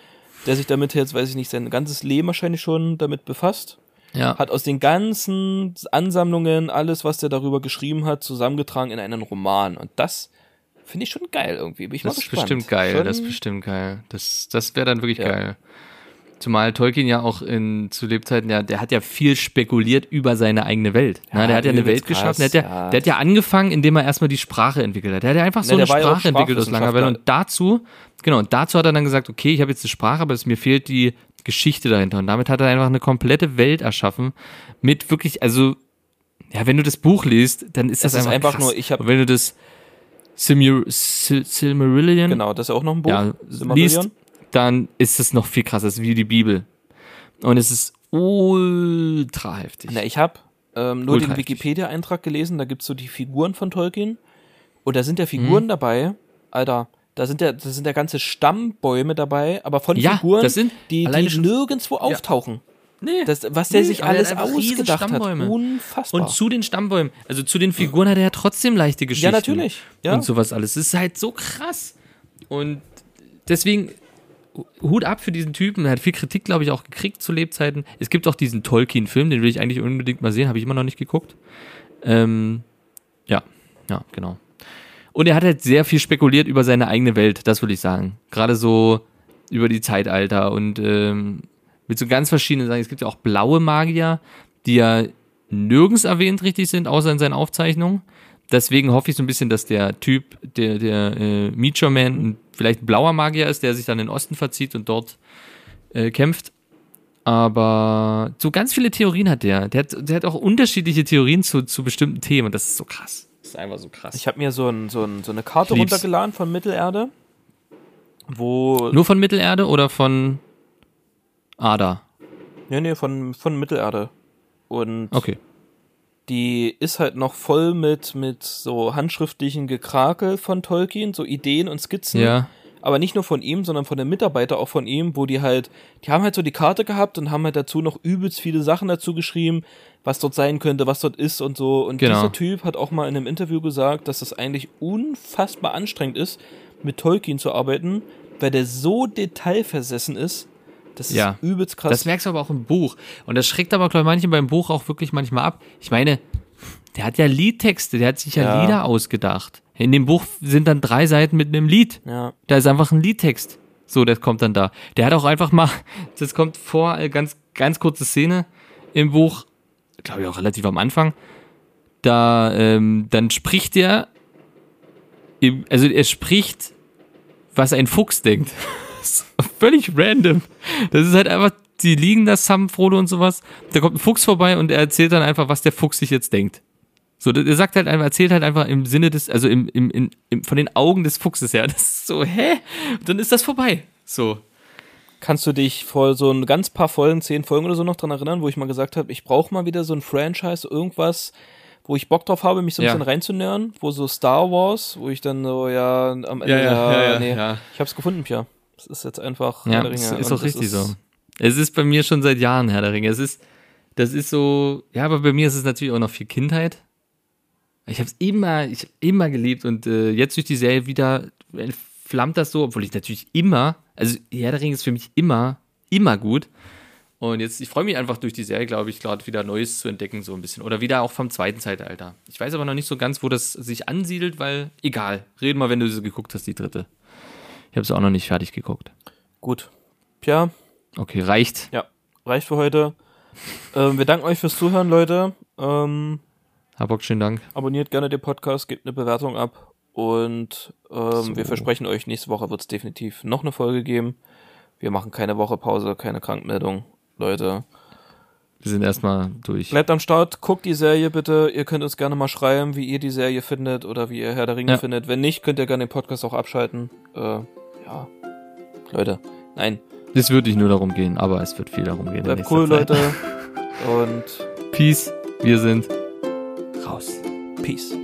Speaker 4: der sich damit jetzt, weiß ich nicht, sein ganzes Leben wahrscheinlich schon damit befasst
Speaker 3: Ja.
Speaker 4: hat aus den ganzen Ansammlungen alles, was der darüber geschrieben hat, zusammengetragen in einen Roman. Und das finde ich schon geil irgendwie. Bin ich
Speaker 3: Das
Speaker 4: mal
Speaker 3: ist
Speaker 4: gespannt.
Speaker 3: bestimmt geil,
Speaker 4: Schon,
Speaker 3: das ist bestimmt geil. Das, das wäre dann wirklich
Speaker 4: Ja.
Speaker 3: geil. Zumal Tolkien ja auch in, zu Lebzeiten, ja, der hat ja viel spekuliert über seine eigene Welt.
Speaker 4: Ja,
Speaker 3: Na, der hat ja eine
Speaker 4: übelst
Speaker 3: Welt geschaffen. Der hat
Speaker 4: krass,
Speaker 3: ja,
Speaker 4: ja.
Speaker 3: der hat ja angefangen, indem er erstmal die Sprache entwickelt hat. Der hat ja einfach so
Speaker 4: der
Speaker 3: eine
Speaker 4: war ja auch
Speaker 3: Sprache entwickelt aus Langeweile. Und dazu, genau, und dazu hat er dann gesagt, okay, ich habe jetzt eine Sprache, aber es mir fehlt die Geschichte dahinter. Und damit hat er einfach eine komplette Welt erschaffen mit wirklich, also, ja, wenn du das Buch liest, dann ist
Speaker 4: Es
Speaker 3: das,
Speaker 4: ist
Speaker 3: einfach,
Speaker 4: einfach
Speaker 3: krass.
Speaker 4: nur, ich hab-
Speaker 3: Und wenn du das Silmur- Sil- Silmarillion,
Speaker 4: Genau, das ist ja auch noch ein Buch.
Speaker 3: Hm? ja,
Speaker 4: Silmarillion.
Speaker 3: liest, dann ist es noch viel krasser, es ist wie die Bibel. Und es ist ultra heftig.
Speaker 4: Na, ich habe ähm, nur
Speaker 3: Ultra
Speaker 4: den
Speaker 3: heftig.
Speaker 4: Wikipedia-Eintrag gelesen, da gibt's so die Figuren von Tolkien. Und da sind ja Figuren
Speaker 3: Hm.
Speaker 4: dabei, Alter, da sind ja, da sind ja ganze Stammbäume dabei, aber von
Speaker 3: Ja,
Speaker 4: Figuren,
Speaker 3: das sind
Speaker 4: die,
Speaker 3: alleine
Speaker 4: die
Speaker 3: schon-
Speaker 4: nirgendwo auftauchen.
Speaker 3: nee.
Speaker 4: Das, was der
Speaker 3: Nee,
Speaker 4: sich
Speaker 3: aber der
Speaker 4: alles
Speaker 3: hat einfach riesen
Speaker 4: ausgedacht hat.
Speaker 3: Stammbäume.
Speaker 4: Unfassbar.
Speaker 3: und zu den Stammbäumen, also zu den Figuren hat er ja trotzdem leichte Geschichten.
Speaker 4: Ja, natürlich, ja.
Speaker 3: Und sowas alles. Es ist halt so krass. Und deswegen Hut ab für diesen Typen. Er hat viel Kritik, glaube ich, auch gekriegt zu Lebzeiten. Es gibt auch diesen Tolkien-Film, den will ich eigentlich unbedingt mal sehen, habe ich immer noch nicht geguckt. Ähm, ja, ja, genau. Und er hat halt sehr viel spekuliert über seine eigene Welt, das würde ich sagen. Gerade so über die Zeitalter und ähm, mit so ganz verschiedenen Sachen. Es gibt ja auch blaue Magier, die ja nirgends erwähnt richtig sind, außer in seinen Aufzeichnungen. Deswegen hoffe ich so ein bisschen, dass der Typ, der, der äh, Meteor Man, ein, vielleicht ein blauer Magier ist, der sich dann in den Osten verzieht und dort äh, kämpft. Aber so ganz viele Theorien hat der. Der hat, der hat auch unterschiedliche Theorien zu, zu bestimmten Themen. Und das ist so krass. Das ist einfach so krass.
Speaker 4: Ich habe mir so, ein, so, ein, so eine Karte
Speaker 3: Ich lieb's.
Speaker 4: runtergeladen von Mittelerde, wo.
Speaker 3: Nur von Mittelerde oder von Ada?
Speaker 4: Nee, nee, von, von Mittelerde. Und
Speaker 3: Okay.
Speaker 4: die ist halt noch voll mit, mit so handschriftlichen Gekrakel von Tolkien, so Ideen und Skizzen.
Speaker 3: Ja.
Speaker 4: Aber nicht nur von ihm, sondern von den Mitarbeitern auch von ihm, wo die halt, die haben halt so die Karte gehabt und haben halt dazu noch übelst viele Sachen dazu geschrieben, was dort sein könnte, was dort ist und so. Und
Speaker 3: Genau.
Speaker 4: dieser Typ hat auch mal in einem Interview gesagt, dass das eigentlich unfassbar anstrengend ist, mit Tolkien zu arbeiten, weil der so detailversessen ist. Das ist
Speaker 3: Ja.
Speaker 4: übelst krass.
Speaker 3: Das merkst du aber auch im Buch. Und das schreckt aber, glaube ich, manche beim Buch auch wirklich manchmal ab. Ich meine, der hat ja Liedtexte, der hat sich ja,
Speaker 4: Ja.
Speaker 3: Lieder ausgedacht. In dem Buch sind dann drei Seiten mit einem Lied.
Speaker 4: ja.
Speaker 3: Da ist einfach ein Liedtext. So, das kommt dann da. Der hat auch einfach mal, das kommt vor, äh, ganz, ganz kurze Szene im Buch, glaube ich auch relativ am Anfang. Da, ähm, dann spricht er, im, also er spricht, was ein Fuchs denkt. Das ist Völlig random. Das ist halt einfach, die liegen da zusammen, Frodo und sowas. Da kommt ein Fuchs vorbei und er erzählt dann einfach, was der Fuchs sich jetzt denkt. So, der sagt halt einfach, erzählt halt einfach im Sinne des, also im, im, in, im, von den Augen des Fuchses her. Das ist so, hä? Und dann ist das vorbei. So.
Speaker 4: Kannst du dich vor so ein ganz paar Folgen, zehn Folgen oder so noch dran erinnern, wo ich mal gesagt habe, ich brauche mal wieder so ein Franchise, irgendwas, wo ich Bock drauf habe, mich so ein
Speaker 3: Ja.
Speaker 4: bisschen reinzunähern, wo so Star Wars, wo ich dann so, ja, am Ende,
Speaker 3: Ja, ja, ja, ja,
Speaker 4: nee,
Speaker 3: ja.
Speaker 4: ich hab's gefunden, Pia. Das ist jetzt einfach
Speaker 3: Ja,
Speaker 4: Herr der
Speaker 3: ist,
Speaker 4: Ringe.
Speaker 3: ist
Speaker 4: Und
Speaker 3: auch
Speaker 4: das
Speaker 3: richtig
Speaker 4: ist-
Speaker 3: so. Es ist bei mir schon seit Jahren Herr der Ringe. Es ist, das ist so, ja, aber bei mir ist es natürlich auch noch viel Kindheit. Ich habe es immer, ich hab immer geliebt und äh, jetzt durch die Serie wieder äh, flammt das so, obwohl ich natürlich immer, also Herr der Ringe ist für mich immer, immer gut. Und jetzt, ich freue mich einfach durch die Serie, glaube ich, gerade wieder Neues zu entdecken, so ein bisschen. Oder wieder auch vom zweiten Zeitalter. Ich weiß aber noch nicht so ganz, wo das sich ansiedelt, weil, egal, reden mal, wenn du sie geguckt hast, die dritte. Ich habe sie auch noch nicht fertig geguckt.
Speaker 4: Gut. Pia,
Speaker 3: Okay, reicht.
Speaker 4: ja, reicht für heute. ähm, wir danken euch fürs Zuhören, Leute. Ähm,
Speaker 3: Herr Bock, schönen Dank.
Speaker 4: abonniert gerne den Podcast, gebt eine Bewertung ab Und ähm, wir versprechen euch, nächste Woche wird es definitiv noch eine Folge geben. Wir machen keine Woche Pause, keine Krankmeldung. Leute,
Speaker 3: Wir sind erstmal durch.
Speaker 4: bleibt am Start, guckt die Serie bitte. Ihr könnt uns gerne mal schreiben, wie ihr die Serie findet oder wie ihr Herr der Ringe
Speaker 3: Ja.
Speaker 4: findet. Wenn nicht, könnt ihr gerne den Podcast auch abschalten. Äh, ja, Leute, nein,
Speaker 3: Es wird nicht nur darum gehen, aber es wird viel darum gehen. in
Speaker 4: bleibt
Speaker 3: nächster
Speaker 4: cool,
Speaker 3: Zeit.
Speaker 4: Leute. Und
Speaker 3: Peace. Wir sind raus.
Speaker 4: Peace.